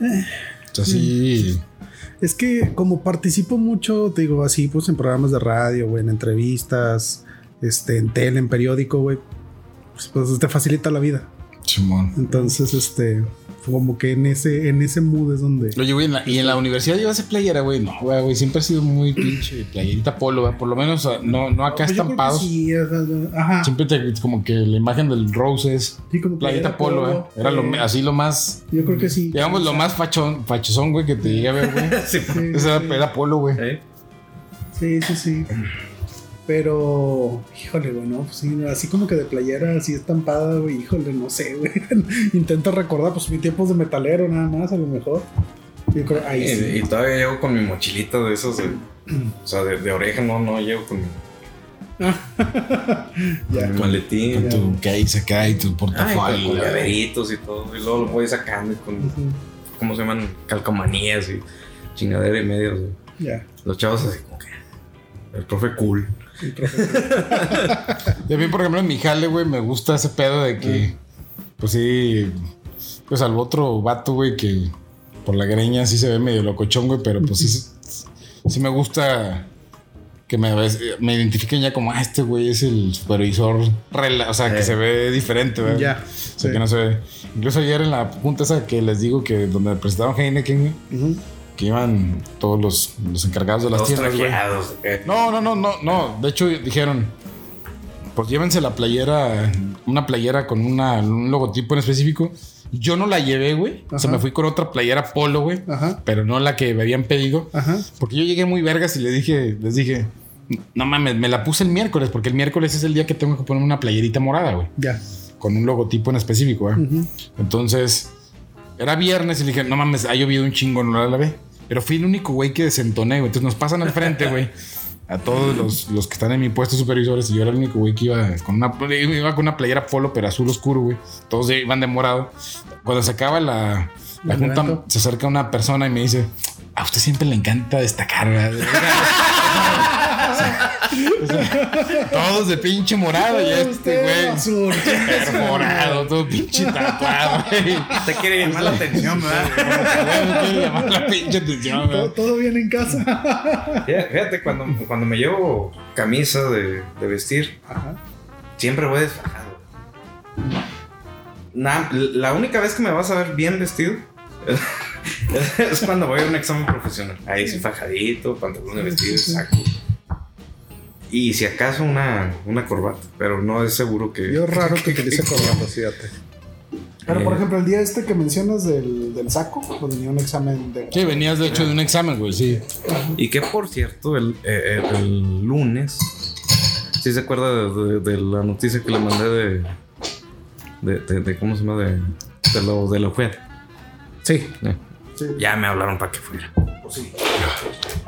[SPEAKER 1] O sea, sí.
[SPEAKER 3] Es que como participo mucho, te digo así, pues en programas de radio, güey, en entrevistas, este, en tele, en periódico, güey, pues, pues, te facilita la vida.
[SPEAKER 1] Simón.
[SPEAKER 3] Entonces, este, como que en ese, en ese mood es donde.
[SPEAKER 1] Oye, güey, en la- y en
[SPEAKER 3] Este.
[SPEAKER 1] la universidad llevas playera, güey. No, güey, güey, siempre ha sido muy pinche playerita polo, güey. Por lo menos ah, no, no acá
[SPEAKER 3] Pues yo creo que
[SPEAKER 1] estampados.
[SPEAKER 3] Sí, ajá, ajá.
[SPEAKER 1] Siempre te, como que la imagen del Rose es
[SPEAKER 3] Sí, como que
[SPEAKER 1] playerita
[SPEAKER 3] era
[SPEAKER 1] polo, güey. Era lo,
[SPEAKER 3] eh,
[SPEAKER 1] así lo más,
[SPEAKER 3] Yo creo que sí.
[SPEAKER 1] digamos, lo más fachón, fachosón, güey, que te llegué a ver, güey.
[SPEAKER 2] sí
[SPEAKER 3] Sí,
[SPEAKER 1] Ese
[SPEAKER 3] sí.
[SPEAKER 1] era, era polo, güey.
[SPEAKER 3] Sí, sí, sí. Pero, híjole, güey, no, pues sí, así como que de playera, así estampada, güey, híjole, no sé, güey. Intento recordar, pues mis tiempos de metalero, nada más, a lo mejor. Yo creo,
[SPEAKER 2] y,
[SPEAKER 3] ahí sí.
[SPEAKER 1] Eh,
[SPEAKER 2] y todavía llego con mi mochilita de esos de- o sea de, de oreja no no llego con mi, con
[SPEAKER 1] eh,
[SPEAKER 3] Ya.
[SPEAKER 2] mi maletín
[SPEAKER 1] Con
[SPEAKER 3] Ya.
[SPEAKER 1] tu case acá y tu
[SPEAKER 2] Ay, con-
[SPEAKER 1] portafolio.
[SPEAKER 2] con
[SPEAKER 1] güey.
[SPEAKER 2] llaveritos y todo y luego lo voy sacando y con
[SPEAKER 3] Ujú,
[SPEAKER 2] cómo se llaman calcomanías y chingadera y medio o sea,
[SPEAKER 3] Ya.
[SPEAKER 2] los chavos así como que "Ah, El profe cool.
[SPEAKER 1] Y a mí, por ejemplo, en mi jale, güey, me gusta ese pedo de que, pues sí, pues al otro vato, güey, que por la greña sí se ve medio locochón, güey, pero pues sí, sí me gusta que me, ves- me identifiquen ya como, ah, este güey es el supervisor, rela- o sea, que
[SPEAKER 2] Eh.
[SPEAKER 1] se ve diferente, güey.
[SPEAKER 3] Ya.
[SPEAKER 1] O sea,
[SPEAKER 3] sí.
[SPEAKER 1] que no se ve. Incluso ayer en la junta esa que les digo que donde presentaron Heineken, güey,
[SPEAKER 3] Ujú.
[SPEAKER 1] que iban todos los, los encargados de las
[SPEAKER 2] Todos
[SPEAKER 1] tiendas, güey.
[SPEAKER 2] trajeados. eh.
[SPEAKER 1] No, no, no, no, no. De hecho, dijeron. Pues llévense la playera, una playera con una- un logotipo en específico. Yo no la llevé, güey. O sea,
[SPEAKER 3] Ajá.
[SPEAKER 1] me fui con otra playera polo, güey.
[SPEAKER 3] Ajá.
[SPEAKER 1] Pero no la que me habían pedido.
[SPEAKER 3] Ajá.
[SPEAKER 1] Porque yo llegué muy vergas y les dije, les dije, no mames, me la puse el miércoles, porque el miércoles es el día que tengo que ponerme una playerita morada, güey.
[SPEAKER 3] Ya.
[SPEAKER 1] Con un logotipo en específico, ¿eh?" güey.
[SPEAKER 3] Ujú.
[SPEAKER 1] Entonces, era viernes y le dije, no mames, ha llovido un chingo, no la lavé. Pero fui el único güey que desentoné, güey. Entonces nos pasan al frente, güey. A todos los, los que están en mi puesto supervisores. Y yo era el único güey que iba con una, iba con una playera polo, pero azul oscuro, güey. Todos iban de morado. Cuando se acaba la, la
[SPEAKER 3] El
[SPEAKER 1] junta,
[SPEAKER 3] evento.
[SPEAKER 1] se acerca una persona y me dice, a usted siempre le encanta destacar, ¿verdad?" O sea, todos de pinche morado. Y este
[SPEAKER 3] Usted,
[SPEAKER 1] güey
[SPEAKER 3] azul.
[SPEAKER 1] perforado, todo pinche tatuado, güey.
[SPEAKER 2] Te quiere llamar la atención, ¿verdad?
[SPEAKER 1] Me quiere llamar la pinche atención, güey.
[SPEAKER 3] Todo, todo bien en casa.
[SPEAKER 2] Fíjate, fíjate, cuando, cuando me llevo camisa de, de vestir,
[SPEAKER 3] Ajá.
[SPEAKER 2] siempre voy desfajado. Na- la única vez que me vas a ver bien vestido es cuando voy a un examen profesional. Ahí sí, fajadito, pantalón de vestido, saco. Y si acaso una, una corbata, pero no es seguro que.
[SPEAKER 3] Yo raro que utilice corbatas, fíjate. Pero por
[SPEAKER 2] Eh.
[SPEAKER 3] ejemplo, el día este que mencionas del, del saco, pues venía un examen de.
[SPEAKER 1] Sí, venías de hecho de un examen, güey, sí.
[SPEAKER 2] Y que por cierto, el, eh, el- el lunes, si se acuerda de, de- de la noticia que le mandé de. de, de- de- ¿Cómo se llama? De, de lo de la mujer.
[SPEAKER 3] Sí.
[SPEAKER 2] Eh,
[SPEAKER 3] sí.
[SPEAKER 2] Ya me hablaron para que fuera.
[SPEAKER 3] Pues sí.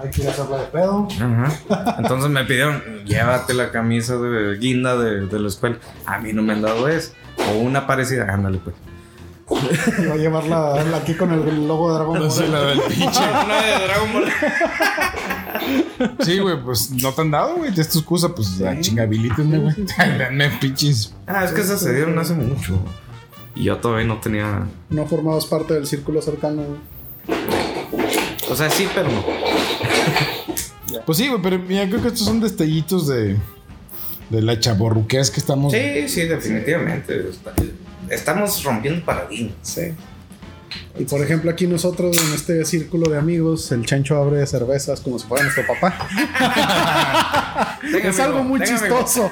[SPEAKER 3] Hay que ir a hacerla de pedo.
[SPEAKER 2] Ajá. Entonces me pidieron, llévate la camisa de guinda de, de la escuela. A mí no me han dado eso. O una parecida, ándale pues.
[SPEAKER 3] Iba a llevarla la aquí con el logo de Dragon Ball.
[SPEAKER 1] Sí, la del pinche.
[SPEAKER 2] Una de Dragon Ball.
[SPEAKER 1] Sí, güey, pues no te han dado, güey. Es tu excusa, pues la chingabilítenme, güey. Dame pinches.
[SPEAKER 2] Ah, es que esas se dieron hace mucho. Y yo todavía no tenía.
[SPEAKER 3] No formabas parte del círculo cercano.
[SPEAKER 2] O sea, sí, pero no.
[SPEAKER 1] Pues sí, güey, pero mira, creo que estos son destellitos de. De la chaborruquez que estamos.
[SPEAKER 2] Sí, sí, definitivamente. Está- Estamos rompiendo paradigmas.
[SPEAKER 3] Sí. Y por ejemplo, aquí nosotros en este círculo de amigos, el chancho abre cervezas como si fuera nuestro papá.
[SPEAKER 2] Tenga,
[SPEAKER 3] es
[SPEAKER 2] amigo,
[SPEAKER 3] algo muy
[SPEAKER 2] tenga, amigo.
[SPEAKER 3] chistoso.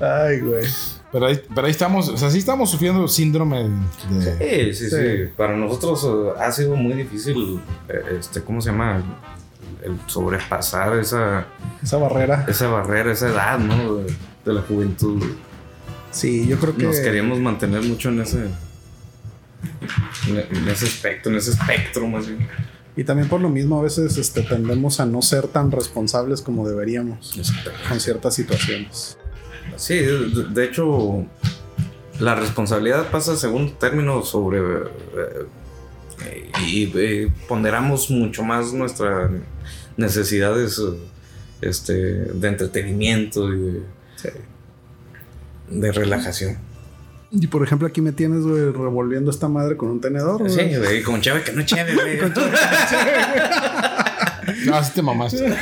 [SPEAKER 3] Ay, güey.
[SPEAKER 1] Pero ahí, pero ahí estamos, o sea, sí estamos sufriendo síndrome de.
[SPEAKER 2] Sí, sí, sí,
[SPEAKER 3] Sí.
[SPEAKER 2] Para nosotros eh, ha sido muy difícil, eh, este, ¿cómo se llama? El sobrepasar esa,
[SPEAKER 3] Esa barrera.
[SPEAKER 2] esa barrera, esa edad, ¿no? De, de la juventud.
[SPEAKER 3] Sí, yo creo que.
[SPEAKER 2] Nos queríamos mantener mucho en ese, en- en ese aspecto, en ese espectro más bien.
[SPEAKER 3] Y también por lo mismo, a veces este, tendemos a no ser tan responsables como deberíamos con ciertas situaciones.
[SPEAKER 2] Sí, de, de hecho, la responsabilidad pasa a segundo término sobre. eh, y eh, ponderamos mucho más nuestras necesidades eh, este, de entretenimiento y de,
[SPEAKER 3] Sí.
[SPEAKER 2] de relajación.
[SPEAKER 3] Y por ejemplo, aquí me tienes, güey, revolviendo esta madre con un tenedor. güey.
[SPEAKER 2] Sí, güey, con chave que no es chave, güey.
[SPEAKER 1] No, así te mamaste.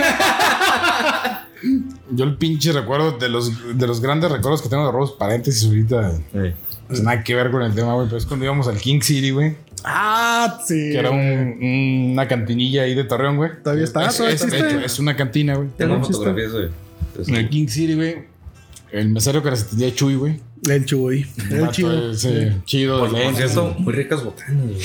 [SPEAKER 1] Yo el pinche recuerdo de los, de los grandes recuerdos que tengo de robos, paréntesis ahorita.
[SPEAKER 2] Sí.
[SPEAKER 1] Pues nada que ver con el tema, güey, pero es cuando íbamos al King City, güey.
[SPEAKER 3] Ah, sí.
[SPEAKER 1] Que era un- un- una cantinilla ahí de Torreón, güey.
[SPEAKER 3] Todavía está,
[SPEAKER 1] Es,
[SPEAKER 3] todavía
[SPEAKER 1] es-
[SPEAKER 3] existe.
[SPEAKER 1] de hecho, es una cantina, güey.
[SPEAKER 2] Tengo
[SPEAKER 3] ¿No existe?
[SPEAKER 2] fotografías de. este,
[SPEAKER 1] En el King City, güey. El mesero que las atendía Chuy, güey.
[SPEAKER 3] El chuy. El
[SPEAKER 1] Vato
[SPEAKER 3] chido.
[SPEAKER 1] ese chido.
[SPEAKER 2] Por,
[SPEAKER 1] de
[SPEAKER 2] por
[SPEAKER 1] lentes,
[SPEAKER 2] cierto,
[SPEAKER 1] güey.
[SPEAKER 2] muy ricas botanas. güey.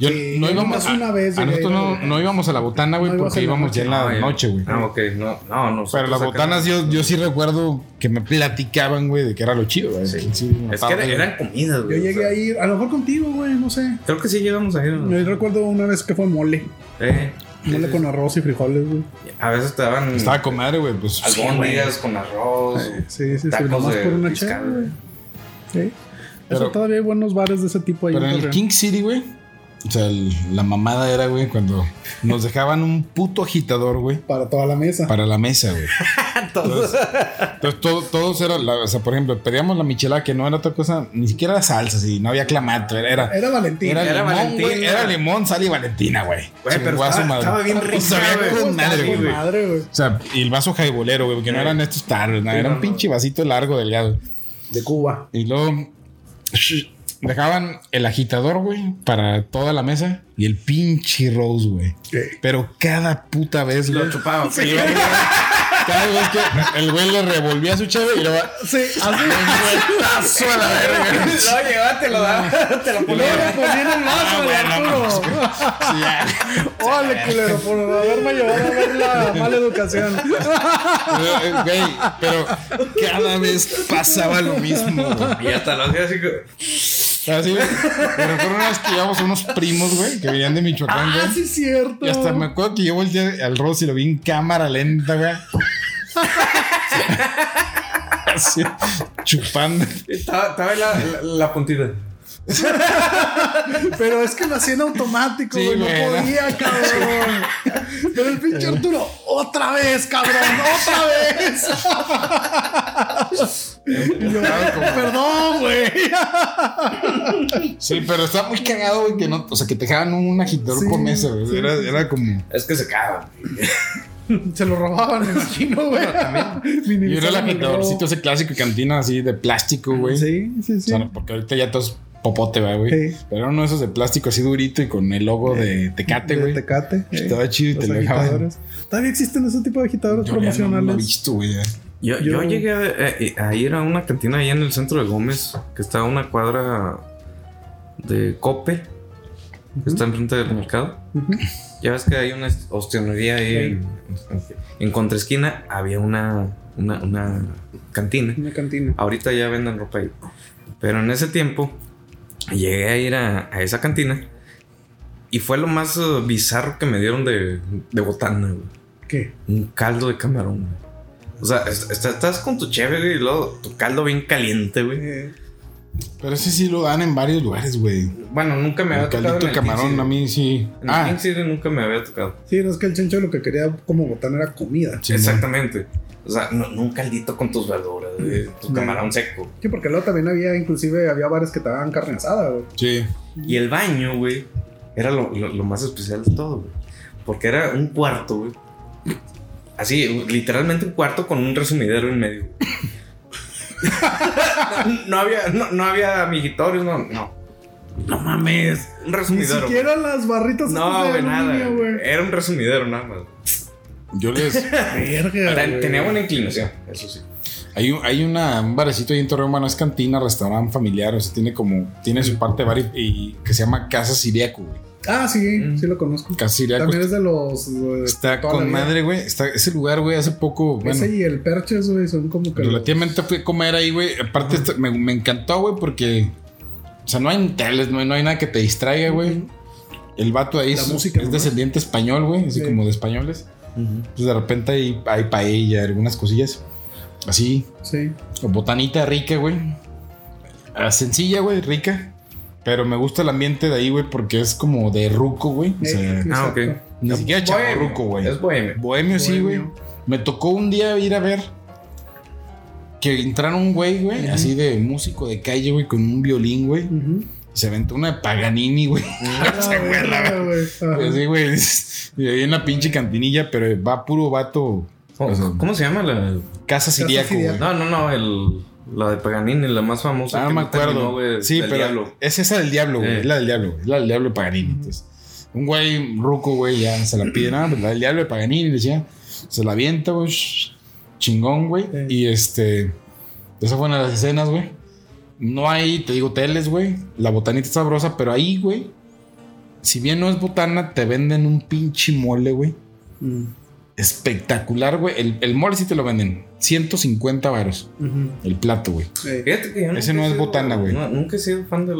[SPEAKER 1] Yo
[SPEAKER 3] Sí,
[SPEAKER 1] no
[SPEAKER 3] yo
[SPEAKER 1] íbamos
[SPEAKER 3] nomás
[SPEAKER 1] a,
[SPEAKER 3] una vez
[SPEAKER 1] a
[SPEAKER 3] llegué
[SPEAKER 1] nosotros
[SPEAKER 3] ahí,
[SPEAKER 1] no,
[SPEAKER 3] güey.
[SPEAKER 1] no íbamos a la botana, güey,
[SPEAKER 3] No ibas
[SPEAKER 1] porque
[SPEAKER 3] en la
[SPEAKER 1] íbamos
[SPEAKER 3] noche.
[SPEAKER 1] ya en la noche, güey.
[SPEAKER 2] Ah, ok, no, no, no.
[SPEAKER 1] Pero las botanas yo, yo sí recuerdo que me platicaban, güey, de que era lo chido, güey.
[SPEAKER 2] Sí.
[SPEAKER 1] Que sí, me
[SPEAKER 2] Es que
[SPEAKER 1] mataba,
[SPEAKER 2] era-
[SPEAKER 1] güey.
[SPEAKER 2] eran comidas,
[SPEAKER 3] Yo
[SPEAKER 2] güey.
[SPEAKER 3] llegué
[SPEAKER 2] o
[SPEAKER 3] a
[SPEAKER 2] sea,
[SPEAKER 3] ir, a lo mejor contigo, güey, no sé.
[SPEAKER 2] Creo que sí llegamos a ir. ¿no?
[SPEAKER 3] Me recuerdo una vez que fue mole.
[SPEAKER 2] Eh,
[SPEAKER 3] Mole con arroz y frijoles, güey.
[SPEAKER 2] A veces te daban
[SPEAKER 1] Estaba con madre, güey, pues.
[SPEAKER 2] albóndigas con arroz.
[SPEAKER 3] Sí, sí, sí.
[SPEAKER 2] Tacos
[SPEAKER 3] Nomás
[SPEAKER 2] de
[SPEAKER 3] por una
[SPEAKER 2] pescado.
[SPEAKER 3] chela, güey. Sí. Eso
[SPEAKER 1] Pero-
[SPEAKER 3] todavía hay buenos bares de ese tipo ahí.
[SPEAKER 1] Pero en el
[SPEAKER 3] Torreón.
[SPEAKER 1] King City, güey, O sea, el- la mamada era, güey, cuando nos dejaban un puto agitador, güey,
[SPEAKER 3] Para toda la mesa.
[SPEAKER 1] para la mesa, güey.
[SPEAKER 2] Entonces,
[SPEAKER 1] Entonces, todo- todos eran, la- o sea, por ejemplo, pedíamos la michelada que no era otra cosa, ni siquiera era salsa, sí, no había clamato, era. era
[SPEAKER 3] Era Valentín.
[SPEAKER 1] era,
[SPEAKER 2] Era
[SPEAKER 1] limón,
[SPEAKER 2] Valentina.
[SPEAKER 1] güey, era limón, sal y Valentina, güey.
[SPEAKER 2] Güey, pero
[SPEAKER 1] Chingó a su
[SPEAKER 2] estaba-
[SPEAKER 1] madre.
[SPEAKER 2] estaba bien rica,
[SPEAKER 1] Sabía
[SPEAKER 2] güey.
[SPEAKER 1] con madre,
[SPEAKER 2] Estaba
[SPEAKER 1] güey.
[SPEAKER 2] bien
[SPEAKER 3] Madre, güey.
[SPEAKER 1] O sea, y el vaso jaibolero, güey, porque no
[SPEAKER 2] Sí.
[SPEAKER 1] eran estos tarros, nada,
[SPEAKER 2] Sí,
[SPEAKER 1] era
[SPEAKER 2] no,
[SPEAKER 1] un
[SPEAKER 2] no.
[SPEAKER 1] pinche vasito largo, delgado.
[SPEAKER 3] De Cuba.
[SPEAKER 1] Y luego dejaban el agitador, güey, para toda la mesa y el pinche Rose, güey.
[SPEAKER 3] ¿Qué?
[SPEAKER 1] Pero cada puta vez,
[SPEAKER 2] lo
[SPEAKER 1] güey.
[SPEAKER 2] chupaba.
[SPEAKER 1] Sí, güey. Cada vez que el güey le revolvía su chave y luego.
[SPEAKER 3] Sí,
[SPEAKER 1] Ah,
[SPEAKER 3] así.
[SPEAKER 1] ¡Tazo a la verga!
[SPEAKER 2] No, llevate, lo daba, te lo
[SPEAKER 3] Y luego le ponían el
[SPEAKER 1] Ah,
[SPEAKER 3] mazo de
[SPEAKER 1] güey, no mames,
[SPEAKER 3] Arturo.
[SPEAKER 1] güey. Sí, ya.
[SPEAKER 3] Ole, culero, por haberme llevado a ver la mala educación.
[SPEAKER 1] Pero, güey, pero cada vez pasaba lo mismo, güey.
[SPEAKER 2] Y hasta los días así que-
[SPEAKER 1] Así, güey. Me recuerdo una vez que llevamos unos primos, güey, que venían de Michoacán, güey.
[SPEAKER 3] Ah, sí, es cierto.
[SPEAKER 1] Y hasta me acuerdo que yo volteé al Ross y lo vi en cámara lenta, güey. Así, chupando.
[SPEAKER 2] Estaba, estaba la, la, la puntita.
[SPEAKER 3] Pero es que lo hacía en automático,
[SPEAKER 1] Sí,
[SPEAKER 3] güey. no
[SPEAKER 1] güey, era-
[SPEAKER 3] podía, cabrón. Pero el pinche Arturo, otra vez, cabrón, otra vez. Y yo, Perdón, güey.
[SPEAKER 1] Sí, pero está muy cagado, güey, que no, o sea, que te dejaban un agitador
[SPEAKER 3] Sí,
[SPEAKER 1] con eso, güey.
[SPEAKER 3] sí,
[SPEAKER 1] era,
[SPEAKER 3] sí, sí.
[SPEAKER 1] era como.
[SPEAKER 2] Es que se caga.
[SPEAKER 3] Se lo robaban, me imagino, güey.
[SPEAKER 1] Y era el
[SPEAKER 3] Minimizaban el robo.
[SPEAKER 1] agitadorcito ese clásico de cantina así de plástico, güey.
[SPEAKER 3] Ah, Sí, sí, sí.
[SPEAKER 1] O sea, no, porque ahorita ya todos popote, va, güey.
[SPEAKER 3] Sí.
[SPEAKER 1] Pero era uno de esos de plástico así durito y con el logo de Tecate,
[SPEAKER 3] De
[SPEAKER 1] güey.
[SPEAKER 3] Tecate. eh.
[SPEAKER 1] Estaba chido y
[SPEAKER 3] Los
[SPEAKER 1] te lo dejaban.
[SPEAKER 3] agitadores. Todavía existen ese tipo de agitadores
[SPEAKER 1] Yo ya no lo he
[SPEAKER 3] promocionales.
[SPEAKER 1] visto, güey.
[SPEAKER 2] Yo,
[SPEAKER 3] Yo-
[SPEAKER 2] yo llegué a, a- a ir a una cantina allá en el centro de Gómez, que está a una cuadra de Cope, que está enfrente del mercado.
[SPEAKER 3] Ujú.
[SPEAKER 2] Ya ves que hay una hostionería ahí en, en contraesquina, había una, una, una cantina.
[SPEAKER 3] Una cantina.
[SPEAKER 2] Ahorita ya venden ropa ahí. Pero en ese tiempo llegué a ir a, a esa cantina y fue lo más eh, bizarro que me dieron de, de botana, güey.
[SPEAKER 3] ¿Qué?
[SPEAKER 2] Un caldo de camarón, güey. O sea, es- está- estás con tu cheve, güey, y luego tu caldo bien caliente, güey.
[SPEAKER 3] Eh,
[SPEAKER 1] Pero ese sí lo dan en varios lugares, güey.
[SPEAKER 2] Bueno, nunca me
[SPEAKER 1] El
[SPEAKER 2] había tocado.
[SPEAKER 1] caldito
[SPEAKER 2] en
[SPEAKER 1] de
[SPEAKER 2] el
[SPEAKER 1] camarón,
[SPEAKER 2] King
[SPEAKER 1] a mí sí.
[SPEAKER 2] City. En el
[SPEAKER 1] Ah,
[SPEAKER 2] King City nunca me había tocado.
[SPEAKER 3] Sí, no es que el chencho lo que quería como botán era comida.
[SPEAKER 1] sí,
[SPEAKER 2] Exactamente. O sea, no- no un caldito con tus verduras, güey, tu
[SPEAKER 3] No.
[SPEAKER 2] camarón seco.
[SPEAKER 3] Sí, porque luego también había, inclusive, había bares que te daban carne asada, güey.
[SPEAKER 1] Sí.
[SPEAKER 2] Y el baño, güey, era lo, lo- lo más especial de todo, güey. Porque era un cuarto, güey. Así, literalmente un cuarto con un resumidero en medio. güey. no, no había, no, no había mijitorios, no, no. No mames, un
[SPEAKER 3] Ni
[SPEAKER 2] resumidero. güey.
[SPEAKER 3] siquiera las barritas estas
[SPEAKER 2] No,
[SPEAKER 3] de
[SPEAKER 2] güey, nada.
[SPEAKER 3] aluminio,
[SPEAKER 2] güey.
[SPEAKER 3] güey.
[SPEAKER 2] Era un resumidero nada más.
[SPEAKER 1] Yo les. Eh,
[SPEAKER 3] Verga,
[SPEAKER 2] Ten-
[SPEAKER 3] güey.
[SPEAKER 2] Tenía buena inclinación, eso sí.
[SPEAKER 1] Hay, un- hay una, un barecito ahí en Torreón, bueno, es cantina, restaurante familiar, o sea, tiene como, tiene su parte bar y, y que se llama Casa Siriaco, güey.
[SPEAKER 3] Ah, sí,
[SPEAKER 2] Mm.
[SPEAKER 3] sí lo conozco.
[SPEAKER 1] Casa Siriaco
[SPEAKER 3] También es de los... eh,
[SPEAKER 1] está
[SPEAKER 3] toda la
[SPEAKER 1] con
[SPEAKER 3] vida.
[SPEAKER 1] madre, güey. Está, ese lugar, güey, hace poco, bueno,
[SPEAKER 3] Ese y el Perches, güey, son como que... los-
[SPEAKER 1] relativamente fui a comer ahí, güey. Aparte, esto- me, me encantó, güey, porque, o sea, no hay teles, no hay, no hay nada que te distraiga, güey. El vato ahí
[SPEAKER 3] La
[SPEAKER 1] es,
[SPEAKER 3] música,
[SPEAKER 1] es
[SPEAKER 3] ¿no?
[SPEAKER 1] descendiente español, güey, así
[SPEAKER 3] Sí.
[SPEAKER 1] como de españoles. Entonces, pues, de repente hay, hay paella, algunas cosillas así.
[SPEAKER 3] Sí.
[SPEAKER 1] O Botanita rica, güey. Ah, Sencilla, güey, rica. Pero me gusta el ambiente de ahí, güey, porque es como de ruco, güey. O sea,
[SPEAKER 3] Eh,
[SPEAKER 2] Ah,
[SPEAKER 3] exacto.
[SPEAKER 1] ni siquiera chavo
[SPEAKER 2] Bohemio,
[SPEAKER 1] ruco, güey.
[SPEAKER 2] Es bohemio.
[SPEAKER 1] Bohemio, sí, güey.
[SPEAKER 3] Bohemio.
[SPEAKER 1] Me tocó un día ir a ver que entraron un güey, güey,
[SPEAKER 3] Ujú.
[SPEAKER 1] así de músico de calle, güey, con un violín, güey.
[SPEAKER 3] Ujú.
[SPEAKER 1] Se aventó una de Paganini, güey.
[SPEAKER 3] Ah, güey,
[SPEAKER 1] la-
[SPEAKER 3] güey. Ajá.
[SPEAKER 1] Así, güey. Y ahí en la pinche cantinilla, pero va puro vato. o sea,
[SPEAKER 2] ¿Cómo se llama la,
[SPEAKER 1] casa siriaco,
[SPEAKER 3] siriaco.
[SPEAKER 1] güey.
[SPEAKER 2] No, no, no, el, la de Paganini, la más famosa.
[SPEAKER 1] Ah, no
[SPEAKER 2] que
[SPEAKER 1] me
[SPEAKER 2] terminó,
[SPEAKER 1] acuerdo.
[SPEAKER 2] güey,
[SPEAKER 1] sí,
[SPEAKER 2] del
[SPEAKER 1] pero
[SPEAKER 2] diablo.
[SPEAKER 1] es esa del diablo, güey.
[SPEAKER 2] Eh.
[SPEAKER 1] Es la del diablo, güey. Es la del diablo de Paganini. Entonces, un güey ruco, güey, ya se la pide. nada, pues, la del diablo de Paganini, decía. Se la avienta, güey. shh, Chingón, güey.
[SPEAKER 3] Eh.
[SPEAKER 1] Y este. Esa fue una de las escenas, güey. No hay, te digo, teles, güey. La botanita es sabrosa, pero ahí, güey. Si bien no es botana, te venden un pinche mole, güey.
[SPEAKER 3] Mm.
[SPEAKER 1] Espectacular, güey. El, el mole sí te lo venden. 150 varos.
[SPEAKER 3] Ujú.
[SPEAKER 1] El plato, güey.
[SPEAKER 3] Sí.
[SPEAKER 2] Fíjate que yo nunca
[SPEAKER 1] Ese no
[SPEAKER 2] he
[SPEAKER 1] es
[SPEAKER 2] sido-
[SPEAKER 1] botana, güey.
[SPEAKER 2] no, nunca he sido fan del.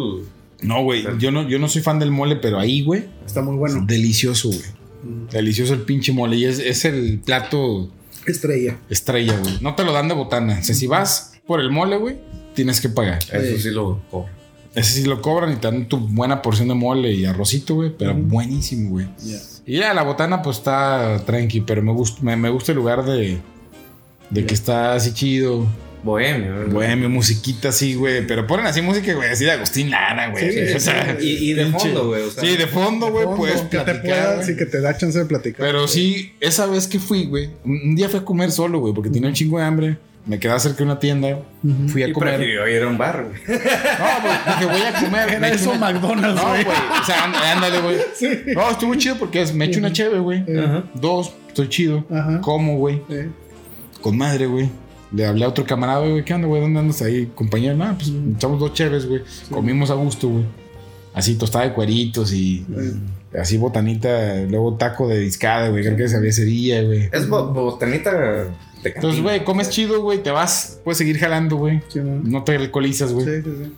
[SPEAKER 1] No, güey.
[SPEAKER 2] Pero-
[SPEAKER 1] Yo no, yo no soy fan del mole, pero ahí, güey.
[SPEAKER 3] Está muy bueno.
[SPEAKER 1] Delicioso, güey.
[SPEAKER 3] Mm.
[SPEAKER 1] Delicioso el pinche mole. Y es, es el plato
[SPEAKER 3] Estrella.
[SPEAKER 1] estrella, güey. No te lo dan de botana. O sea, si vas por el mole, güey, tienes que pagar.
[SPEAKER 2] Eso sí lo cobro.
[SPEAKER 1] Ese sí lo cobran y te dan tu buena porción de mole y arrocito, güey. Pero buenísimo, güey.
[SPEAKER 3] Ya.
[SPEAKER 1] Y ya la botana, pues está tranqui, pero me gusta, me, me gusta el lugar de, de que está así chido.
[SPEAKER 2] Bohemio. ¿verdad?
[SPEAKER 1] Güey, mi musiquita así, güey. Pero ponen así música, güey, así de Agustín Lara, güey.
[SPEAKER 3] Sí,
[SPEAKER 1] o sea,
[SPEAKER 2] Y, y de
[SPEAKER 1] pinche-
[SPEAKER 2] fondo, güey. o sea,
[SPEAKER 1] Sí, de fondo, güey, pues.
[SPEAKER 3] que te pueda, sí, que te da chance de platicar.
[SPEAKER 1] Pero sí, esa vez que fui, güey, un un día fui a comer solo, güey, porque tenía un chingo de hambre. Me quedaba cerca de una tienda,
[SPEAKER 3] Ujú.
[SPEAKER 1] fui a
[SPEAKER 2] Y
[SPEAKER 1] comer.
[SPEAKER 2] prefirió ir a un bar, güey.
[SPEAKER 1] No, güey, dije, voy a comer.
[SPEAKER 3] Era
[SPEAKER 1] me
[SPEAKER 3] eso
[SPEAKER 1] echo una-
[SPEAKER 3] McDonald's,
[SPEAKER 1] No,
[SPEAKER 3] güey.
[SPEAKER 1] güey. O sea, ánd- ándale, güey.
[SPEAKER 3] Sí.
[SPEAKER 1] No, estuvo chido porque es- me echo una chévere, güey.
[SPEAKER 2] Ajá.
[SPEAKER 1] Dos, estoy chido.
[SPEAKER 3] Eh, Ajá.
[SPEAKER 1] Como, güey.
[SPEAKER 3] Eh,
[SPEAKER 1] Con madre, güey. Le hablé a otro camarada, güey, ¿qué onda, güey? ¿Dónde andas ahí, compañero? No, pues echamos dos chéveres, güey. Comimos a gusto, güey. Así tostada de cueritos y
[SPEAKER 3] eh.
[SPEAKER 1] así botanita, luego taco de discada, güey. Creo que se había ese día, güey.
[SPEAKER 2] Es bo- botanita de cantina.
[SPEAKER 1] Entonces, güey, comes chido, güey, te vas, puedes seguir jalando, güey.
[SPEAKER 3] Sí, ¿no?
[SPEAKER 1] No te alcoholizas, güey.
[SPEAKER 3] Sí, sí, sí.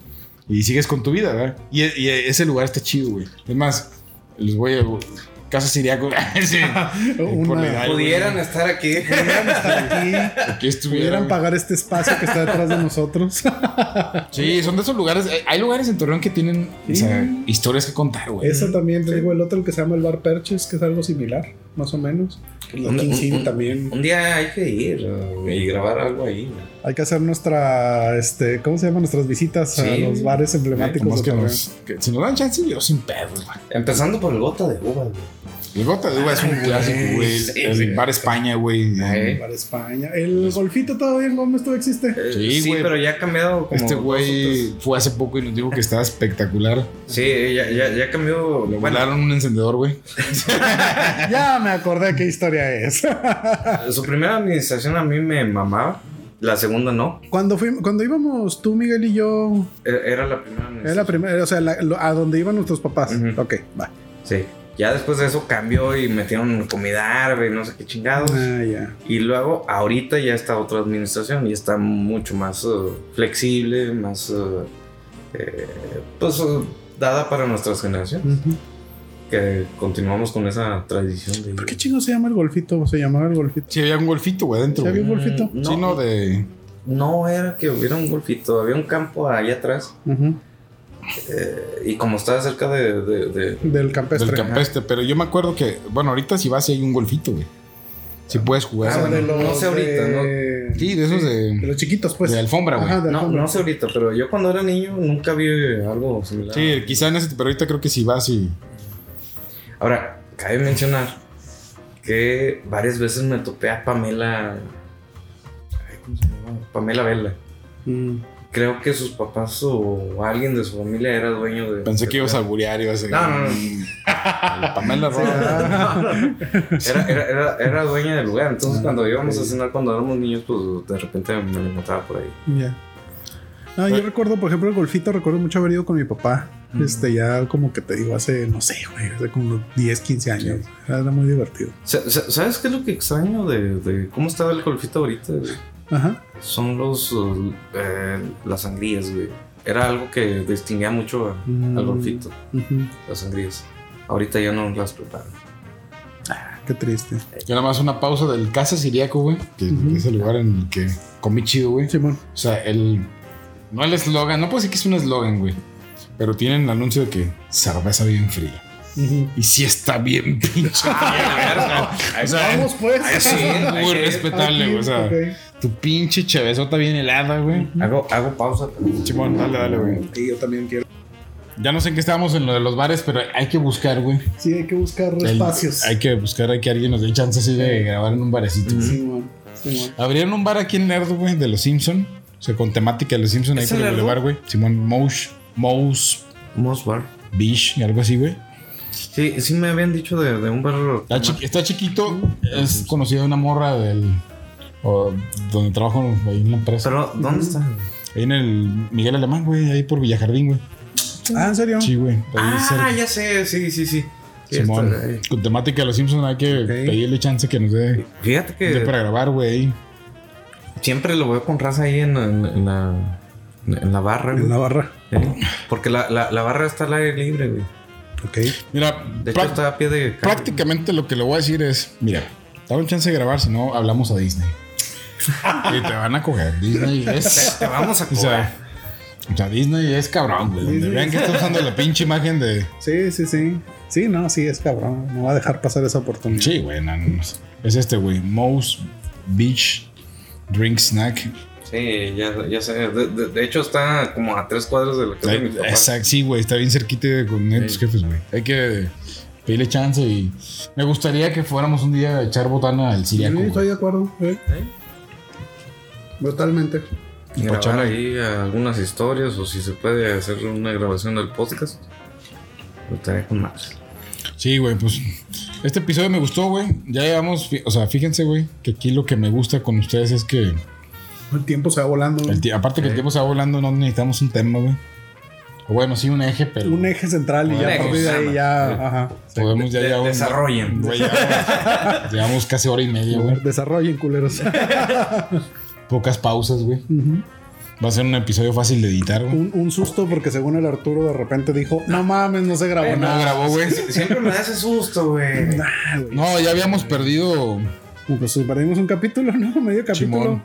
[SPEAKER 1] Y sigues con tu vida, ¿verdad? Y, y ese lugar está chido, güey. Es más, les voy a. Casa Siriaco. sí. Por la
[SPEAKER 3] Una,
[SPEAKER 1] edad.
[SPEAKER 2] Pudieran estar aquí.
[SPEAKER 1] Aquí estuvieran.
[SPEAKER 3] pudieran pagar este espacio que está detrás de nosotros.
[SPEAKER 1] Sí, son de esos lugares. Hay- Hay lugares en Torreón que tienen o sea,
[SPEAKER 3] Sí.
[SPEAKER 1] historias que contar, güey.
[SPEAKER 3] Eso también, te digo, el otro que se llama el Bar Perches, que es algo similar, más o menos. Y
[SPEAKER 2] Un-
[SPEAKER 3] Kingsin
[SPEAKER 2] un- un-
[SPEAKER 3] también.
[SPEAKER 2] Un día hay que ir uh, y grabar algo ahí. güey.
[SPEAKER 3] Hay que hacer nuestra, este, ¿cómo se llaman? Nuestras visitas a
[SPEAKER 2] Sí.
[SPEAKER 3] los
[SPEAKER 1] Nomás
[SPEAKER 3] bares emblemáticos. de
[SPEAKER 1] que
[SPEAKER 3] Torreón.
[SPEAKER 1] nos- que si nos dan chance, yo sin pedos, güey.
[SPEAKER 2] Empezando por el gota de uva, güey.
[SPEAKER 1] El Gota de Uva es un
[SPEAKER 3] Ah,
[SPEAKER 2] Ay,
[SPEAKER 1] clásico,
[SPEAKER 2] güey.
[SPEAKER 1] güey.
[SPEAKER 2] Sí,
[SPEAKER 1] el
[SPEAKER 2] sí.
[SPEAKER 1] Bar España, güey.
[SPEAKER 2] Ay.
[SPEAKER 3] Bar España. El golfito todavía en Gómez todavía existe.
[SPEAKER 2] Eh,
[SPEAKER 1] Sí,
[SPEAKER 2] Sí,
[SPEAKER 1] güey.
[SPEAKER 2] pero ya ha cambiado como
[SPEAKER 1] Este
[SPEAKER 2] dos o
[SPEAKER 1] güey
[SPEAKER 2] tres.
[SPEAKER 1] fue hace poco y nos dijo que estaba espectacular.
[SPEAKER 2] Sí, ya, ya, ya cambió.
[SPEAKER 1] Le
[SPEAKER 2] Bueno,
[SPEAKER 1] volaron un encendedor, güey.
[SPEAKER 3] Ya me acordé qué historia es.
[SPEAKER 2] su primera administración a mí me mamaba. La segunda no.
[SPEAKER 3] cuando fuimos, cuando íbamos tú, Miguel y yo,
[SPEAKER 2] E- Era la primera
[SPEAKER 3] era la
[SPEAKER 2] administración.
[SPEAKER 3] primera, o sea, la- lo- a donde iban nuestros papás.
[SPEAKER 2] Ujú.
[SPEAKER 3] Ok, va.
[SPEAKER 2] Sí. Ya después de eso cambió y metieron comida árabe y no sé qué chingados.
[SPEAKER 3] Ah, ya.
[SPEAKER 2] Y luego, ahorita ya está otra administración y está mucho más uh, flexible, más. uh, eh, pues uh, dada para nuestras generaciones.
[SPEAKER 3] Ujú.
[SPEAKER 2] Que continuamos con esa tradición de.
[SPEAKER 3] ¿Por qué chingo se llama el golfito? Se llamaba el golfito.
[SPEAKER 1] Sí, había un golfito, güey, adentro,
[SPEAKER 3] ¿Sí había
[SPEAKER 1] güey.
[SPEAKER 3] un golfito?
[SPEAKER 2] Mm, no,
[SPEAKER 1] Chino de.
[SPEAKER 2] no era que hubiera un golfito, había un campo allá atrás.
[SPEAKER 3] Ujú.
[SPEAKER 2] eh, y como estaba cerca de. de- de-
[SPEAKER 3] Del campestre.
[SPEAKER 1] Del campestre, Este, pero yo me acuerdo que, bueno, ahorita si vas, si hay un golfito, güey. Si puedes jugar.
[SPEAKER 3] Pues,
[SPEAKER 2] Ah,
[SPEAKER 1] ¿no?
[SPEAKER 2] bueno, no sé ahorita,
[SPEAKER 3] ¿no?
[SPEAKER 1] Sí, de esos
[SPEAKER 3] De
[SPEAKER 1] de,
[SPEAKER 3] los chiquitos, pues.
[SPEAKER 1] de alfombra, güey.
[SPEAKER 3] Ajá, de
[SPEAKER 2] no,
[SPEAKER 3] alfombra.
[SPEAKER 2] no sé ahorita, pero yo cuando era niño nunca vi algo similar.
[SPEAKER 1] Sí, quizá en ese, pero ahorita creo que si vas y.
[SPEAKER 2] Ahora, cabe mencionar que varias veces me topé a Pamela. ay, ¿Cómo se llama? Pamela Vela.
[SPEAKER 3] Mm.
[SPEAKER 2] Creo que sus papás o alguien de su familia era dueño de.
[SPEAKER 1] Pensé que ibas a alburear, ibas a.
[SPEAKER 2] No, no, no.
[SPEAKER 1] La Pamela Rosa.
[SPEAKER 2] Era, era, era, era dueña del lugar. Entonces,
[SPEAKER 3] Ah,
[SPEAKER 2] cuando íbamos
[SPEAKER 3] ok.
[SPEAKER 2] a cenar cuando éramos niños, pues de repente me lo encontraba por ahí.
[SPEAKER 3] Ya. No, yo recuerdo, por ejemplo, el golfito, recuerdo mucho haber ido con mi papá. Este, ya como que te digo, hace, no sé, güey, hace como unos 10, 15 años. Era muy divertido.
[SPEAKER 2] Sa- sa- ¿Sabes qué es lo que extraño de, de cómo estaba el golfito ahorita? güey?
[SPEAKER 3] Ajá.
[SPEAKER 2] Son los. uh, eh, las sangrías, güey. Era algo que distinguía mucho a-
[SPEAKER 3] Mm.
[SPEAKER 2] al golfito.
[SPEAKER 3] Ujú.
[SPEAKER 2] las sangrías. Ahorita ya no las preparan.
[SPEAKER 3] Qué triste.
[SPEAKER 1] Yo nada más una pausa del Casa Siriaco, güey. Que
[SPEAKER 3] Ujú.
[SPEAKER 1] es el lugar en el que comí chido, güey.
[SPEAKER 3] Simón.
[SPEAKER 1] O sea, el. No el eslogan, no puedo decir que es un eslogan, güey. Pero tienen el anuncio de que cerveza bien fría.
[SPEAKER 3] Ujú.
[SPEAKER 1] Y sí está bien pinche fría,
[SPEAKER 2] Ah,
[SPEAKER 1] güey. O sea,
[SPEAKER 3] Vamos, pues.
[SPEAKER 1] eso es muy respetable, güey. O sea,
[SPEAKER 3] Ok.
[SPEAKER 1] tu pinche chevezota bien helada, güey.
[SPEAKER 2] Hago, hago pausa. pero-
[SPEAKER 1] Chimón, dale, dale, güey.
[SPEAKER 3] Y yo también quiero.
[SPEAKER 1] Ya no sé en qué estábamos en lo de los bares, pero hay que buscar, güey.
[SPEAKER 3] Sí, hay que buscar
[SPEAKER 1] El-
[SPEAKER 3] espacios.
[SPEAKER 1] Hay que buscar, hay que alguien nos dé chance así de grabar en un barecito.
[SPEAKER 3] Mm.
[SPEAKER 2] Ujú.
[SPEAKER 3] Simón. Simón.
[SPEAKER 1] Abrieron un bar aquí en Lerdo, güey, de los Simpson. O sea, con temática de los Simpson ahí
[SPEAKER 2] ¿Es
[SPEAKER 1] por
[SPEAKER 2] en
[SPEAKER 1] el
[SPEAKER 2] Lerdo?
[SPEAKER 1] boulevard, güey. Simón Mouse, Mouse
[SPEAKER 2] Moss Bar.
[SPEAKER 1] Beach y algo así, güey.
[SPEAKER 2] Sí, sí me habían dicho de, de un bar.
[SPEAKER 1] Está, chi- está chiquito, es conocida una morra del. o donde trabajo ahí en la empresa.
[SPEAKER 2] Pero, ¿dónde está?
[SPEAKER 1] Ahí en el Miguel Alemán, güey, ahí por Villajardín, güey.
[SPEAKER 3] Ah, ¿en serio?
[SPEAKER 1] Sí, güey. ahí
[SPEAKER 2] Ah,
[SPEAKER 1] cerca.
[SPEAKER 2] ya sé, sí, sí, sí. Sí,
[SPEAKER 1] Simón,
[SPEAKER 2] está eh. ahí.
[SPEAKER 1] con temática de los Simpson hay que
[SPEAKER 3] Ok.
[SPEAKER 1] pedirle chance que nos dé,
[SPEAKER 2] Fíjate
[SPEAKER 1] nos dé
[SPEAKER 2] que
[SPEAKER 1] para grabar, güey.
[SPEAKER 2] siempre lo veo con raza ahí en, en- en la, en la barra, güey.
[SPEAKER 3] En Navarra.
[SPEAKER 2] Eh, Porque la, la- la barra está al aire libre, güey.
[SPEAKER 3] Ok.
[SPEAKER 1] Mira,
[SPEAKER 2] De hecho,
[SPEAKER 1] práct-
[SPEAKER 2] está a pie de. calle.
[SPEAKER 1] prácticamente lo que le voy a decir es: mira, dame chance de grabar, si no, hablamos a Disney. y te van a coger. Disney es.
[SPEAKER 2] Te vamos a
[SPEAKER 1] O
[SPEAKER 2] cobrar.
[SPEAKER 1] sea, O sea, Disney es cabrón, güey. Donde
[SPEAKER 3] Disney.
[SPEAKER 1] vean que está usando la pinche imagen de.
[SPEAKER 3] Sí, sí, sí. Sí, no, sí, es cabrón. No va a dejar pasar esa oportunidad.
[SPEAKER 1] Sí, güey, no, no, no. Es este, güey. Mouse Beach Drink Snack.
[SPEAKER 2] Sí, ya, ya sé. De, de- de hecho, está como a tres cuadros de la casa de mis papás.
[SPEAKER 1] Exacto, sí, güey. Está bien cerquita de con nuestros jefes, güey. Hay que pedirle chance y. Me gustaría que fuéramos un día a echar botana al
[SPEAKER 3] Sí,
[SPEAKER 1] siriaco. güey.
[SPEAKER 3] estoy de acuerdo. eh.
[SPEAKER 2] ¿Eh?
[SPEAKER 3] Totalmente.
[SPEAKER 1] Por
[SPEAKER 2] Y grabar
[SPEAKER 1] charla.
[SPEAKER 2] ahí algunas historias o si se puede hacer una grabación del podcast. Lo estaría con más.
[SPEAKER 1] Sí, güey, pues este episodio me gustó, güey. Ya llevamos, fi- o sea, fíjense, güey, que aquí lo que me gusta con ustedes es que,
[SPEAKER 3] El tiempo se va volando.
[SPEAKER 1] el ti- aparte que el
[SPEAKER 2] Sí.
[SPEAKER 1] tiempo se va volando, no necesitamos un tema, güey. O Bueno, sí, un eje, pero
[SPEAKER 3] Un eje central y
[SPEAKER 2] Un
[SPEAKER 3] ya a
[SPEAKER 2] eje
[SPEAKER 3] partir de ahí
[SPEAKER 2] central.
[SPEAKER 3] ya.
[SPEAKER 2] Sí.
[SPEAKER 3] Ajá. sí.
[SPEAKER 1] podemos Pues ya
[SPEAKER 2] De-
[SPEAKER 1] llevar un-
[SPEAKER 2] desarrollen.
[SPEAKER 1] Güey, ya- llevamos casi hora y media, güey.
[SPEAKER 3] Desarrollen, culeros.
[SPEAKER 1] Pocas pausas, güey.
[SPEAKER 3] Ujú.
[SPEAKER 1] Va a ser un episodio fácil de editar, güey.
[SPEAKER 3] un, un susto porque según el Arturo de repente dijo, no mames, no se grabó
[SPEAKER 1] No
[SPEAKER 3] nada.
[SPEAKER 1] grabó, güey.
[SPEAKER 2] Siempre me da ese susto, güey.
[SPEAKER 3] Ah, güey.
[SPEAKER 1] No, ya habíamos perdido.
[SPEAKER 3] Pues perdimos un capítulo, ¿no? Medio capítulo.
[SPEAKER 1] Simón.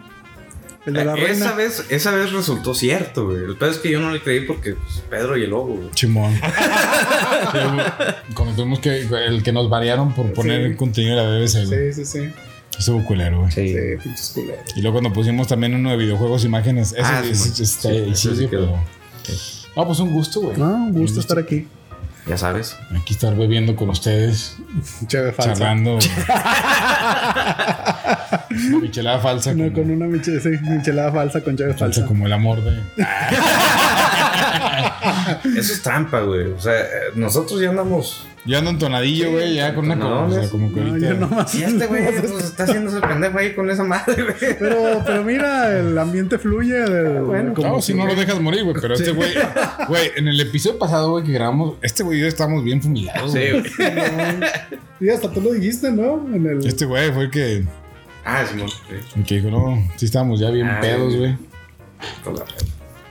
[SPEAKER 3] El de la
[SPEAKER 2] Eh,
[SPEAKER 3] reina.
[SPEAKER 2] esa vez, esa vez resultó cierto, güey. El pedo es que yo no le creí porque pues, Pedro y el lobo, güey.
[SPEAKER 1] Chimón. Sí, güey. Cuando tuvimos que. El que nos variaron por poner
[SPEAKER 3] Sí.
[SPEAKER 1] el contenido de la BBC, güey.
[SPEAKER 3] Sí, sí, sí.
[SPEAKER 1] Estuvo culero, güey.
[SPEAKER 3] Sí, pinches culeros.
[SPEAKER 1] Y luego cuando pusimos también uno de videojuegos, imágenes. Ese,
[SPEAKER 2] Ah,
[SPEAKER 1] ese-
[SPEAKER 2] sí,
[SPEAKER 1] está
[SPEAKER 2] sí,
[SPEAKER 1] ahí,
[SPEAKER 2] ese
[SPEAKER 1] sí,
[SPEAKER 2] sí quedó.
[SPEAKER 1] pero. Ah, pues un gusto, güey.
[SPEAKER 3] No, un gusto
[SPEAKER 1] Un
[SPEAKER 3] estar aquí.
[SPEAKER 2] Ya sabes.
[SPEAKER 1] Aquí estar bebiendo con ustedes,
[SPEAKER 3] Chévere falsa.
[SPEAKER 1] charlando. Una michelada falsa.
[SPEAKER 3] No,
[SPEAKER 1] como,
[SPEAKER 3] con una miche- sí, michelada falsa con chévere
[SPEAKER 1] falsa
[SPEAKER 3] falsa.
[SPEAKER 1] como el amor de.
[SPEAKER 2] Eso es trampa, güey. O sea, eh, nosotros ya andamos.
[SPEAKER 1] Yo ando entonadillo, güey, ya con una cosa. O sea,
[SPEAKER 2] entonadones.
[SPEAKER 1] como que
[SPEAKER 3] No,
[SPEAKER 1] ahorita.
[SPEAKER 3] yo nomás-
[SPEAKER 2] Y este güey
[SPEAKER 3] nomás-
[SPEAKER 2] pues, está haciendo ese pendejo ahí con esa madre, güey.
[SPEAKER 3] Pero, pero mira, el ambiente fluye. de-
[SPEAKER 2] Ah, bueno.
[SPEAKER 3] como
[SPEAKER 1] No, si no lo dejas morir, güey. Pero este güey. Güey, en el episodio pasado, güey, que grabamos, este güey y yo estábamos bien fumigados.
[SPEAKER 2] Sí,
[SPEAKER 1] güey.
[SPEAKER 2] güey.
[SPEAKER 3] Y hasta tú lo dijiste, ¿no? En el...
[SPEAKER 1] Este güey fue el que,
[SPEAKER 2] Ah, Simón. sí.
[SPEAKER 1] el que dijo, no, sí estábamos ya bien
[SPEAKER 2] Ah,
[SPEAKER 1] pedos, güey.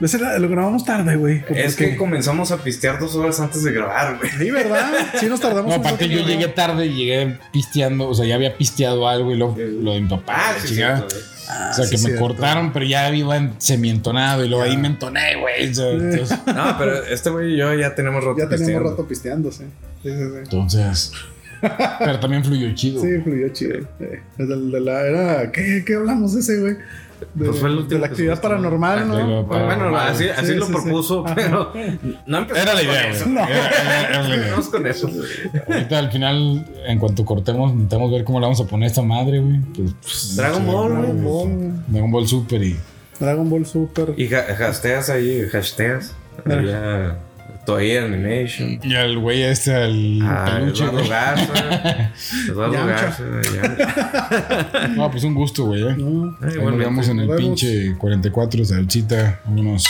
[SPEAKER 3] Ese era- lo grabamos tarde, güey.
[SPEAKER 2] Es que
[SPEAKER 3] Porque-
[SPEAKER 2] comenzamos a pistear dos horas antes de grabar, güey.
[SPEAKER 3] Sí, ¿verdad? Sí nos tardamos
[SPEAKER 1] No,
[SPEAKER 3] un
[SPEAKER 1] aparte yo
[SPEAKER 3] poquito,
[SPEAKER 1] llegué
[SPEAKER 3] ¿no?
[SPEAKER 1] tarde y llegué pisteando, o sea, ya había pisteado algo y luego
[SPEAKER 2] Sí.
[SPEAKER 1] lo de mi papá, Ah, la chingada.
[SPEAKER 2] Ah, cierto, güey.
[SPEAKER 3] Ah,
[SPEAKER 1] o sea,
[SPEAKER 3] sí,
[SPEAKER 1] que me
[SPEAKER 3] cierto.
[SPEAKER 1] cortaron, pero ya iba en- semientonado y luego ahí me entoné, güey. O sea, entonces,
[SPEAKER 2] No, pero este güey y yo ya tenemos rato
[SPEAKER 3] Ya tenemos
[SPEAKER 2] pisteando.
[SPEAKER 3] rato pisteando, sí. Sí, sí, sí.
[SPEAKER 1] entonces, pero también fluyó chido.
[SPEAKER 3] Sí, fluyó chido. Eh, desde el de la era. ¿Qué, qué hablamos de ese, güey? De,
[SPEAKER 2] Pues fue el
[SPEAKER 3] de
[SPEAKER 2] último
[SPEAKER 3] la
[SPEAKER 2] que
[SPEAKER 3] actividad
[SPEAKER 2] subimos.
[SPEAKER 3] paranormal,
[SPEAKER 1] Ah,
[SPEAKER 3] ¿no?
[SPEAKER 1] claro.
[SPEAKER 2] Bueno, bueno,
[SPEAKER 1] Ah,
[SPEAKER 2] así,
[SPEAKER 3] sí,
[SPEAKER 2] así lo
[SPEAKER 3] sí, sí.
[SPEAKER 2] propuso,
[SPEAKER 3] Ajá.
[SPEAKER 2] pero no empezamos
[SPEAKER 1] Era la
[SPEAKER 2] con
[SPEAKER 1] idea,
[SPEAKER 2] eso.
[SPEAKER 1] güey. Era- era- era la idea.
[SPEAKER 2] Empezamos con eso. Eh.
[SPEAKER 1] Ahorita al final, en cuanto cortemos, necesitamos ver cómo le vamos a poner a esta madre, güey. Pues, pues,
[SPEAKER 2] Dragon
[SPEAKER 1] no sé,
[SPEAKER 2] Ball,
[SPEAKER 1] güey,
[SPEAKER 2] Dragon
[SPEAKER 1] pues, Dragon Ball Super y.
[SPEAKER 3] Dragon Ball Super.
[SPEAKER 2] Y ha- hashtags ahí, hashtags. Había Toei Animation.
[SPEAKER 1] Y al güey este, al
[SPEAKER 2] Ah,
[SPEAKER 1] peluche,
[SPEAKER 2] Eduardo
[SPEAKER 1] güey.
[SPEAKER 2] Garza. Eduardo
[SPEAKER 3] Yamcha.
[SPEAKER 2] Garza. Yamcha.
[SPEAKER 1] No, pues un gusto, güey. eh.
[SPEAKER 3] No.
[SPEAKER 1] Ahí
[SPEAKER 2] Ay,
[SPEAKER 1] nos
[SPEAKER 2] igualmente.
[SPEAKER 1] vemos en el
[SPEAKER 3] Nos vemos.
[SPEAKER 1] pinche 44, salchita. Vámonos.